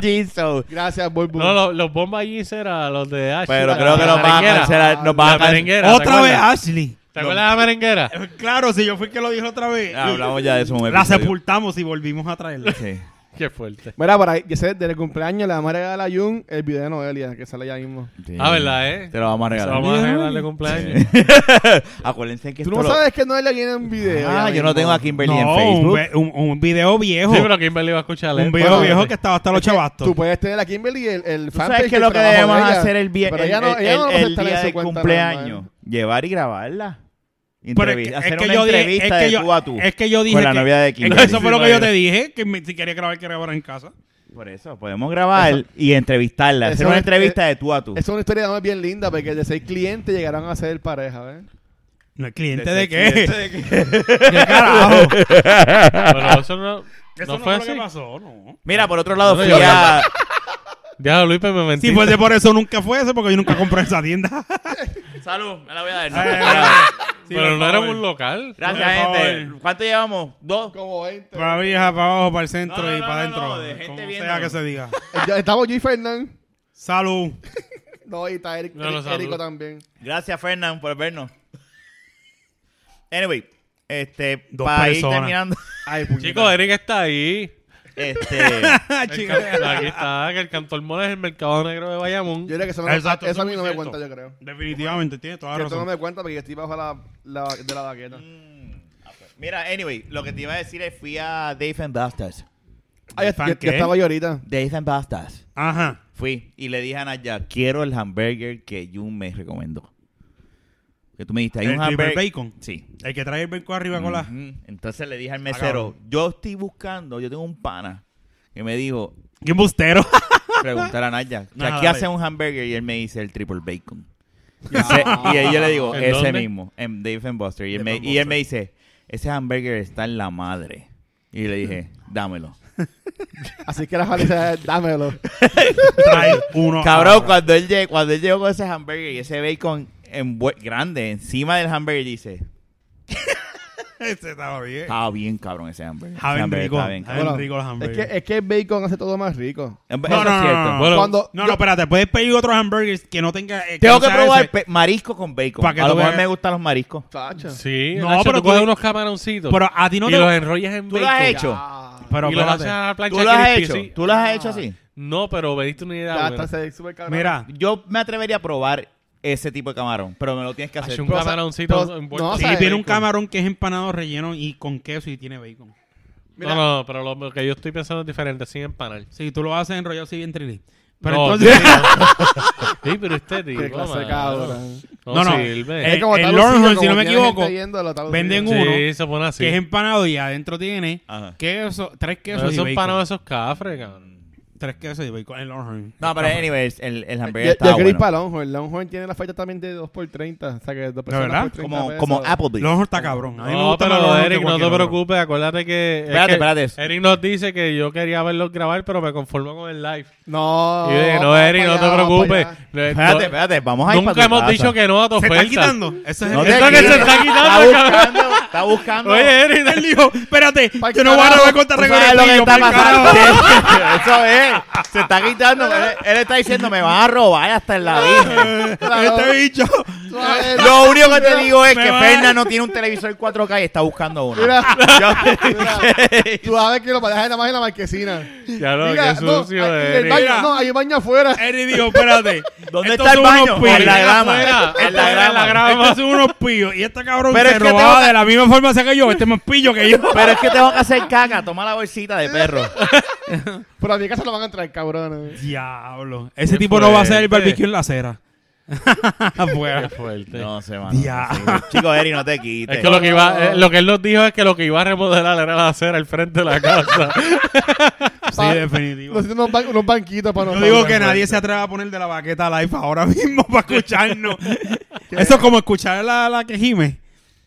Speaker 2: Jinso.
Speaker 1: Gracias, Bulbu.
Speaker 3: No, lo- los Bomba Jeans eran los de H.
Speaker 2: Pero
Speaker 1: la-
Speaker 2: creo que
Speaker 1: la
Speaker 2: nos van a
Speaker 3: merenguera.
Speaker 2: cancelar. Nos van a
Speaker 3: La
Speaker 2: cancelar.
Speaker 3: merenguera. ¿te
Speaker 4: Otra vez ah.
Speaker 3: acuerdas?
Speaker 4: Ashley.
Speaker 3: ¿Te acuerdas de la merenguera?
Speaker 4: Claro, si yo fui que lo dije otra vez.
Speaker 2: Ah, Hablamos ya de eso. en un
Speaker 4: La
Speaker 2: episodio.
Speaker 4: sepultamos y volvimos a traerla.
Speaker 2: Sí.
Speaker 3: Qué fuerte.
Speaker 1: Mira, por ahí, ya sé, desde el cumpleaños la madre de la Jun, el video de Noelia, que sale ya mismo.
Speaker 2: Sí.
Speaker 3: Ah, ¿verdad, eh?
Speaker 2: Te lo vamos a
Speaker 3: Se lo
Speaker 2: regalar.
Speaker 3: vamos a regalar de cumpleaños.
Speaker 2: Acuérdense que
Speaker 1: Tú
Speaker 2: esto
Speaker 1: no
Speaker 2: lo-
Speaker 1: sabes que Noelia viene en video.
Speaker 2: Ah,
Speaker 1: ya
Speaker 2: yo no
Speaker 1: mismo.
Speaker 2: tengo a Kimberly en
Speaker 4: No, un,
Speaker 2: Facebook.
Speaker 4: ve- un- un video viejo.
Speaker 3: Sí, pero Kimberly va a escuchar ¿eh?
Speaker 4: un
Speaker 3: esto.
Speaker 4: video
Speaker 1: Bueno,
Speaker 4: viejo
Speaker 1: vete.
Speaker 4: que estaba hasta los
Speaker 1: Es que
Speaker 4: chavastos.
Speaker 1: Tú puedes tener a Kimberly el, el
Speaker 2: ¿Tú sabes
Speaker 1: fanpage
Speaker 2: que lo
Speaker 1: del
Speaker 2: que
Speaker 1: trabajo
Speaker 2: debemos
Speaker 1: de ella,
Speaker 2: hacer el, vie-
Speaker 1: pero
Speaker 2: el,
Speaker 1: ella no-
Speaker 2: el-
Speaker 1: ella no lo va a
Speaker 2: el
Speaker 1: aceptar en
Speaker 2: día
Speaker 1: su
Speaker 2: del
Speaker 1: cuenta
Speaker 2: cumpleaños?
Speaker 1: normal.
Speaker 2: Llevar y grabarla.
Speaker 4: Pero
Speaker 2: Entrevi-
Speaker 4: es que-
Speaker 2: hacer
Speaker 4: es que
Speaker 2: una
Speaker 4: yo dije-
Speaker 2: entrevista
Speaker 4: es que
Speaker 2: de
Speaker 4: yo-
Speaker 2: tú a tú.
Speaker 4: Es que yo dije.
Speaker 2: con la
Speaker 4: que-
Speaker 2: novia de
Speaker 4: es
Speaker 2: Kimberly.
Speaker 4: que eso fue lo que yo
Speaker 3: Kimberly.
Speaker 4: te dije, que me- si quería grabar, quería grabar en casa.
Speaker 2: Por eso, podemos grabar y entrevistarla.
Speaker 1: Eso
Speaker 2: Hacer
Speaker 1: es-
Speaker 2: una
Speaker 1: eh,
Speaker 2: entrevista de tú a tú.
Speaker 1: Es una historia de amor bien linda porque de seis clientes llegarán a ser pareja, ¿ves?
Speaker 4: ¿No cliente de,
Speaker 2: Desde
Speaker 4: qué?
Speaker 2: cliente de qué.
Speaker 4: ¿Qué carajo?
Speaker 3: Pero eso no,
Speaker 4: Eso
Speaker 3: no
Speaker 4: no,
Speaker 3: fue
Speaker 4: lo que
Speaker 3: así.
Speaker 4: pasó, no.
Speaker 2: Mira, por otro lado,
Speaker 3: No,
Speaker 2: fui
Speaker 3: yo-
Speaker 2: a...
Speaker 3: Ya, Luis, pues me mentiste.
Speaker 4: Si fuese pues por eso nunca fuese, porque yo nunca compré esa tienda.
Speaker 2: Salud, me la voy a dar.
Speaker 4: Sí,
Speaker 3: pero
Speaker 4: por
Speaker 3: no era
Speaker 4: favor.
Speaker 3: un local.
Speaker 2: Gracias,
Speaker 4: Por
Speaker 2: gente.
Speaker 4: favor.
Speaker 2: ¿Cuánto llevamos? ¿Dos?
Speaker 1: Como 20.
Speaker 4: Para vieja, para abajo, para el centro
Speaker 2: No, no,
Speaker 4: y
Speaker 2: no,
Speaker 4: para
Speaker 2: no,
Speaker 4: adentro.
Speaker 2: no, de gente
Speaker 4: como
Speaker 2: viendo.
Speaker 4: sea que se diga.
Speaker 1: Eh, Ya Estamos yo y Fernán.
Speaker 4: Salud.
Speaker 1: No, y está Eric,
Speaker 3: No, no,
Speaker 1: Eric-
Speaker 3: salud.
Speaker 1: Érico también.
Speaker 2: Gracias, Fernán, por vernos. Anyway, este,
Speaker 4: Dos
Speaker 2: para ir
Speaker 4: personas.
Speaker 2: terminando,
Speaker 1: Ay,
Speaker 3: Chicos, Eric está ahí.
Speaker 2: este,
Speaker 4: Ah,
Speaker 3: El
Speaker 4: chica.
Speaker 3: can- Aquí está, que el Cantor Mall es el mercado negro de Bayamón.
Speaker 1: Yo diría que eso, no-
Speaker 4: Exacto,
Speaker 1: eso a
Speaker 4: eso
Speaker 1: mí
Speaker 4: es
Speaker 1: no
Speaker 4: muy
Speaker 1: me
Speaker 4: cierto.
Speaker 1: cuenta, yo creo.
Speaker 4: Definitivamente, tiene toda
Speaker 1: Que
Speaker 4: la
Speaker 1: esto no
Speaker 4: razón.
Speaker 1: me cuenta porque estoy bajo la, la- de la baqueta.
Speaker 2: mira, anyway, lo que te iba a decir es fui a Dave and Buster's.
Speaker 1: Ay, yo,
Speaker 4: ¿Fan
Speaker 1: yo- yo
Speaker 4: qué?
Speaker 1: estaba yo ahorita.
Speaker 2: Dave and Buster's.
Speaker 4: Ajá.
Speaker 2: Fui y le dije a Naya, quiero el hamburger que Jun me recomendó. Que tú me dijiste, hay
Speaker 4: ¿El
Speaker 2: un Mm.
Speaker 4: triple
Speaker 2: hamburger.
Speaker 4: bacon?
Speaker 2: Sí.
Speaker 4: El que trae el brinco arriba con la...
Speaker 2: Ujú. Entonces le dije al mesero, yo estoy buscando, yo tengo un pana que me dijo,
Speaker 4: ¡Qué embustero!
Speaker 2: preguntar a Naya, que
Speaker 4: Nada,
Speaker 2: aquí
Speaker 4: dale.
Speaker 2: hace un hamburger y él me dice el triple bacon.
Speaker 1: Ya.
Speaker 2: Ese- y ahí yo le digo,
Speaker 3: ¿En
Speaker 2: ese
Speaker 3: dónde?
Speaker 2: mismo, en Dave and Buster. Y él,
Speaker 1: Dave
Speaker 2: me,
Speaker 1: and
Speaker 2: y él
Speaker 1: Buster.
Speaker 2: me dice, ese hamburger está en la madre. Y le dije, dámelo.
Speaker 1: Así que la jaliza es, dámelo.
Speaker 4: trae uno...
Speaker 2: Cabrón, cuando él, llegó, cuando él llegó con ese hamburger y ese bacon envuel- grande encima del hamburger, dice,
Speaker 4: Este estaba bien.
Speaker 2: está bien cabrón ese hamburger. Ah, Ese
Speaker 4: Javen
Speaker 2: hamburger
Speaker 4: rico.
Speaker 2: está bien
Speaker 4: Javen
Speaker 2: cabrón.
Speaker 1: Bueno,
Speaker 4: rico los
Speaker 1: Es
Speaker 4: hamburgues.
Speaker 1: que, eh, es que el bacon hace todo más rico.
Speaker 2: Eso
Speaker 4: No, no,
Speaker 2: es
Speaker 4: no,
Speaker 2: cierto.
Speaker 4: no,
Speaker 3: Bueno,
Speaker 1: Cuando
Speaker 4: No,
Speaker 1: yo-
Speaker 4: no, espérate. Puedes pedir otros hamburgers que no tenga... eh,
Speaker 2: Tengo
Speaker 4: no
Speaker 2: que
Speaker 4: sea
Speaker 2: probar
Speaker 4: ese.
Speaker 2: pe- marisco con bacon.
Speaker 4: Pa' que
Speaker 2: A lo
Speaker 4: tú
Speaker 2: mejor
Speaker 4: veas-
Speaker 2: me gustan los mariscos.
Speaker 1: Tacho.
Speaker 3: Sí,
Speaker 4: No,
Speaker 3: no, pero
Speaker 4: pero
Speaker 3: tú coges
Speaker 4: tú-
Speaker 3: unos camaroncitos
Speaker 4: Pero a ti no
Speaker 3: y
Speaker 4: te...
Speaker 3: los enrollas en
Speaker 2: ¿Tú
Speaker 3: bacon.
Speaker 2: lo has hecho?
Speaker 1: Ya.
Speaker 4: Pero
Speaker 3: Y los haces
Speaker 4: espérate.
Speaker 3: a la plancha
Speaker 2: ¿Tú lo has
Speaker 3: crispy,
Speaker 2: hecho?
Speaker 3: sí.
Speaker 2: ¿Tú lo has hecho así?
Speaker 3: No, pero me diste una idea.
Speaker 1: Ya,
Speaker 3: buena.
Speaker 1: está, se- súper cabrón.
Speaker 4: Mira,
Speaker 2: Yo me atrevería a probar ese tipo de camarón, pero me lo tienes que
Speaker 3: Hace
Speaker 2: hacer.
Speaker 3: un
Speaker 1: Pero, o sea,
Speaker 3: camaroncito
Speaker 1: pero-
Speaker 3: envuelto.
Speaker 1: no, o
Speaker 4: sí,
Speaker 1: sea,
Speaker 3: Sí,
Speaker 4: viene un
Speaker 3: bacon.
Speaker 4: camarón que es empanado relleno y con queso y tiene bacon.
Speaker 1: Mira.
Speaker 3: No, no, pero lo lo que yo estoy pensando es diferente, sin empanar.
Speaker 4: Sí, tú lo haces enrollado así bien trilí. Pero
Speaker 3: No,
Speaker 4: entonces...
Speaker 3: sí, no. Sí, pero este tipo,
Speaker 1: Qué clase de
Speaker 3: mano,
Speaker 1: cabrón.
Speaker 3: No,
Speaker 4: No, no.
Speaker 3: sirve.
Speaker 4: Eh,
Speaker 1: Es como
Speaker 4: el
Speaker 1: está
Speaker 4: Longhorn,
Speaker 1: lucido,
Speaker 4: si no
Speaker 1: como
Speaker 4: me
Speaker 1: tiene gente
Speaker 4: equivoco,
Speaker 1: yéndolo, está lucido.
Speaker 4: venden un-
Speaker 3: sí,
Speaker 4: uno
Speaker 3: se pone así.
Speaker 4: Que es empanado y adentro tiene
Speaker 2: Ajá.
Speaker 4: queso, tres
Speaker 3: Pero
Speaker 4: quesos y
Speaker 3: esos
Speaker 4: bacon.
Speaker 3: panos esos cafres, cabrón.
Speaker 4: Tres quesos y bacon. El Longhorn.
Speaker 2: No, pero anyways, el, el hamburger
Speaker 1: Yo,
Speaker 2: estaba
Speaker 1: yo quería ir
Speaker 2: Pues bueno.
Speaker 1: para Longhorn. Longhorn tiene la fecha también de 2x30. O sea que dos personas
Speaker 4: verdad?
Speaker 1: por 30
Speaker 2: Como,
Speaker 1: pesos.
Speaker 2: como Applebee's.
Speaker 4: Longhorn está cabrón. A mí me
Speaker 3: No,
Speaker 4: gusta más
Speaker 3: pero
Speaker 4: Longhorn que
Speaker 3: Eric, no te
Speaker 4: cualquier otro.
Speaker 3: preocupes. Acuérdate que. es
Speaker 2: Espérate,
Speaker 3: que
Speaker 2: espérate.
Speaker 3: Eric nos dice que yo quería verlos grabar, pero me conformo con el live.
Speaker 1: No.
Speaker 3: Y yo dije, no,
Speaker 1: vamos
Speaker 3: Eric,
Speaker 1: para
Speaker 3: no
Speaker 1: allá,
Speaker 3: te
Speaker 1: vamos para
Speaker 3: preocupes.
Speaker 1: allá.
Speaker 3: No,
Speaker 2: Espérate, espérate, vamos a ir para
Speaker 3: Nunca
Speaker 2: tu
Speaker 3: hemos
Speaker 2: casa.
Speaker 3: dicho que no a tu
Speaker 4: Se
Speaker 3: oferta.
Speaker 4: están quitando. Eso es
Speaker 2: No
Speaker 4: el-
Speaker 2: te
Speaker 3: Esto que
Speaker 2: quites.
Speaker 3: se está quitando,
Speaker 2: Está
Speaker 3: cabrón.
Speaker 2: buscando, está buscando.
Speaker 3: Oye, Eric,
Speaker 4: Él dijo, espérate,
Speaker 1: Pa'l
Speaker 4: yo no voy a
Speaker 1: carajo.
Speaker 4: grabar contra
Speaker 2: ¿tú sabes lo que
Speaker 4: Regoletillo,
Speaker 2: está
Speaker 4: pa'l
Speaker 2: pasando?
Speaker 4: carajo.
Speaker 2: Eso es. Se está quitando. Él, él está diciendo, me van a robar hasta en la vida.
Speaker 1: Claro.
Speaker 4: Este bicho,
Speaker 1: suave.
Speaker 2: Lo único que te
Speaker 1: Mira,
Speaker 2: digo es
Speaker 4: me
Speaker 2: que
Speaker 4: va-
Speaker 2: Ferna no tiene un televisor 4K y está buscando uno.
Speaker 1: Mira,
Speaker 2: Yo-
Speaker 1: mira, tú sabes que lo pagas nada más en la marquesina.
Speaker 3: Ya lo
Speaker 1: Mira,
Speaker 3: que sucio
Speaker 1: hay,
Speaker 3: de
Speaker 1: el
Speaker 3: Eric.
Speaker 1: baño, no, hay un baño afuera.
Speaker 4: Eric dijo, espérate.
Speaker 2: ¿Dónde
Speaker 4: estos
Speaker 2: está el
Speaker 4: son unos
Speaker 2: baño?
Speaker 4: pibes.
Speaker 2: En la grama. En
Speaker 3: Afuera,
Speaker 2: la
Speaker 3: afuera, en la
Speaker 2: grama.
Speaker 3: grama.
Speaker 4: Estos son unos pillos. Y este cabrón
Speaker 2: Pero
Speaker 4: se
Speaker 2: es que
Speaker 4: robaba
Speaker 2: tengo-
Speaker 4: de la misma forma que yo. Este es más pillo que yo.
Speaker 2: Pero es que tengo que hacer caca. Toma la bolsita de perro.
Speaker 1: Pero a mi casa lo van a entrar, cabrones.
Speaker 4: Diablo. Ese
Speaker 3: Qué
Speaker 4: tipo no va a hacer el
Speaker 3: fuerte.
Speaker 4: barbecue en la acera. Afuera.
Speaker 3: Qué fuerte.
Speaker 2: No sé, mano.
Speaker 4: Ya.
Speaker 2: Sí. Chico, Eri, no te quites.
Speaker 3: Es que lo que iba, eh, lo que él nos dijo es que lo que iba a remodelar era la acera al frente de la casa.
Speaker 4: Sí, definitivo.
Speaker 1: Nos unos, ban- unos banquitos para
Speaker 4: Yo
Speaker 1: nosotros.
Speaker 4: digo que nadie se atreva a poner de la baqueta live ahora mismo para escucharnos. Eso es como escuchar la, la que gime.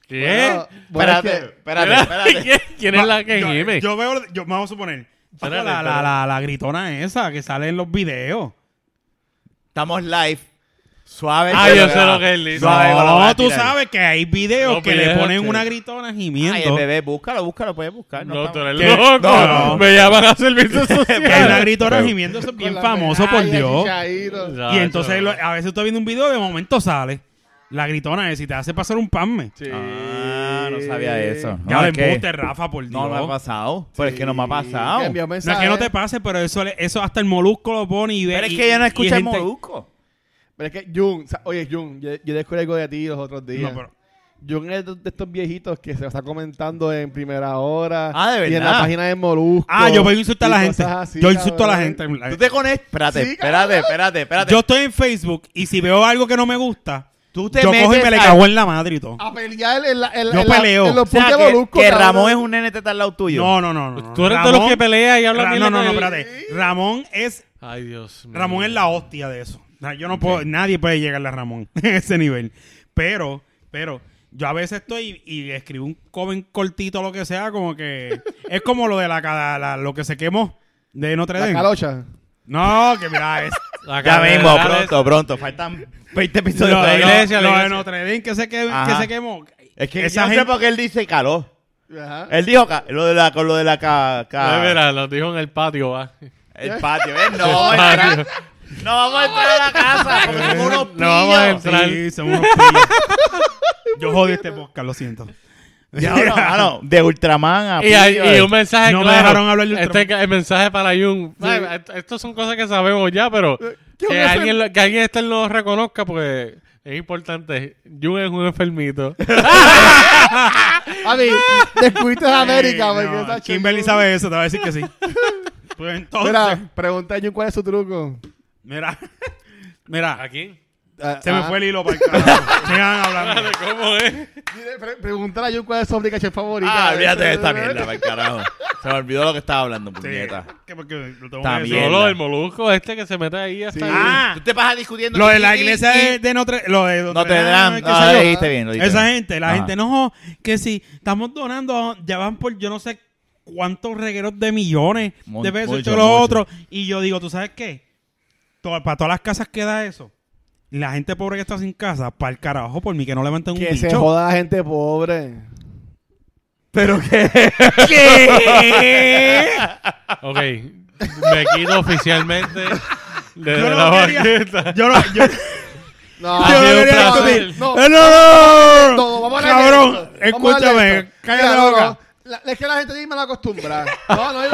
Speaker 3: ¿Qué?
Speaker 1: Bueno, bueno, es
Speaker 2: Espérate,
Speaker 1: que-
Speaker 2: espérate, espérate.
Speaker 3: ¿Quién- ¿Quién es la que
Speaker 4: yo,
Speaker 3: gime?
Speaker 4: Yo veo, yo, vamos a suponer, la,
Speaker 3: Espérate,
Speaker 4: la,
Speaker 3: espérate.
Speaker 4: la- la gritona esa que sale en los videos.
Speaker 2: Estamos live. Suave.
Speaker 3: Ah,
Speaker 2: pero
Speaker 3: yo
Speaker 2: ya.
Speaker 3: sé lo que él dice.
Speaker 2: Suave, con la
Speaker 4: No,
Speaker 2: barra
Speaker 4: tú
Speaker 2: tirar.
Speaker 4: sabes que hay videos
Speaker 3: Los
Speaker 4: que le
Speaker 3: videos,
Speaker 4: ponen
Speaker 2: este.
Speaker 3: sí.
Speaker 4: una gritona
Speaker 2: Ay, el
Speaker 4: gimiendo.
Speaker 2: bebé, búscalo, búscalo, puedes buscar.
Speaker 3: No, tú eres
Speaker 4: ¿Qué?
Speaker 3: loco.
Speaker 4: No, no.
Speaker 3: Me llaman a servicios
Speaker 4: Que hay una
Speaker 3: sociales.
Speaker 4: gritona
Speaker 2: Pero-
Speaker 4: gimiendo, eso es
Speaker 1: con
Speaker 4: bien
Speaker 1: las
Speaker 4: famoso, por
Speaker 1: medallas,
Speaker 4: Dios.
Speaker 1: chichaitos.
Speaker 2: Ah,
Speaker 4: Y entonces lo- a veces tú estás viendo un video, de momento sale la gritona esa y te hace pasar un panme.
Speaker 1: Sí.
Speaker 2: Ah, no sabía eso.
Speaker 4: Ya
Speaker 2: No,
Speaker 4: le
Speaker 2: es que-
Speaker 4: embuste, Rafa, por Dios.
Speaker 2: No me ha pasado. Pero es que no me ha pasado.
Speaker 1: Que envió
Speaker 4: No es
Speaker 1: mensajes.
Speaker 4: que no te pase, pero eso, le- eso hasta el molusco lo pone y ve.
Speaker 2: Pero es
Speaker 4: y-
Speaker 2: que ella no
Speaker 4: y
Speaker 2: escucha el
Speaker 4: gente-
Speaker 2: molusco.
Speaker 1: Pero es que Jun, o sea, oye Jun, yo, yo descubrí algo de ti los otros días.
Speaker 4: No, pero-
Speaker 1: Jun es de de estos viejitos que se lo está comentando en primera hora.
Speaker 2: Ah, ¿de
Speaker 1: Y en la
Speaker 2: verdad?
Speaker 1: página de Molusco.
Speaker 4: Ah, yo voy a insultar a la
Speaker 1: y
Speaker 4: gente.
Speaker 1: cosas así,
Speaker 4: yo insulto a la
Speaker 1: cabrón.
Speaker 4: gente.
Speaker 2: Tú te conectas. Espérate,
Speaker 1: Sí,
Speaker 2: espérate, espérate, espérate.
Speaker 4: Yo estoy en Facebook y si veo algo que no me gusta,
Speaker 2: Tú te
Speaker 4: yo cojo y
Speaker 2: metes
Speaker 4: me le
Speaker 2: a-
Speaker 4: cago en la madre y todo.
Speaker 1: A pelear en, la, en, la-
Speaker 4: Yo
Speaker 1: en la-
Speaker 4: peleo.
Speaker 1: en los
Speaker 2: O sea,
Speaker 1: posts de
Speaker 2: que,
Speaker 1: Molusco.
Speaker 2: que
Speaker 1: cabrón.
Speaker 2: Ramón es un nene teta al lado tuyo.
Speaker 4: No, no, no, no, no.
Speaker 3: Tú eres de los que pelea y habla
Speaker 4: Ra-
Speaker 3: bien.
Speaker 4: No, no, no, espérate. Ramón es,
Speaker 3: Ay, Dios mío.
Speaker 4: Ramón es la hostia de eso. O sea, Yo no puedo, nadie puede llegarle a Ramón a ese nivel. Pero, pero, yo a veces estoy y escribo un comment cortito lo que sea, como que es como lo de la, ca- la- lo que se quemó de Notre
Speaker 1: La
Speaker 4: Dame.
Speaker 1: calocha.
Speaker 4: no, que mira, es
Speaker 3: La
Speaker 2: Ya
Speaker 3: catedral
Speaker 2: mismo,
Speaker 3: es-
Speaker 2: pronto, pronto. Faltan 20
Speaker 4: Lo,
Speaker 2: episodios.
Speaker 4: lo-
Speaker 2: todavía.
Speaker 3: iglesia, la
Speaker 4: lo de
Speaker 3: iglesia.
Speaker 4: Notre Dame que se, que, que
Speaker 2: Ajá.
Speaker 4: se quemó.
Speaker 2: Es que yo
Speaker 4: esa
Speaker 2: no sé
Speaker 4: gente-
Speaker 2: por qué él dice caló.
Speaker 1: Ajá.
Speaker 2: Él dijo ca- lo de la, con lo de la ca, ca-
Speaker 3: Ay, mira, lo dijo en el patio, va.
Speaker 2: el patio. ¿ves? No, vamos a
Speaker 3: patio.
Speaker 2: entrar- no vamos a entrar a la casa porque somos unos
Speaker 3: No vamos a
Speaker 2: pillos.
Speaker 3: entrar.
Speaker 4: Sí, somos unos pillos. Yo jodí este podcast, lo siento.
Speaker 2: Ya, bueno, mano, de Ultraman a eh.
Speaker 3: Y, hay-
Speaker 2: pillos.
Speaker 3: y un mensaje
Speaker 4: No me
Speaker 3: claro.
Speaker 4: dejaron hablar de
Speaker 3: este,
Speaker 4: Ultraman.
Speaker 3: ca- el mensaje para Jun. Ay, est- Estas son cosas que sabemos ya, pero
Speaker 4: Eh,
Speaker 3: que
Speaker 1: hubiese-
Speaker 3: alguien, lo- que alguien este lo reconozca porque es importante. Jun es un enfermito.
Speaker 1: A mí, Ah, descubriste a América.
Speaker 4: Eh,
Speaker 1: porque
Speaker 4: no,
Speaker 1: esa
Speaker 4: Kimberly
Speaker 1: chica-
Speaker 4: sabe eso, te va a decir que sí. Pues entonces,
Speaker 1: Mira, pregunta a Jun cuál es su truco.
Speaker 4: mira, mira,
Speaker 3: quién?
Speaker 1: Ah,
Speaker 4: se me
Speaker 1: ah.
Speaker 4: fue el hilo para el carajo. Sigan hablando.
Speaker 3: ¿Cómo es?
Speaker 1: ah, Dile, pre- Pregúntale a Jun cuál es su aplicación favorita.
Speaker 2: Ah, olvídate de esta mierda, pues, pa'l carajo. Se me olvidó lo que estaba hablando,
Speaker 4: Sí,
Speaker 2: puñeta.
Speaker 4: que porque lo tengo
Speaker 2: Está
Speaker 4: que decir.
Speaker 2: bien.
Speaker 3: Solo el molusco este que se mete ahí hasta
Speaker 1: Sí.
Speaker 3: ahí.
Speaker 4: Ah,
Speaker 2: Tú te pasas discutiendo.
Speaker 4: Lo de
Speaker 2: y-
Speaker 4: la
Speaker 2: y-
Speaker 4: iglesia
Speaker 2: y-
Speaker 4: de, de Notre lo de
Speaker 2: No
Speaker 4: Notre
Speaker 2: te dan.
Speaker 4: Dame, qué sé
Speaker 2: Ah,
Speaker 4: yo.
Speaker 2: lo dijiste bien, lo dijiste
Speaker 4: Esa
Speaker 2: bien.
Speaker 4: gente, la
Speaker 2: Ajá.
Speaker 4: gente, no, que si estamos donando, ya van por yo no sé cuántos regueros de millones
Speaker 2: Mu-
Speaker 4: de pesos,
Speaker 2: mucho,
Speaker 4: esto y lo
Speaker 2: mucho.
Speaker 4: otro. Y yo digo, ¿tú sabes qué? To- para todas las casas queda eso. Y La gente pobre que está sin casa, para el carajo, por mí que no levanten un
Speaker 1: Que se
Speaker 4: bicho.
Speaker 1: joda la gente pobre.
Speaker 2: ¿Pero qué?
Speaker 4: ¿Qué?
Speaker 3: Ok, me quito oficialmente de
Speaker 4: Yo no
Speaker 3: la
Speaker 4: quería-
Speaker 3: banqueta.
Speaker 4: Yo no, yo,
Speaker 1: No,
Speaker 3: Ha
Speaker 4: yo no
Speaker 3: sido un
Speaker 4: quería
Speaker 3: placer.
Speaker 4: discutir.
Speaker 1: No,
Speaker 4: Eh, no, no, no, no,
Speaker 1: No, vamos a hablar de esto.
Speaker 4: Cabrón,
Speaker 1: Vamos a hablar de
Speaker 4: escúchame,
Speaker 1: esto.
Speaker 4: cállate
Speaker 1: Mira,
Speaker 4: la boca.
Speaker 1: loco, la- es que la gente tiene mala acostumbra. No, no, no, no,
Speaker 4: Es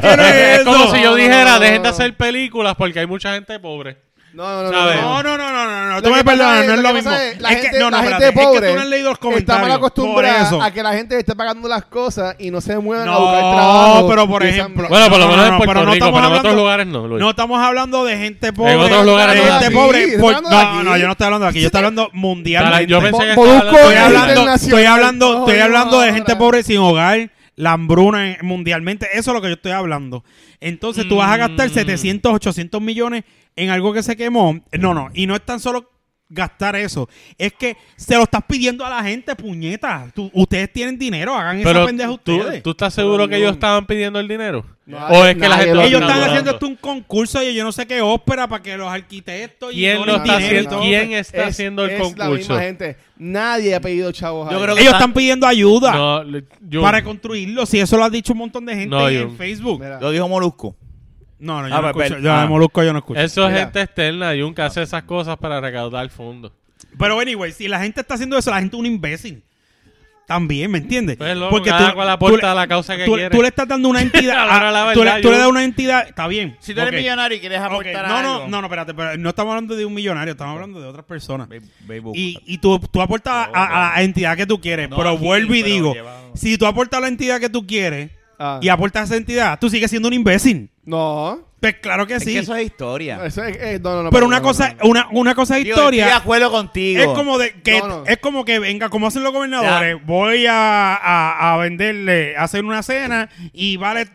Speaker 4: que no es
Speaker 3: Es como
Speaker 4: eso.
Speaker 3: si yo
Speaker 1: No,
Speaker 3: dijera,
Speaker 1: no, no,
Speaker 3: dejen
Speaker 1: no.
Speaker 3: de hacer películas porque hay mucha gente pobre.
Speaker 1: no, no, no,
Speaker 3: ¿Sabes?
Speaker 1: no,
Speaker 4: No,
Speaker 1: no.
Speaker 4: no, no, no, no, no.
Speaker 1: Lo
Speaker 4: Tú me
Speaker 1: que pasa
Speaker 4: perdonas,
Speaker 1: es-
Speaker 4: no es lo
Speaker 1: que
Speaker 4: mismo.
Speaker 1: pasa es, la
Speaker 4: es que,
Speaker 1: gente,
Speaker 4: no, no,
Speaker 1: la gente
Speaker 4: espérate, es que
Speaker 1: pobre
Speaker 4: tú no has leído los
Speaker 1: está
Speaker 4: comentarios.
Speaker 1: mal acostumbrada
Speaker 4: por eso.
Speaker 1: a que la gente esté pagando las cosas y no se muevan a buscar trabajo.
Speaker 4: No, pero por
Speaker 1: Y esa-
Speaker 4: ejemplo.
Speaker 3: Bueno, por lo
Speaker 4: no,
Speaker 3: menos
Speaker 4: no,
Speaker 3: en
Speaker 4: no,
Speaker 3: Puerto Rico,
Speaker 4: estamos
Speaker 3: pero en otros
Speaker 4: hablando-
Speaker 3: lugares no, Luis.
Speaker 4: No estamos hablando de gente pobre.
Speaker 3: otros lugares
Speaker 4: de
Speaker 3: no.
Speaker 4: gente
Speaker 3: Aquí,
Speaker 4: pobre.
Speaker 1: estamos
Speaker 4: por-
Speaker 1: hablando de
Speaker 4: no,
Speaker 1: aquí.
Speaker 4: no, yo no estoy hablando de aquí, yo estoy hablando
Speaker 3: Para-
Speaker 4: mundialmente.
Speaker 3: yo pensé que
Speaker 1: Bo-
Speaker 3: estaba
Speaker 1: Molusco
Speaker 4: estoy
Speaker 1: es
Speaker 4: hablando,
Speaker 1: internacional.
Speaker 4: estoy hablando, estoy
Speaker 1: Ojo,
Speaker 4: hablando de
Speaker 1: ahora.
Speaker 4: gente pobre sin hogar, la hambruna en- mundialmente. Eso es lo que yo estoy hablando. Entonces tú vas a gastar
Speaker 3: Mm.
Speaker 4: 700, 800 millones en algo que se quemó. No, no. Y no es tan solo gastar eso. Es que se lo estás pidiendo a la gente, puñeta. Tú- ustedes tienen dinero, hagan esa
Speaker 3: Pero
Speaker 4: pendeja
Speaker 3: ¿tú,
Speaker 4: ustedes.
Speaker 3: ¿tú estás seguro
Speaker 1: Pero
Speaker 3: que
Speaker 1: no.
Speaker 3: ellos estaban pidiendo el dinero?
Speaker 1: No,
Speaker 3: ¿O es que la
Speaker 1: nadie
Speaker 3: gente
Speaker 1: lo están
Speaker 3: lo
Speaker 4: ellos están
Speaker 1: hablando.
Speaker 4: haciendo esto un concurso y yo no sé qué ópera para que los arquitectos y
Speaker 3: ¿Quién
Speaker 4: donen
Speaker 3: lo está
Speaker 4: dinero y
Speaker 3: haciendo?
Speaker 4: todo.
Speaker 3: ¿Quién está haciendo el
Speaker 1: es la
Speaker 3: concurso?
Speaker 1: misma gente. Nadie ha pedido chavos
Speaker 2: Yo
Speaker 1: ahí.
Speaker 2: creo que-
Speaker 4: Ellos están pidiendo ayuda.
Speaker 3: No, le- yo-
Speaker 4: para construirlo. Si eso lo ha dicho un montón de gente
Speaker 3: No,
Speaker 4: en
Speaker 3: yo-
Speaker 4: Facebook.
Speaker 1: Mira,
Speaker 2: Lo dijo Molusco.
Speaker 4: No, no, yo
Speaker 2: Ah,
Speaker 4: no
Speaker 2: pues,
Speaker 4: escucho.
Speaker 2: ver-
Speaker 4: Yo de
Speaker 2: ah.
Speaker 4: Molusco yo no escucho.
Speaker 3: eso es
Speaker 1: Mira.
Speaker 3: gente externa y un que hace esas cosas para recaudar fondos.
Speaker 4: Pero, anyway, si la gente está haciendo eso, la gente es un imbécil. También, ¿me entiendes?
Speaker 3: Pues, loco, cada cual aporta a la causa que
Speaker 4: tú-
Speaker 3: quiere.
Speaker 4: tú le estás dando una entidad.
Speaker 3: A la hora de la
Speaker 4: tú, le,
Speaker 3: verdad,
Speaker 4: tú le
Speaker 3: yo-
Speaker 4: das una entidad. Está bien.
Speaker 2: Si tú eres
Speaker 4: ok.
Speaker 2: millonario y quieres
Speaker 4: Ok,
Speaker 2: aportar
Speaker 4: No,
Speaker 2: algo.
Speaker 4: no, no, no, espérate, pero no estamos hablando de un millonario, estamos hablando de otras personas.
Speaker 2: Ve- ve y busca.
Speaker 4: Y, y tú, tú aportas a- a, a la entidad que tú quieres,
Speaker 2: No,
Speaker 4: pero
Speaker 2: aquí,
Speaker 4: vuelvo y
Speaker 2: pero
Speaker 4: digo,
Speaker 2: lleva-
Speaker 4: si tú aportas a la entidad que tú quieres
Speaker 1: Ah.
Speaker 4: y aportas a esa entidad, tú sigues siendo un imbécil.
Speaker 1: No.
Speaker 4: Pues claro que
Speaker 2: Es
Speaker 4: sí.
Speaker 2: que eso es historia.
Speaker 1: Eso es, eh, no, no, no,
Speaker 4: pero
Speaker 1: no,
Speaker 4: una
Speaker 1: no,
Speaker 4: cosa,
Speaker 1: no, no.
Speaker 4: una, una cosa es
Speaker 2: Digo, Estoy de
Speaker 4: historia.
Speaker 2: acuerdo contigo.
Speaker 4: Es como de que
Speaker 1: No, no.
Speaker 4: es como que venga, como hacen los gobernadores, voy a, a- a venderle, a hacer una cena y vale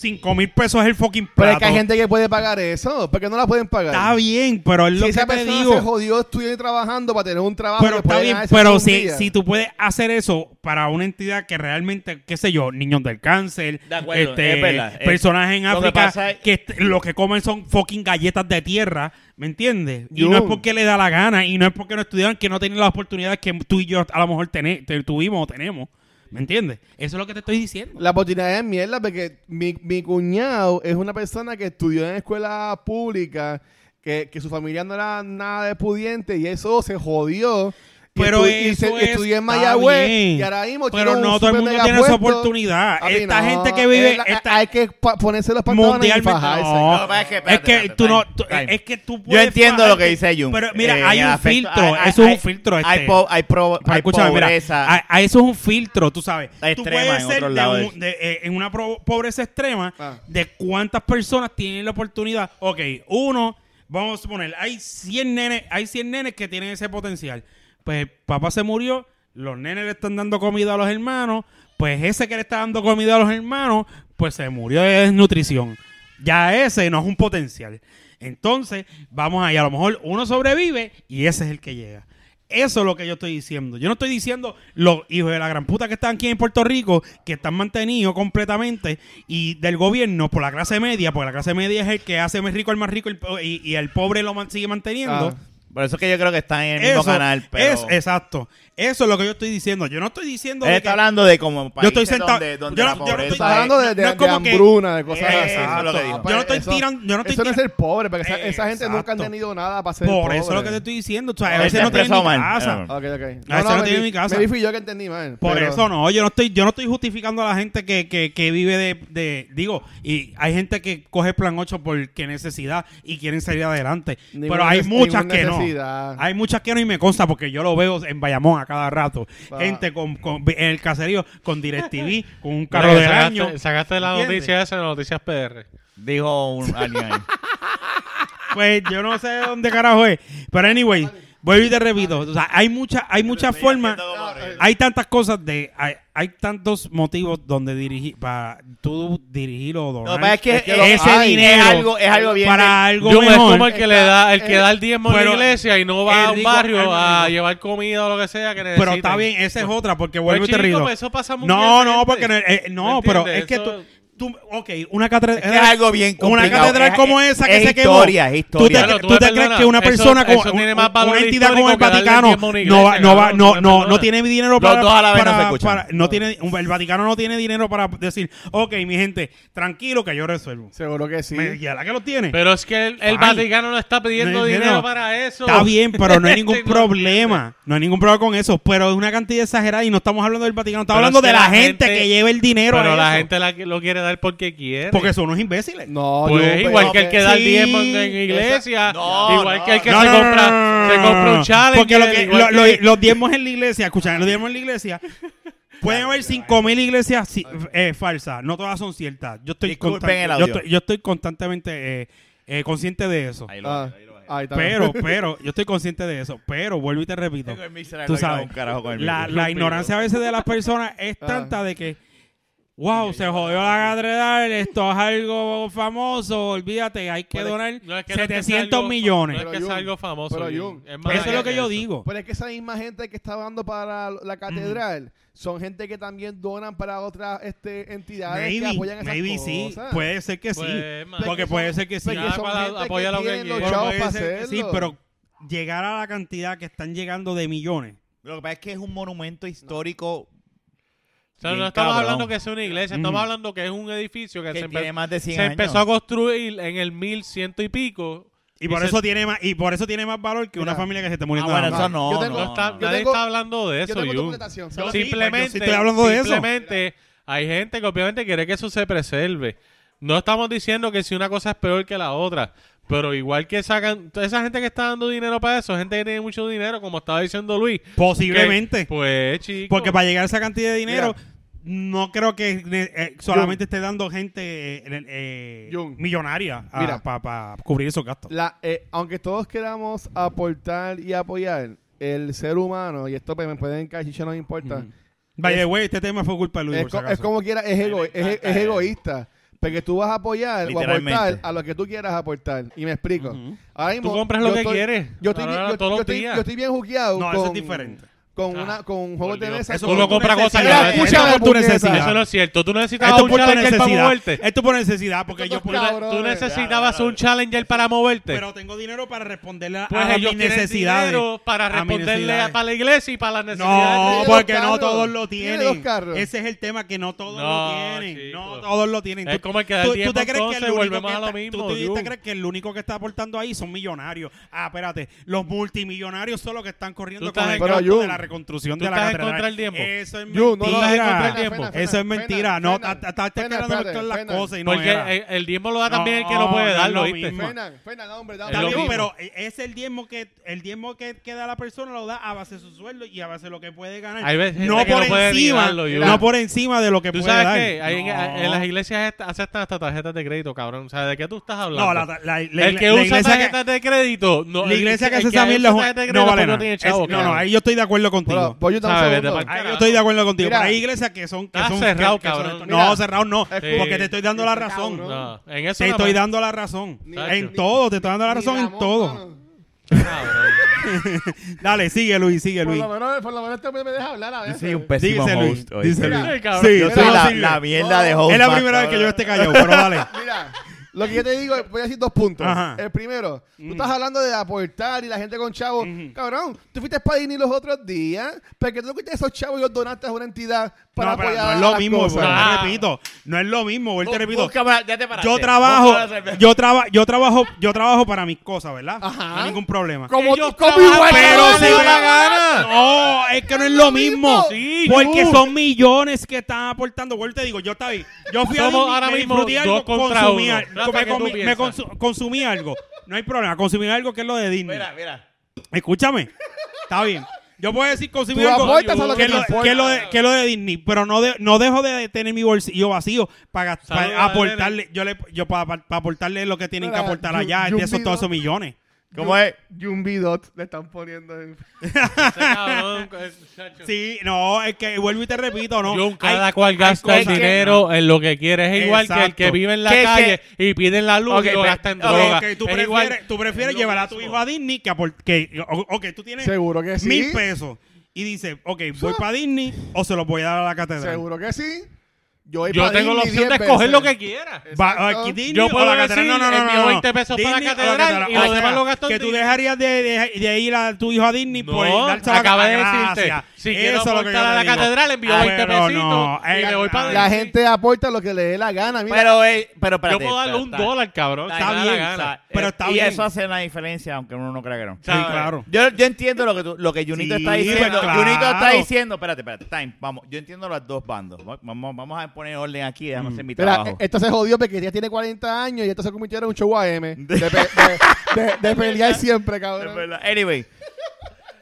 Speaker 4: 5 mil pesos el fucking plato.
Speaker 1: Pero es que hay gente que puede pagar eso. ¿Por qué no la pueden pagar?
Speaker 4: Está bien, pero es
Speaker 1: Si
Speaker 4: lo que
Speaker 1: esa
Speaker 4: te
Speaker 1: persona
Speaker 4: digo.
Speaker 1: se jodió estudiando y trabajando para tener un trabajo.
Speaker 4: pero
Speaker 1: que
Speaker 4: está
Speaker 1: puede
Speaker 4: bien,
Speaker 1: ganarse
Speaker 4: pero
Speaker 1: un
Speaker 4: si,
Speaker 1: día.
Speaker 4: si tú puedes hacer eso para una entidad que realmente, qué sé yo, niños del cáncer,
Speaker 2: De acuerdo,
Speaker 4: este,
Speaker 2: es verdad, es-
Speaker 4: personas en
Speaker 2: lo que
Speaker 4: África
Speaker 2: pasa es-
Speaker 4: que, est- lo que comen son fucking galletas de tierra, ¿me entiendes? Y
Speaker 1: Yo.
Speaker 4: no es porque le da la gana y no es porque no estudiaron que no tienen las oportunidades que tú y yo a lo mejor tené- te- tuvimos o tenemos, ¿me entiendes? Eso es lo que te estoy diciendo.
Speaker 1: La oportunidad es mierda porque mi, mi cuñado es una persona que estudió en escuela pública, que, que su familia no era nada de pudiente y eso se jodió. Y
Speaker 4: Pero
Speaker 1: estu- y se-
Speaker 4: eso
Speaker 1: y estudió
Speaker 4: está
Speaker 1: en Mayagüez
Speaker 4: bien.
Speaker 1: y ahora mismo
Speaker 4: Pero
Speaker 1: tiene un
Speaker 4: no todo el
Speaker 1: super
Speaker 4: mundo
Speaker 1: mega
Speaker 4: tiene esa
Speaker 1: puesto.
Speaker 4: oportunidad.
Speaker 1: Papi,
Speaker 4: Esta
Speaker 1: no,
Speaker 4: gente que vive-
Speaker 1: es la-
Speaker 4: esta-
Speaker 1: hay que pa- ponerse los pantalones y
Speaker 4: Mundialmente
Speaker 1: fajarse.
Speaker 4: no.
Speaker 2: No, pero es que,
Speaker 4: es
Speaker 2: espérate,
Speaker 4: que
Speaker 2: espérate,
Speaker 4: tú no
Speaker 2: time,
Speaker 4: tú-
Speaker 2: time.
Speaker 4: es que tú
Speaker 2: Yo
Speaker 4: puedes
Speaker 2: entiendo
Speaker 4: pa-
Speaker 2: lo que dice Jun.
Speaker 4: pero mira
Speaker 2: eh,
Speaker 4: hay
Speaker 2: en
Speaker 4: un
Speaker 2: el aspecto-
Speaker 4: filtro
Speaker 2: hay-
Speaker 4: eso es
Speaker 2: hay-
Speaker 4: un filtro este
Speaker 2: Hay, po- hay, pro-
Speaker 4: Pero
Speaker 2: hay
Speaker 4: escúchame, mira,
Speaker 2: pobreza.
Speaker 4: a, a eso es un filtro, tú sabes. tú
Speaker 2: Extrema
Speaker 4: puedes
Speaker 2: en
Speaker 4: ser
Speaker 2: otros
Speaker 4: de
Speaker 2: lados.
Speaker 4: un- de, eh, en una pro- pobreza extrema
Speaker 1: Ah.
Speaker 4: de cuántas personas tienen la oportunidad. Ok, uno, vamos a poner, hay 100 nenes, hay 100 nenes que tienen ese potencial. Pues el papá se murió, los nenes le están dando comida a los hermanos, pues ese que le está dando comida a los hermanos, pues se murió de desnutrición. Ya ese no es un potencial. Entonces, vamos ahí, a lo mejor uno sobrevive y ese es el que llega. Eso es lo que yo estoy diciendo. Yo no estoy diciendo los hijos de la gran puta que están aquí en Puerto Rico, que están mantenidos completamente, y del gobierno por la clase media, porque la clase media es el que hace más rico al más rico el po- y, y el pobre lo man- sigue
Speaker 1: Ah.
Speaker 4: manteniendo.
Speaker 2: Por eso es que yo creo que están en el mismo canal. Pero
Speaker 4: es exacto. Eso es lo que yo estoy diciendo. Yo no estoy diciendo
Speaker 2: Él
Speaker 4: de
Speaker 2: está
Speaker 4: que-
Speaker 2: hablando de como países
Speaker 4: estoy sentado-
Speaker 2: donde, donde
Speaker 4: yo
Speaker 2: la
Speaker 4: no- yo no
Speaker 2: pobreza
Speaker 4: estoy-
Speaker 1: Estás hablando de,
Speaker 4: no
Speaker 1: de,
Speaker 4: es
Speaker 1: de
Speaker 4: como que-
Speaker 1: hambruna, de cosas
Speaker 2: Eso
Speaker 1: así.
Speaker 2: es lo que digo.
Speaker 1: Exacto.
Speaker 4: Yo no estoy
Speaker 1: Eso-
Speaker 4: tirando- yo no estoy
Speaker 1: Eso no es
Speaker 4: tirando-
Speaker 1: ser pobre, porque esa, esa gente nunca ha
Speaker 4: Exacto.
Speaker 1: tenido nada para ser
Speaker 4: Por
Speaker 1: pobre.
Speaker 4: eso es lo que te estoy diciendo. O sea, a
Speaker 2: Él
Speaker 4: veces
Speaker 2: se
Speaker 4: no tienen
Speaker 2: expresó
Speaker 4: ni
Speaker 2: mal.
Speaker 4: casa.
Speaker 2: Ah.
Speaker 1: Ok, ok.
Speaker 4: Ah, ese no
Speaker 1: me
Speaker 4: tiene
Speaker 1: di-
Speaker 4: mi casa.
Speaker 1: Me di fui yo que entendí mal.
Speaker 4: Por
Speaker 1: pero-
Speaker 4: eso no, yo no estoy, yo no estoy justificando a la gente que, que, que vive de, de- digo, y hay gente que coge plan 8 porque necesidad y quieren salir adelante.
Speaker 1: Ninguna
Speaker 4: pero hay
Speaker 1: neces-
Speaker 4: muchas
Speaker 1: ninguna
Speaker 4: que no.
Speaker 1: necesidad.
Speaker 4: Hay muchas que no y me consta porque yo lo veo en Bayamón a cada rato.
Speaker 1: Va.
Speaker 4: Gente con, con- en el caserío con DirecTV, con un
Speaker 3: Mira,
Speaker 4: carro
Speaker 3: que
Speaker 4: del
Speaker 3: sacaste-
Speaker 4: año.
Speaker 3: Sacaste la
Speaker 4: ¿Entiendes?
Speaker 3: noticia esa en Noticias PR.
Speaker 2: Dijo un alguien ahí.
Speaker 4: Pues yo no sé de dónde carajo es. Pero anyway, vuelvo y te repito. O sea, hay muchas, hay muchas formas. Hay tantas cosas de, hay, hay tantos motivos donde dirigir, para tú dirigirlo o
Speaker 2: Lo que
Speaker 4: donar.
Speaker 2: pasa es que,
Speaker 1: Es que lo-
Speaker 2: ese
Speaker 1: ay,
Speaker 2: dinero
Speaker 4: es
Speaker 2: es algo, es algo bien.
Speaker 4: para algo
Speaker 3: Jun, es
Speaker 4: mejor.
Speaker 3: como el que le da el que
Speaker 1: Está-
Speaker 3: da el diezmo en
Speaker 4: pero-
Speaker 3: la iglesia y no va a
Speaker 4: el
Speaker 3: un
Speaker 4: rico-
Speaker 3: barrio
Speaker 4: el
Speaker 3: a
Speaker 4: rico.
Speaker 3: llevar comida o lo que sea que necesite.
Speaker 4: pero está bien, esa es otra, porque
Speaker 3: Pues,
Speaker 4: vuelvo y te
Speaker 3: chico,
Speaker 4: rido.
Speaker 3: pues, eso pasa muy
Speaker 4: No,
Speaker 3: bien,
Speaker 4: no,
Speaker 3: gente.
Speaker 4: porque no, eh, no,
Speaker 3: ¿Me
Speaker 4: pero
Speaker 3: entiendes?
Speaker 4: es que
Speaker 3: Eso-
Speaker 4: tú, tú, ok, una catedral.
Speaker 2: Es que es algo bien
Speaker 4: Una
Speaker 2: complicado.
Speaker 4: catedral
Speaker 2: Es-
Speaker 4: como
Speaker 2: es-
Speaker 4: esa que
Speaker 2: es
Speaker 4: se quemó.
Speaker 2: historia, es historia.
Speaker 4: ¿Tú te,
Speaker 3: Bueno, tú
Speaker 4: tú
Speaker 3: me
Speaker 4: te crees
Speaker 3: perdonas,
Speaker 4: que una
Speaker 3: eso-
Speaker 4: persona como
Speaker 3: eso tiene más
Speaker 4: un-
Speaker 3: valor
Speaker 4: una entidad como el
Speaker 3: histórico que darle
Speaker 4: Vaticano
Speaker 3: tiempo a una
Speaker 4: no va,
Speaker 3: iglesia,
Speaker 4: no va,
Speaker 3: cabrón, tú
Speaker 4: no,
Speaker 3: me
Speaker 4: no, no
Speaker 3: perdonas.
Speaker 4: tiene dinero
Speaker 2: Los
Speaker 4: para,
Speaker 2: dos a la vez no se
Speaker 4: para-
Speaker 2: escuchan.
Speaker 4: para- no tiene, el Vaticano no tiene dinero para decir, ok, mi gente, tranquilo que yo resuelvo.
Speaker 1: Seguro que sí.
Speaker 4: Me- Ya la que lo tiene.
Speaker 3: Pero es que el, el
Speaker 4: Fine.
Speaker 3: Vaticano no está pidiendo
Speaker 4: No, no,
Speaker 3: dinero
Speaker 4: no.
Speaker 3: para eso. Este,
Speaker 4: Está bien, pero no hay ningún
Speaker 3: Tengo-
Speaker 4: problema. No hay ningún problema con eso. Pero es una cantidad exagerada y no estamos hablando del Vaticano. Estamos
Speaker 3: Pero
Speaker 4: hablando
Speaker 3: es que
Speaker 4: de la,
Speaker 3: la
Speaker 4: gente,
Speaker 3: gente-
Speaker 4: que lleva el dinero.
Speaker 3: Pero
Speaker 4: a
Speaker 3: la
Speaker 4: eso.
Speaker 3: gente la- lo quiere dar porque quiere.
Speaker 4: Porque son unos imbéciles.
Speaker 1: No,
Speaker 3: Pues
Speaker 1: yo-
Speaker 3: igual que el
Speaker 1: pero-
Speaker 3: que da el
Speaker 4: Oh, sí,
Speaker 3: diezmo en, en iglesia,
Speaker 2: no,
Speaker 3: igual que el que
Speaker 4: No,
Speaker 3: se
Speaker 4: no, no,
Speaker 3: compra,
Speaker 4: no, no,
Speaker 3: se
Speaker 4: no,
Speaker 3: compra
Speaker 4: no, no.
Speaker 3: un challenge.
Speaker 4: Porque lo que-
Speaker 3: igual
Speaker 4: lo- lo-
Speaker 3: que-
Speaker 4: los diezmos en la iglesia, escuchan, los diezmos en la iglesia. Pueden haber 5.000 iglesias si- eh, falsas, no todas son ciertas. Yo estoy,
Speaker 2: Disculpen
Speaker 4: constante-
Speaker 2: el audio.
Speaker 4: Yo estoy, yo estoy constantemente eh, eh, consciente de eso.
Speaker 2: Ahí lo-
Speaker 1: Ah,
Speaker 2: ahí lo bajé.
Speaker 1: ahí está.
Speaker 4: Pero, pero, yo estoy consciente de eso. Pero, vuelvo y te repito.
Speaker 2: Tengo el mixer,
Speaker 4: Tú
Speaker 2: no grabo
Speaker 4: sabes,
Speaker 2: un carajo con el
Speaker 4: la,
Speaker 2: micrófono.
Speaker 4: la ignorancia a veces de las personas es
Speaker 1: Ah.
Speaker 4: tanta de que, wow, se jodió la catedral, esto es algo famoso, olvídate, hay que
Speaker 1: Pero-
Speaker 4: donar
Speaker 3: no es que no es que sea
Speaker 4: 700
Speaker 3: algo-
Speaker 4: millones.
Speaker 3: No es
Speaker 1: Pero
Speaker 3: que sea
Speaker 1: Jun,
Speaker 3: algo famoso.
Speaker 1: pero
Speaker 3: Jun.
Speaker 1: Jun,
Speaker 3: Es más
Speaker 4: Eso es
Speaker 3: allá
Speaker 4: lo que
Speaker 3: de
Speaker 4: yo
Speaker 3: eso. Pues,
Speaker 4: digo.
Speaker 1: Pero es que esa misma gente que está dando para la
Speaker 4: Mm.
Speaker 1: catedral son gente que también donan para otras este, entidades que
Speaker 4: Maybe,
Speaker 1: apoyan esas
Speaker 4: maybe
Speaker 1: cosas.
Speaker 4: sí, puede ser que sí.
Speaker 3: Pues, man,
Speaker 4: Porque puede ser que sí.
Speaker 1: Porque
Speaker 3: Cada
Speaker 1: son
Speaker 3: cual
Speaker 1: gente
Speaker 3: apoya
Speaker 1: que
Speaker 3: lo que
Speaker 1: tienen los
Speaker 3: quiere.
Speaker 1: chavos
Speaker 4: Puede
Speaker 1: para
Speaker 4: ser que
Speaker 1: hacerlo.
Speaker 4: sí, pero llegar a la cantidad que están llegando de millones.
Speaker 2: Lo que pasa es que es un monumento histórico
Speaker 3: O sea,
Speaker 2: Bien
Speaker 3: no estamos
Speaker 2: cabrón.
Speaker 3: hablando que sea una iglesia, estamos
Speaker 4: Ujú.
Speaker 3: hablando que es un edificio que,
Speaker 2: que
Speaker 3: se, empe-
Speaker 2: tiene más de 100
Speaker 3: se
Speaker 2: años.
Speaker 3: empezó a construir en el 1100 y pico
Speaker 4: Y por
Speaker 3: Ese-
Speaker 4: eso tiene más, y por eso tiene más valor que una
Speaker 1: Mira.
Speaker 4: familia que se esté
Speaker 2: Ah,
Speaker 4: muriendo. de
Speaker 2: bueno,
Speaker 4: hambre.
Speaker 2: eso no.
Speaker 1: Yo tengo-
Speaker 2: no,
Speaker 3: No está-
Speaker 2: no.
Speaker 1: yo
Speaker 3: nadie
Speaker 1: tengo-
Speaker 3: está hablando de
Speaker 1: Yo
Speaker 3: eso,
Speaker 1: tengo tu
Speaker 3: Yu.
Speaker 1: interpretación.
Speaker 4: Yo
Speaker 1: solo-
Speaker 4: sí,
Speaker 3: Simplemente,
Speaker 4: pues, yo sí estoy hablando de eso.
Speaker 3: simplemente hay gente que obviamente quiere que eso se preserve. No estamos diciendo que si una cosa es peor que la otra, pero igual que sacan, toda esa gente que está dando dinero para eso, gente que tiene mucho dinero, como estaba diciendo Luis.
Speaker 4: Posiblemente.
Speaker 3: que- pues, chicos.
Speaker 4: Porque para llegar a esa cantidad de dinero, no creo que eh, eh, solamente esté dando gente eh, eh, eh,
Speaker 1: Jun.
Speaker 4: millonaria
Speaker 1: Mira.
Speaker 4: para cubrir esos gastos.
Speaker 1: La- eh, aunque todos queramos aportar y apoyar el ser humano, y esto pues, me pueden cachiche, no importa.
Speaker 4: Ujú. By the way, este tema fue culpa de Luis.
Speaker 1: es,
Speaker 4: por
Speaker 1: co-
Speaker 4: si acaso.
Speaker 1: es como quiera, es, ego- es, es
Speaker 2: encanta, eh.
Speaker 1: egoísta. Porque tú vas a apoyar o
Speaker 2: Literalmente.
Speaker 1: aportar a lo que tú quieras aportar. Y me explico.
Speaker 4: Ujú.
Speaker 1: Ahora mismo,
Speaker 3: Tú compras lo
Speaker 1: yo
Speaker 3: que
Speaker 1: estoy-
Speaker 3: quieres.
Speaker 1: Yo estoy,
Speaker 3: Ahora,
Speaker 1: bien- yo,
Speaker 3: todos
Speaker 1: yo
Speaker 3: los
Speaker 1: estoy,
Speaker 3: días.
Speaker 1: yo estoy bien juqueado.
Speaker 4: No,
Speaker 1: con,
Speaker 4: eso es diferente.
Speaker 1: Con,
Speaker 3: Ah,
Speaker 1: una, con juegos
Speaker 3: por
Speaker 1: de
Speaker 3: Dios.
Speaker 1: mesa.
Speaker 4: Eso
Speaker 3: Tú
Speaker 1: con-
Speaker 4: es
Speaker 3: no
Speaker 4: por
Speaker 3: compras cosas
Speaker 4: necesidad.
Speaker 3: ya,
Speaker 1: Mira, escúchame,
Speaker 4: Eso es por
Speaker 1: puñeta.
Speaker 4: necesidad.
Speaker 3: Eso no es cierto. Tú necesitabas
Speaker 4: Esto
Speaker 3: un
Speaker 4: es por
Speaker 3: challenger para
Speaker 4: necesidad.
Speaker 3: moverte.
Speaker 4: Esto es por necesidad, porque yo
Speaker 1: Estos
Speaker 4: puedo.
Speaker 1: cabrones.
Speaker 3: Tú necesitabas un challenger para moverte.
Speaker 4: Pero tengo dinero para responderle a,
Speaker 3: pues
Speaker 4: a
Speaker 3: ellos
Speaker 4: mis
Speaker 3: tienen
Speaker 4: necesidades.
Speaker 3: dinero para
Speaker 4: A mis
Speaker 3: responderle a,
Speaker 4: necesidades.
Speaker 3: para la iglesia y para las necesidades.
Speaker 4: No,
Speaker 1: Tiene dos
Speaker 4: porque no
Speaker 1: carros.
Speaker 4: todos lo
Speaker 1: Tiene
Speaker 4: tienen.
Speaker 1: dos carros.
Speaker 4: Ese es el tema que no
Speaker 3: No,
Speaker 4: todos lo tienen. No
Speaker 3: chicos.
Speaker 4: todos lo tienen.
Speaker 3: Es como el que da el tiempo, entonces,
Speaker 4: único
Speaker 3: volvemos
Speaker 4: que
Speaker 3: a lo
Speaker 4: está-
Speaker 3: mismo,
Speaker 4: tú te-
Speaker 3: Yu.
Speaker 4: te crees que el único que está aportando ahí son millonarios? Ah, espérate, los multimillonarios son los que están corriendo
Speaker 3: Tú
Speaker 4: con
Speaker 3: estás
Speaker 4: el
Speaker 3: en
Speaker 1: contra-
Speaker 4: gasto
Speaker 1: Yu,
Speaker 4: de la reconstrucción
Speaker 3: tú
Speaker 4: de la
Speaker 3: estás en
Speaker 4: catedral.
Speaker 3: contra del tiempo.
Speaker 4: Eso es
Speaker 1: Yu, no,
Speaker 4: mentira.
Speaker 3: estás en contra del
Speaker 1: Fena,
Speaker 3: tiempo.
Speaker 1: fena, fena,
Speaker 4: Eso es
Speaker 1: fena,
Speaker 4: mentira. no,
Speaker 1: fena.
Speaker 4: estás
Speaker 1: Fena,
Speaker 4: estás queriendo
Speaker 1: espérate,
Speaker 4: mezclar las
Speaker 1: fena.
Speaker 4: cosas y pues, no
Speaker 3: Porque
Speaker 4: era.
Speaker 3: el, el diezmo lo da también el que no
Speaker 4: No,
Speaker 3: puede
Speaker 4: no es
Speaker 3: darlo,
Speaker 4: lo
Speaker 3: ¿viste?
Speaker 4: mismo.
Speaker 1: Fena, fena, no, hombre, dame.
Speaker 3: Es
Speaker 4: Está
Speaker 3: lo
Speaker 4: bien,
Speaker 3: mismo.
Speaker 4: pero e, es el diezmo que el diezmo que, que da la persona lo da a base de su sueldo y a base de lo que puede ganar.
Speaker 3: Hay veces
Speaker 4: no
Speaker 3: que
Speaker 4: por
Speaker 3: no puede ni
Speaker 4: encima,
Speaker 3: darlo, Yu.
Speaker 4: no por encima de lo que
Speaker 3: ¿Tú
Speaker 4: puede
Speaker 3: sabes
Speaker 4: dar.
Speaker 3: qué? Ahí en,
Speaker 4: No.
Speaker 3: en las iglesias est- aceptan hasta tarjetas de crédito, cabrón. O sea, ¿de qué tú estás hablando?
Speaker 4: No, la, la, la- la-
Speaker 3: el que
Speaker 4: la
Speaker 3: usa
Speaker 4: iglesia que
Speaker 3: tarjetas de crédito, no,
Speaker 4: la
Speaker 3: el-
Speaker 4: iglesia que
Speaker 3: el
Speaker 4: hace esa
Speaker 3: usa
Speaker 4: mierda es un-
Speaker 3: tarjeta de crédito
Speaker 4: no vale
Speaker 3: porque
Speaker 4: nada.
Speaker 3: tiene chavo,
Speaker 4: Es- no, no,
Speaker 3: cabrón.
Speaker 4: ahí yo estoy de acuerdo contigo.
Speaker 1: Pero, voy yo
Speaker 3: Sabe,
Speaker 1: también.
Speaker 3: vete pa'l
Speaker 4: Ahí
Speaker 3: carajo.
Speaker 4: yo estoy de acuerdo contigo.
Speaker 1: Mira.
Speaker 4: pero hay iglesias que son que
Speaker 3: Está
Speaker 4: son
Speaker 3: cerrado,
Speaker 4: que- que son-
Speaker 3: cabrón.
Speaker 4: no,
Speaker 1: Mira.
Speaker 4: cerrado no,
Speaker 1: Sí.
Speaker 4: porque te estoy dando la
Speaker 1: Este
Speaker 4: razón.
Speaker 1: cabrón.
Speaker 3: No, en eso
Speaker 4: Te
Speaker 3: nada
Speaker 4: estoy
Speaker 3: más.
Speaker 4: dando la razón.
Speaker 1: Ni-
Speaker 4: En
Speaker 1: ni-
Speaker 4: todo, te estoy dando la
Speaker 1: Ni
Speaker 4: razón en
Speaker 1: Ramón,
Speaker 4: todo.
Speaker 1: mano.
Speaker 3: Cabrón.
Speaker 4: Dale, sigue Luis, sigue
Speaker 1: Por
Speaker 4: Luis.
Speaker 1: lo menos, por lo menos este hombre me deja hablar a
Speaker 2: Yo
Speaker 1: veces.
Speaker 2: soy un pésimo
Speaker 4: Díselo,
Speaker 2: host hoy.
Speaker 4: díselo.
Speaker 3: Ay,
Speaker 4: Sí,
Speaker 3: cabrón.
Speaker 2: Yo
Speaker 4: eso
Speaker 2: soy
Speaker 4: no
Speaker 2: la,
Speaker 4: sirve.
Speaker 2: la mierda de host.
Speaker 4: Es la
Speaker 2: más,
Speaker 4: primera vez que yo
Speaker 2: cabrón.
Speaker 4: esté callado, pero dale.
Speaker 1: Mira, lo que yo te digo, voy a decir dos puntos.
Speaker 4: Ajá.
Speaker 1: El primero, tú estás hablando de aportar y la gente con chavos. Cabrón, tú fuiste para Disney los otros días, porque tú fuiste esos chavos y los donaste a una entidad para
Speaker 4: No, pero
Speaker 1: apoyar
Speaker 4: no es
Speaker 1: a
Speaker 4: lo
Speaker 1: las
Speaker 4: mismo,
Speaker 1: cosas.
Speaker 4: vuelvo y
Speaker 3: Ah.
Speaker 4: repito, no es lo mismo, vuelvo y
Speaker 2: Bú-
Speaker 4: repito.
Speaker 2: búscame- ya te paraste.
Speaker 4: Yo trabajo,
Speaker 2: Búscame la cerveza.
Speaker 4: yo traba, yo trabajo, yo trabajo para mis cosas, ¿verdad?
Speaker 1: Ajá.
Speaker 4: No hay ningún problema.
Speaker 1: Como
Speaker 3: Ellos
Speaker 1: como
Speaker 3: trabajan
Speaker 1: igual
Speaker 3: para
Speaker 1: que
Speaker 4: Pero
Speaker 1: los
Speaker 4: si
Speaker 3: darle
Speaker 1: demás.
Speaker 3: la gana.
Speaker 4: No, es que no es lo mismo.
Speaker 3: Sí,
Speaker 4: porque
Speaker 3: Yu.
Speaker 4: son millones que están aportando. Vuelvo y te digo, yo estaba ahí. Yo fui a
Speaker 3: Somos
Speaker 4: Disney,
Speaker 3: ahora
Speaker 4: me
Speaker 3: mismo
Speaker 4: disfruté algo,
Speaker 3: dos contra
Speaker 4: consumí
Speaker 3: uno.
Speaker 4: algo,
Speaker 3: Rafa,
Speaker 4: me
Speaker 3: ¿qué tú
Speaker 4: comi- me
Speaker 3: piensas?
Speaker 4: consu- consumí algo. No hay problema, consumí algo que es lo de Disney.
Speaker 2: Mira, mira.
Speaker 4: Escúchame, está bien. Yo puedo decir consumir
Speaker 1: Tú
Speaker 4: algo
Speaker 1: aportas a lo que te
Speaker 4: lo,
Speaker 1: importa.
Speaker 4: que lo de, que lo de Disney, pero no, de- no dejo de tener mi bolsillo vacío para, gast- para
Speaker 3: Saluda,
Speaker 4: aportarle, yo le, yo para, para- para aportarle lo que tienen
Speaker 1: Mira,
Speaker 4: que aportar
Speaker 1: yo-
Speaker 4: allá,
Speaker 1: yo
Speaker 4: de esos
Speaker 1: pido-
Speaker 4: todos esos millones.
Speaker 2: ¿Cómo es?
Speaker 1: Jumbi Dot le están poniendo en...
Speaker 3: Ese cabrón, eh, chacho.
Speaker 4: Sí, no, es que vuelvo y te repito, no.
Speaker 3: Jun,
Speaker 4: Hay-
Speaker 3: cada cual gasta
Speaker 4: hay
Speaker 3: el
Speaker 4: cosas-
Speaker 3: dinero en lo que quiere. Es igual que el que
Speaker 4: Exacto.
Speaker 3: vive en la
Speaker 2: Que-
Speaker 3: calle y pide la luz
Speaker 2: Ok,
Speaker 3: y lo
Speaker 2: pe-
Speaker 3: gasta en
Speaker 2: ok,
Speaker 3: droga.
Speaker 4: pues, Ok, tú
Speaker 3: Es
Speaker 4: prefieres,
Speaker 3: igual-
Speaker 4: tú prefieres
Speaker 3: es lo
Speaker 4: llevar a tu
Speaker 3: mismo.
Speaker 4: hijo a Disney que a por- que o- ok, tú tienes
Speaker 1: Seguro que sí.
Speaker 4: mil pesos y dices, ok, voy para Disney o se los voy a dar a la catedral.
Speaker 1: Seguro que sí. Yo, voy
Speaker 3: Yo
Speaker 1: pa'
Speaker 3: tengo la
Speaker 1: Disney
Speaker 3: opción de
Speaker 1: 10
Speaker 3: escoger lo
Speaker 1: veces.
Speaker 3: que quiera.
Speaker 4: Va,
Speaker 1: Exacto.
Speaker 4: aquí Disney
Speaker 3: Yo
Speaker 4: o
Speaker 3: puedo
Speaker 4: la catedral.
Speaker 3: decir, envío 20 pesos para la
Speaker 4: Disney o
Speaker 3: catedral y los
Speaker 4: O
Speaker 3: demás
Speaker 4: sea,
Speaker 3: lo gasto en
Speaker 4: Que tú
Speaker 3: Disney.
Speaker 4: dejarías de, de- de ir a tu hijo a Disney por
Speaker 3: No,
Speaker 4: darse la
Speaker 3: acabé de
Speaker 4: Gracias.
Speaker 3: decirte, si
Speaker 4: Eso
Speaker 3: quiero
Speaker 4: es lo que
Speaker 3: aportar
Speaker 4: yo
Speaker 3: a
Speaker 4: te
Speaker 3: la
Speaker 4: digo.
Speaker 3: catedral, envío
Speaker 4: Ah,
Speaker 3: 20
Speaker 4: pero
Speaker 3: pesitos y
Speaker 4: eh,
Speaker 3: me voy para
Speaker 4: ah,
Speaker 1: La
Speaker 3: Sí.
Speaker 1: gente aporta lo que le dé la gana. Mira,
Speaker 2: Pero, eh, pero
Speaker 3: Yo
Speaker 2: espérate.
Speaker 3: puedo darle un
Speaker 2: espérate.
Speaker 3: dólar, cabrón.
Speaker 4: Está
Speaker 3: si me da la
Speaker 4: bien,
Speaker 3: gana.
Speaker 4: está- Pero está
Speaker 2: y
Speaker 4: bien.
Speaker 2: eso hace la diferencia, aunque uno no crea que no.
Speaker 4: Sí,
Speaker 3: ¿sabes?
Speaker 4: claro.
Speaker 2: Yo, yo entiendo lo que tú, lo que Junito
Speaker 4: Sí,
Speaker 2: está diciendo.
Speaker 4: pues claro.
Speaker 2: Junito está diciendo, espérate, espérate, time, vamos. Yo entiendo los dos bandos. Va- Vamos, vamos a poner orden aquí, déjame hacer mi
Speaker 1: Mira,
Speaker 2: trabajo.
Speaker 1: e- esto se jodió porque ya tiene 40 años y esto se convirtió en un show AM. De, pe- de- de- de pelear siempre,
Speaker 2: Es
Speaker 1: cabrón.
Speaker 2: verdad. Anyway,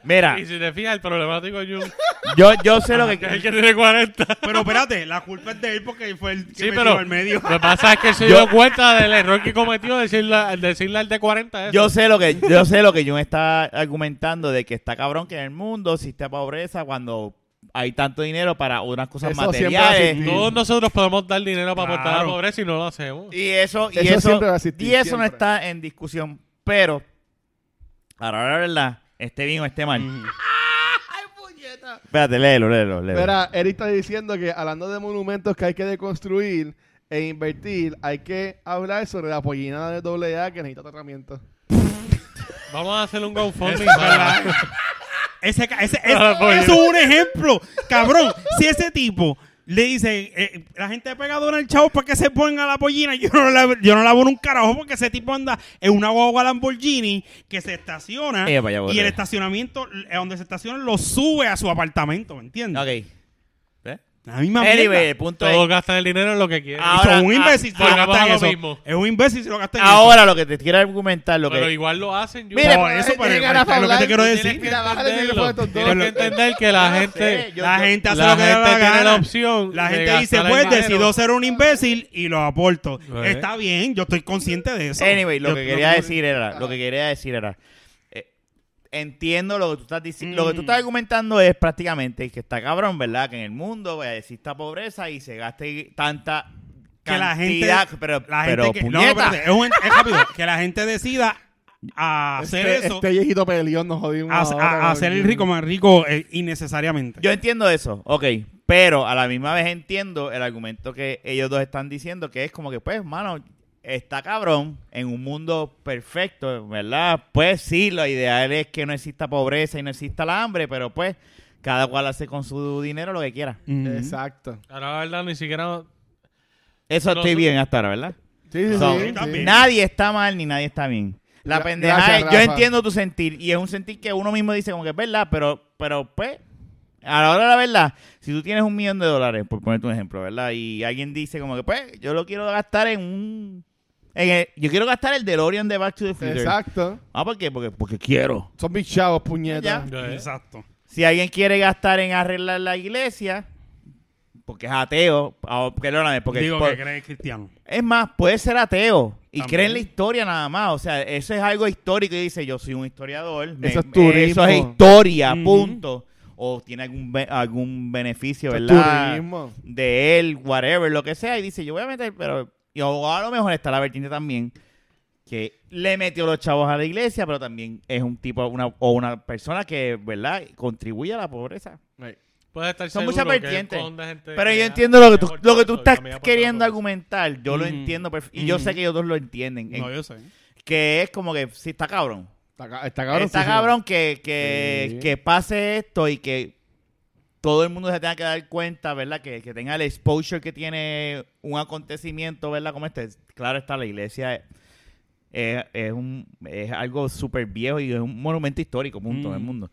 Speaker 2: mira,
Speaker 3: Y si te fijas, el problemático es Jun,
Speaker 2: yo, yo sé Ah. lo que.
Speaker 3: que es el que tiene 40.
Speaker 4: Pero espérate, la culpa es de él porque fue el que
Speaker 3: Sí,
Speaker 4: me
Speaker 3: pero
Speaker 4: tiró al medio.
Speaker 3: lo que pasa es que él se dio cuenta del error que cometió decirle, al decirle al de 40 eso.
Speaker 2: Yo sé lo que yo sé lo que Jun está argumentando de que está cabrón que en el mundo existe pobreza cuando hay tanto dinero para unas cosas
Speaker 1: Eso siempre ha
Speaker 2: materiales.
Speaker 1: existido.
Speaker 3: Todos nosotros podemos dar dinero para aportar a la
Speaker 4: Claro.
Speaker 3: pobreza y no lo hacemos.
Speaker 2: Y eso, y
Speaker 1: Eso
Speaker 2: eso,
Speaker 1: siempre va a existir,
Speaker 2: y eso no
Speaker 1: siempre.
Speaker 2: está en discusión. Pero, ahora la verdad, esté bien o esté mal. Espérate, léelo, léelo, léelo.
Speaker 1: Mira, Eric está diciendo que hablando de monumentos que hay que deconstruir e invertir, hay que hablar sobre la pollina de AA que necesita tratamiento.
Speaker 3: Vamos a hacer un GoFundMe.
Speaker 4: Es
Speaker 3: para-
Speaker 4: verdad. Ese, ca- ese- ese-
Speaker 3: Ah, pues.
Speaker 4: eso es un ejemplo, cabrón. Si ese tipo le dice, eh, la gente pega a el chavo para que se ponga la pollina. Yo no la, yo no la abro un carajo porque ese tipo anda en una guagua Lamborghini que se estaciona
Speaker 2: Eh, vaya,
Speaker 4: y
Speaker 2: bola.
Speaker 4: el estacionamiento, eh, donde se estaciona, lo sube a su apartamento, ¿me entiendes?
Speaker 2: Ok. ¿Eh?
Speaker 4: La misma
Speaker 2: Anyway,
Speaker 4: mierda.
Speaker 2: el punto
Speaker 3: Todos
Speaker 2: es...
Speaker 3: gastan el dinero en lo que quieren.
Speaker 4: Y
Speaker 2: Ah,
Speaker 4: son
Speaker 2: ahora-
Speaker 4: un imbécil si
Speaker 3: ah,
Speaker 4: lo gastan
Speaker 3: volvamos a
Speaker 4: en
Speaker 3: lo
Speaker 4: eso.
Speaker 3: mismo.
Speaker 4: Es un imbécil si lo gastan en eso.
Speaker 2: Ahora lo que te quiero argumentar, lo
Speaker 3: Pero
Speaker 2: que...
Speaker 3: igual lo hacen. yo-
Speaker 2: Mire,
Speaker 4: Por eso, pero
Speaker 1: tiene
Speaker 4: es
Speaker 1: ganas
Speaker 4: lo
Speaker 1: para
Speaker 4: que
Speaker 1: hablar.
Speaker 4: te quiero
Speaker 1: Tienes
Speaker 4: decir.
Speaker 1: que bajar el micrófono a estos dos.
Speaker 3: Tienes que entender que la gente...
Speaker 2: yo-
Speaker 4: la
Speaker 2: yo-
Speaker 4: gente hace
Speaker 3: la
Speaker 4: lo que le da
Speaker 3: gente
Speaker 4: la
Speaker 3: tiene
Speaker 4: gana.
Speaker 3: la opción
Speaker 4: La
Speaker 3: de
Speaker 4: gente dice,
Speaker 3: gastar el
Speaker 4: pues
Speaker 3: dinero.
Speaker 4: decido ser un imbécil y lo aporto.
Speaker 3: Eh.
Speaker 4: Está bien, yo estoy consciente de eso.
Speaker 2: Anyway, lo
Speaker 4: Yo-
Speaker 2: que quería decir era, lo que quería decir era, eh, entiendo lo que tú estás diciendo,
Speaker 4: Mm.
Speaker 2: lo que tú estás argumentando es prácticamente que está cabrón, ¿verdad? Que en el mundo eh, exista pobreza y se gaste tanta
Speaker 4: que la gente,
Speaker 2: cantidad, pero,
Speaker 4: la gente
Speaker 2: pero,
Speaker 4: que, no,
Speaker 2: puñeta,
Speaker 4: espérate, es, un- es rápido, que la gente decida a hacer
Speaker 1: Este,
Speaker 4: eso,
Speaker 1: este viejito pelión nos jodimos.
Speaker 4: a,
Speaker 1: ahora,
Speaker 4: a- a hacer el
Speaker 1: porque-
Speaker 4: rico más rico eh, innecesariamente.
Speaker 2: yo entiendo eso, ok, pero a la misma vez entiendo el argumento que ellos dos están diciendo, que es como que, pues, mano, está cabrón en un mundo perfecto, ¿verdad? Pues sí, lo ideal es que no exista pobreza y no exista la hambre, pero pues cada cual hace con su dinero lo que quiera.
Speaker 4: Ujú.
Speaker 1: Exacto.
Speaker 3: Ahora, la verdad, ni siquiera...
Speaker 2: Eso
Speaker 3: No,
Speaker 2: estoy
Speaker 3: no.
Speaker 2: bien hasta ahora, ¿verdad?
Speaker 1: Sí, sí,
Speaker 2: So,
Speaker 1: sí, sí.
Speaker 4: también.
Speaker 2: Nadie está mal ni nadie está bien. La
Speaker 1: Gra-
Speaker 2: pendeja
Speaker 1: gracias,
Speaker 2: es- yo
Speaker 1: Rafa.
Speaker 2: entiendo tu sentir y es un sentir que uno mismo dice como que es verdad, pero, pero pues, a la hora de la verdad, si tú tienes un millón de dólares, por ponerte un ejemplo, ¿verdad? Y alguien dice como que pues, yo lo quiero gastar en un... en el- yo quiero gastar el DeLorean de Back to the Future.
Speaker 1: Exacto.
Speaker 2: Ah, ¿por qué? Porque, porque quiero.
Speaker 1: Son mis chavos, puñetas.
Speaker 2: Ya.
Speaker 4: Exacto.
Speaker 2: Si alguien quiere gastar en arreglar la iglesia, porque es ateo, ah, perdóname, porque...
Speaker 4: Digo
Speaker 2: por-
Speaker 4: que crees cristiano.
Speaker 2: Es más, puede ser ateo y
Speaker 4: También.
Speaker 2: cree en la historia nada más. O sea, eso es algo histórico y dice, yo soy un historiador. me-
Speaker 1: Eso es
Speaker 2: me-
Speaker 1: turismo.
Speaker 2: eso es historia,
Speaker 4: Ujú.
Speaker 2: punto. O tiene algún, be- algún beneficio,
Speaker 1: Son
Speaker 2: ¿verdad?
Speaker 1: turismo.
Speaker 2: De él, whatever, lo que sea. Y dice, yo voy a meter, pero... Y o a lo mejor está la vertiente también que le metió los chavos a la iglesia, pero también es un tipo una, o una persona que, ¿verdad? Contribuye a la pobreza.
Speaker 1: Right.
Speaker 3: Puede estar
Speaker 2: Son
Speaker 3: seguro
Speaker 2: muchas
Speaker 3: que
Speaker 2: vertientes.
Speaker 3: esconda
Speaker 4: Este,
Speaker 3: gente
Speaker 2: Pero
Speaker 3: que
Speaker 2: yo
Speaker 3: ha-
Speaker 2: entiendo lo que
Speaker 3: ha
Speaker 2: tú,
Speaker 3: aportado
Speaker 2: lo que tú
Speaker 3: eso,
Speaker 2: estás
Speaker 3: también ha aportado
Speaker 2: queriendo
Speaker 3: cosas.
Speaker 2: argumentar. Yo lo
Speaker 4: Ujú.
Speaker 2: entiendo perfe- y yo
Speaker 4: Ujú.
Speaker 2: sé que ellos dos lo entienden. en-
Speaker 4: No, yo sé.
Speaker 2: que es como que si está cabrón.
Speaker 1: Está, ca- está cabrón.
Speaker 2: está
Speaker 1: sí, sí.
Speaker 2: cabrón que, que,
Speaker 1: Sí.
Speaker 2: que pase esto y que todo el mundo se tenga que dar cuenta, ¿verdad? Que, que tenga el exposure que tiene un acontecimiento, ¿verdad? Como este. Claro está, la iglesia es, es- es un, es algo súper viejo y es un monumento histórico, punto,
Speaker 4: Mm.
Speaker 2: del mundo.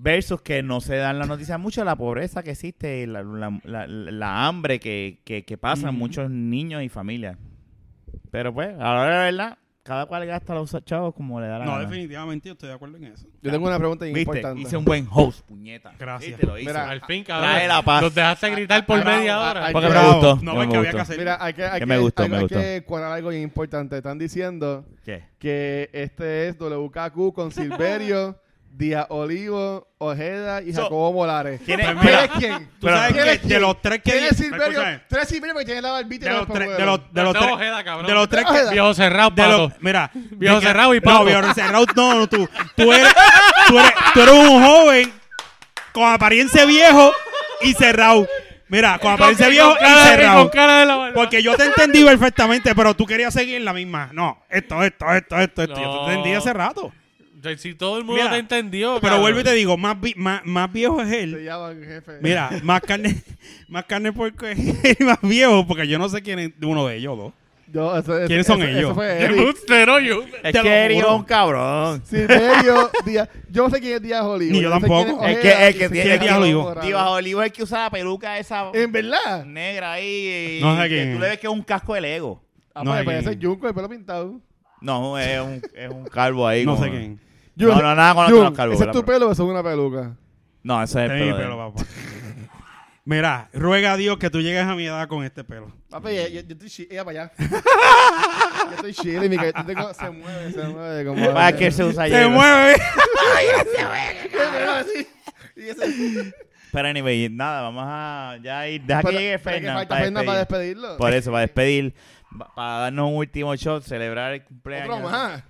Speaker 2: Versus que no se dan la noticia mucho, la pobreza que existe, la, la- la- la hambre que, que- que pasan
Speaker 4: Ujú.
Speaker 2: muchos niños y familias. Pero pues, a la hora de la verdad, cada cual gasta los chavos como le da la
Speaker 4: No,
Speaker 2: gana.
Speaker 4: definitivamente yo estoy de acuerdo en eso.
Speaker 1: Yo tengo una pregunta
Speaker 2: Viste,
Speaker 1: importante.
Speaker 2: hice un buen host, puñeta.
Speaker 4: Gracias.
Speaker 2: Viste, lo hice.
Speaker 1: Mira,
Speaker 3: Al fin,
Speaker 2: Trae la
Speaker 3: cabrón.
Speaker 2: paz.
Speaker 3: Los dejaste gritar por
Speaker 1: Ah, ah,
Speaker 3: media
Speaker 1: ah,
Speaker 3: hora.
Speaker 1: ah,
Speaker 2: Porque me
Speaker 4: Bravo.
Speaker 2: gustó.
Speaker 4: No,
Speaker 2: me
Speaker 4: porque había que
Speaker 2: gustó.
Speaker 4: hacer.
Speaker 1: Mira, hay que, hay
Speaker 2: Que
Speaker 1: que,
Speaker 2: me gustó,
Speaker 1: hay-
Speaker 2: me
Speaker 1: hay
Speaker 2: gustó.
Speaker 1: que cuadrar algo bien importante. Están diciendo
Speaker 2: ¿Qué?
Speaker 1: que este es WKQ con Silverio, Díaz Olivo, Ojeda y
Speaker 2: So,
Speaker 1: Jacobo Molares.
Speaker 2: ¿quién es-
Speaker 1: ¿Tú
Speaker 2: mira,
Speaker 1: sabes quién?
Speaker 4: Tú sabes
Speaker 1: ¿Quién es
Speaker 4: que de
Speaker 1: quién?
Speaker 4: los tres que...
Speaker 1: ¿Quién es Silverio?
Speaker 4: Escúchame,
Speaker 1: Tres Silverio porque tiene la barbita y
Speaker 4: De
Speaker 1: los
Speaker 4: los tres...
Speaker 1: pajuelos.
Speaker 4: De los, de los
Speaker 3: Mateo
Speaker 4: tres...
Speaker 3: Ojeda, cabrón.
Speaker 4: De los tres que...
Speaker 1: Ojeda.
Speaker 3: Viejo cerrado,
Speaker 4: De
Speaker 3: pato.
Speaker 4: los- mira,
Speaker 3: Viejo
Speaker 4: de que-
Speaker 3: cerrado y
Speaker 4: No,
Speaker 3: pato.
Speaker 4: viejo cerrado, no, no, tú. Tú eres, tú, eres, tú eres un joven con apariencia viejo y cerrado. Mira, con apariencia
Speaker 3: Con-
Speaker 4: viejo
Speaker 3: con
Speaker 4: y
Speaker 3: cara de-
Speaker 4: cerrado.
Speaker 3: con cara de la barba.
Speaker 4: Porque yo te entendí perfectamente, pero tú querías seguir en la misma. No, esto, esto, esto, esto, esto. Yo
Speaker 3: No.
Speaker 4: te entendí hace rato.
Speaker 3: eh, Si todo el mundo
Speaker 4: Mira,
Speaker 3: te entendió,
Speaker 4: Pero
Speaker 3: cabrón.
Speaker 4: vuelvo y te digo, más, vi- más, más viejo es
Speaker 1: Se
Speaker 4: él.
Speaker 1: llaman jefe.
Speaker 4: Mira, más carne, más carne porque es él más viejo, porque yo no sé quién es uno de ellos dos.
Speaker 1: Yo, eso- eso-
Speaker 4: ¿Quiénes son
Speaker 1: eso-
Speaker 4: ellos?
Speaker 1: Eso fue
Speaker 3: Qué
Speaker 1: Eric.
Speaker 3: bustero, yo.
Speaker 2: Es
Speaker 4: Te lo
Speaker 2: que Eric es
Speaker 4: juro.
Speaker 2: un cabrón.
Speaker 1: Silverio, Díaz. Yo no sé quién es Díaz Olivo.
Speaker 4: Ni yo
Speaker 1: no sé quién
Speaker 4: tampoco.
Speaker 2: Es
Speaker 1: Ojeda,
Speaker 2: que- es
Speaker 1: ni
Speaker 2: que
Speaker 1: sé
Speaker 2: tiene
Speaker 1: quién es
Speaker 4: Díaz Olivo.
Speaker 1: Morales.
Speaker 2: Diva Olivo es el que usa la peluca esa
Speaker 1: En verdad.
Speaker 2: negra ahí. y-
Speaker 4: No sé
Speaker 2: que
Speaker 4: quién
Speaker 2: Tú
Speaker 4: es.
Speaker 2: le ves que es un casco de Lego.
Speaker 1: Ah,
Speaker 4: No
Speaker 1: pues
Speaker 4: sé
Speaker 1: parece
Speaker 4: quién.
Speaker 1: Junco, el pelo pintado.
Speaker 2: No, es un, es un calvo ahí.
Speaker 4: No
Speaker 2: como-
Speaker 4: sé quién.
Speaker 2: No, no, nada con
Speaker 1: Jun,
Speaker 2: los calvos.
Speaker 1: ¿Ese es
Speaker 2: la
Speaker 1: tu
Speaker 2: pro-
Speaker 1: pelo o eso es una peluca?
Speaker 2: No, ese es el
Speaker 4: Este es mi
Speaker 2: pelo. de
Speaker 4: pelo,
Speaker 2: él.
Speaker 4: papá. Mira, ruega a Dios que tú llegues a mi edad con este pelo.
Speaker 1: Papi, yo, yo- yo estoy chi- ella para allá. yo estoy chile y mi cabeza tengo- se mueve, se mueve como.
Speaker 2: Para Ah, que se usa
Speaker 4: ¡Se
Speaker 2: hielo.
Speaker 4: mueve!
Speaker 1: Y ese-
Speaker 2: Pero anyway, nada, vamos a ya ir. Deja
Speaker 1: Pero-
Speaker 2: que llegue
Speaker 1: pero que
Speaker 2: Fernan
Speaker 1: falta
Speaker 2: para
Speaker 1: Fernan para
Speaker 2: despedir.
Speaker 1: despedirlo.
Speaker 2: Por eso, para despedir. pa- Para darnos un último shot, celebrar el cumpleaños.
Speaker 1: Otro más.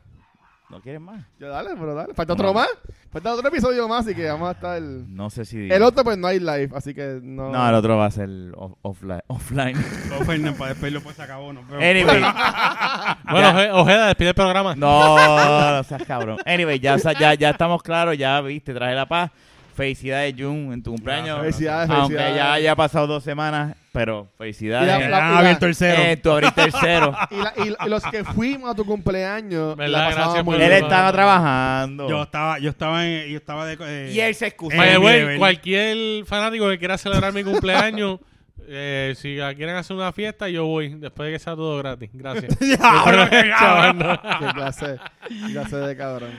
Speaker 2: ¿No quieres más?
Speaker 1: Yo dale, pero dale. Falta otro más. Falta otro episodio más, así que vamos a estar. El,
Speaker 2: No sé si...
Speaker 1: el otro, pues no hay live, así que no.
Speaker 2: No, el otro va a ser off- offline. offline.
Speaker 4: No, Fernan, para despedirlo, pues se acabó. Nos vemos.
Speaker 2: Anyway.
Speaker 3: Bueno,
Speaker 2: Ya.
Speaker 3: Oje- Ojeda, despide el programa.
Speaker 2: No, no seas cabrón. Anyway, ya, sa- ya, ya estamos claros, ya viste, traje la paz. Felicidades, Jun, en tu cumpleaños.
Speaker 1: Felicidades,
Speaker 2: Aunque
Speaker 1: felicidades.
Speaker 2: ya haya pasado dos semanas,
Speaker 1: Ya,
Speaker 2: pero
Speaker 4: Ya,
Speaker 2: felicidades.
Speaker 1: la-
Speaker 4: han
Speaker 1: la-
Speaker 4: abierto el cero.
Speaker 2: Eh, tú abriste el cero.
Speaker 1: Y, la- y- y los que fuimos a tu cumpleaños,
Speaker 3: ¿Verdad?
Speaker 1: la pasábamos
Speaker 3: Gracias
Speaker 1: muy
Speaker 3: por-
Speaker 1: bien.
Speaker 2: Él estaba trabajando.
Speaker 4: Pues yo estaba, yo estaba en, yo estaba de eh,
Speaker 2: y él se excusó.
Speaker 4: Eh,
Speaker 3: By the way,
Speaker 4: nivel.
Speaker 3: cualquier fanático que quiera celebrar mi cumpleaños, eh, si quieren hacer una fiesta, yo voy. Después de que sea todo gratis. Gracias.
Speaker 4: Diablo, qué cabrón.
Speaker 1: Qué clase, qué clase de cabrón.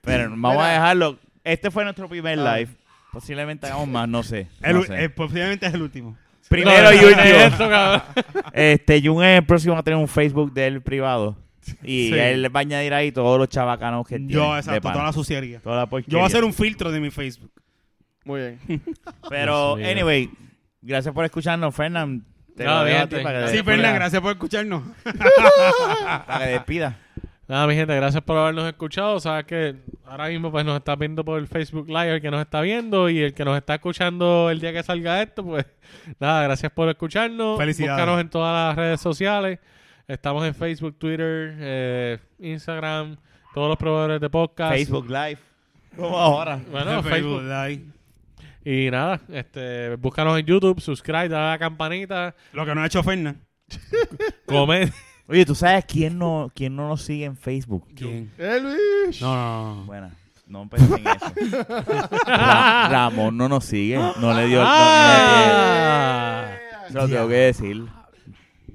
Speaker 2: Pero vamos
Speaker 1: Mira.
Speaker 2: a dejarlo. Este fue nuestro primer
Speaker 1: Ah.
Speaker 2: live. Posiblemente hagamos más, no sé.
Speaker 4: El
Speaker 2: no
Speaker 4: u-
Speaker 2: sé.
Speaker 4: eh, posiblemente es el último.
Speaker 2: Primero y
Speaker 3: No,
Speaker 2: último.
Speaker 3: eso, cabrón.
Speaker 2: Este, Jun es el próximo a tener un Facebook de él privado. Y
Speaker 4: Sí.
Speaker 2: él va a añadir ahí todos los chabacanos que tiene.
Speaker 4: Yo,
Speaker 2: de
Speaker 4: exacto,
Speaker 2: pana.
Speaker 4: toda la suciedad.
Speaker 2: Toda la porquería.
Speaker 4: Yo voy a hacer un filtro de mi Facebook.
Speaker 1: Muy bien.
Speaker 2: Pero,
Speaker 3: Dios mío.
Speaker 2: anyway, gracias por escucharnos, Fernán. Te
Speaker 3: No,
Speaker 2: lo dejo a
Speaker 3: bien,
Speaker 2: ti para que
Speaker 3: te-
Speaker 2: te
Speaker 4: Sí,
Speaker 2: despidas.
Speaker 4: Fernan, gracias por escucharnos.
Speaker 2: Para que despida.
Speaker 3: Nada, mi gente, gracias por habernos escuchado. Sabes que ahora mismo pues nos está viendo por el Facebook Live el que nos está viendo y el que nos está escuchando el día que salga esto, pues nada, gracias por escucharnos.
Speaker 4: Felicidades.
Speaker 3: Búscanos en todas las redes sociales. Estamos en Facebook, Twitter, eh, Instagram, todos los proveedores de podcast.
Speaker 2: Facebook Live. ¿Cómo ahora?
Speaker 3: Bueno, Facebook.
Speaker 4: Live.
Speaker 3: Y nada, este, búscanos en YouTube, subscribe, dale a la campanita,
Speaker 4: Lo que no ha hecho Fernan.
Speaker 3: comenta.
Speaker 2: Oye, ¿tú sabes quién no, quién no nos sigue en Facebook?
Speaker 4: ¿Quién?
Speaker 1: ¡Eh, Luis!
Speaker 4: No, no, no.
Speaker 2: Buena. No pensé en eso. Ra- Ramón no nos sigue. No le dio... no- no le dio-
Speaker 3: Ah.
Speaker 2: Se lo tengo que decir.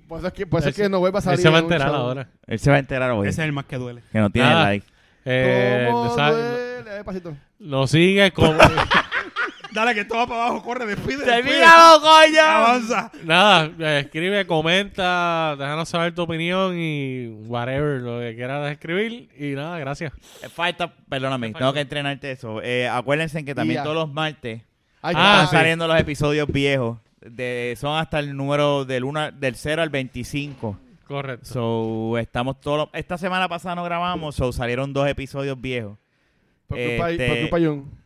Speaker 1: Por eso es que, por eso es
Speaker 3: Ese-
Speaker 1: que no vuelva a
Speaker 3: Él
Speaker 1: salir.
Speaker 3: se va a
Speaker 1: en un
Speaker 3: enterar
Speaker 1: show.
Speaker 3: ahora.
Speaker 2: Él se va a enterar hoy.
Speaker 4: Ese es el más que duele.
Speaker 2: Que no tiene
Speaker 3: Nada.
Speaker 2: like.
Speaker 3: Eh,
Speaker 1: ¿Cómo
Speaker 3: ¿sabes?
Speaker 1: duele? Eh, pasito.
Speaker 3: Nos sigue como...
Speaker 4: Dale, que todo va para abajo, corre, despide.
Speaker 2: coño!
Speaker 4: Avanza.
Speaker 3: Nada, eh, escribe, comenta, déjanos saber tu opinión y whatever, lo que quieras escribir. Y nada, gracias.
Speaker 2: Falta, perdóname, tengo que entrenarte eso. Eh, acuérdense que también
Speaker 1: Ya.
Speaker 2: todos los martes
Speaker 1: Ay,
Speaker 3: Ah,
Speaker 2: están
Speaker 1: sí.
Speaker 2: saliendo los episodios viejos. De, son hasta el número del, una, del 0 al 25.
Speaker 3: Correcto.
Speaker 2: So, estamos todos. los- Esta semana pasada no grabamos, so salieron dos episodios viejos.
Speaker 1: Por culpa,
Speaker 2: Este-
Speaker 1: por culpa de Jun.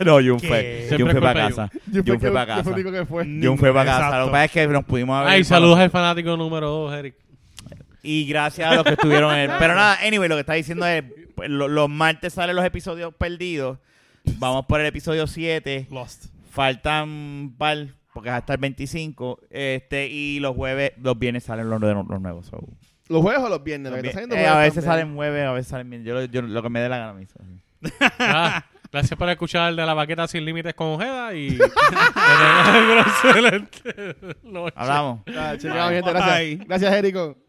Speaker 2: No, Jun
Speaker 4: ¿Qué?
Speaker 2: fue. Jun
Speaker 3: Siempre
Speaker 2: fue para
Speaker 3: culpa de
Speaker 2: casa.
Speaker 1: Jun fue
Speaker 2: Jun fue
Speaker 1: que-
Speaker 2: para
Speaker 1: que fue
Speaker 2: casa. Mm.
Speaker 1: el único que fue.
Speaker 2: Jun fue para casa.
Speaker 4: Exacto.
Speaker 2: Lo que pasa es que nos pudimos haber.
Speaker 3: Ay, saludos al fanático número 2, Eric.
Speaker 2: Y gracias a los que estuvieron en el- Pero nada, anyway, lo que está diciendo es, pues, lo- los martes salen los episodios perdidos. Vamos por el episodio 7.
Speaker 4: Lost.
Speaker 2: Faltan un par, porque es hasta el 25. Este, y los jueves, los viernes salen los, nue- los nuevos. so.
Speaker 1: ¿Los jueves o los viernes? Lo que está
Speaker 2: También-
Speaker 1: saliendo
Speaker 2: eh,
Speaker 1: jueves
Speaker 2: a veces
Speaker 1: también.
Speaker 2: salen jueves, a veces salen viernes. Yo, lo- yo lo que me dé la gana. me hizo.
Speaker 3: Nada, gracias por escuchar el de la vaqueta sin límites con Ojeda y... Que tengan una excelente noche.
Speaker 2: Hablamos.
Speaker 1: Ah, chequeado, gente.
Speaker 4: Bye.
Speaker 1: Gracias. Gracias, Érico.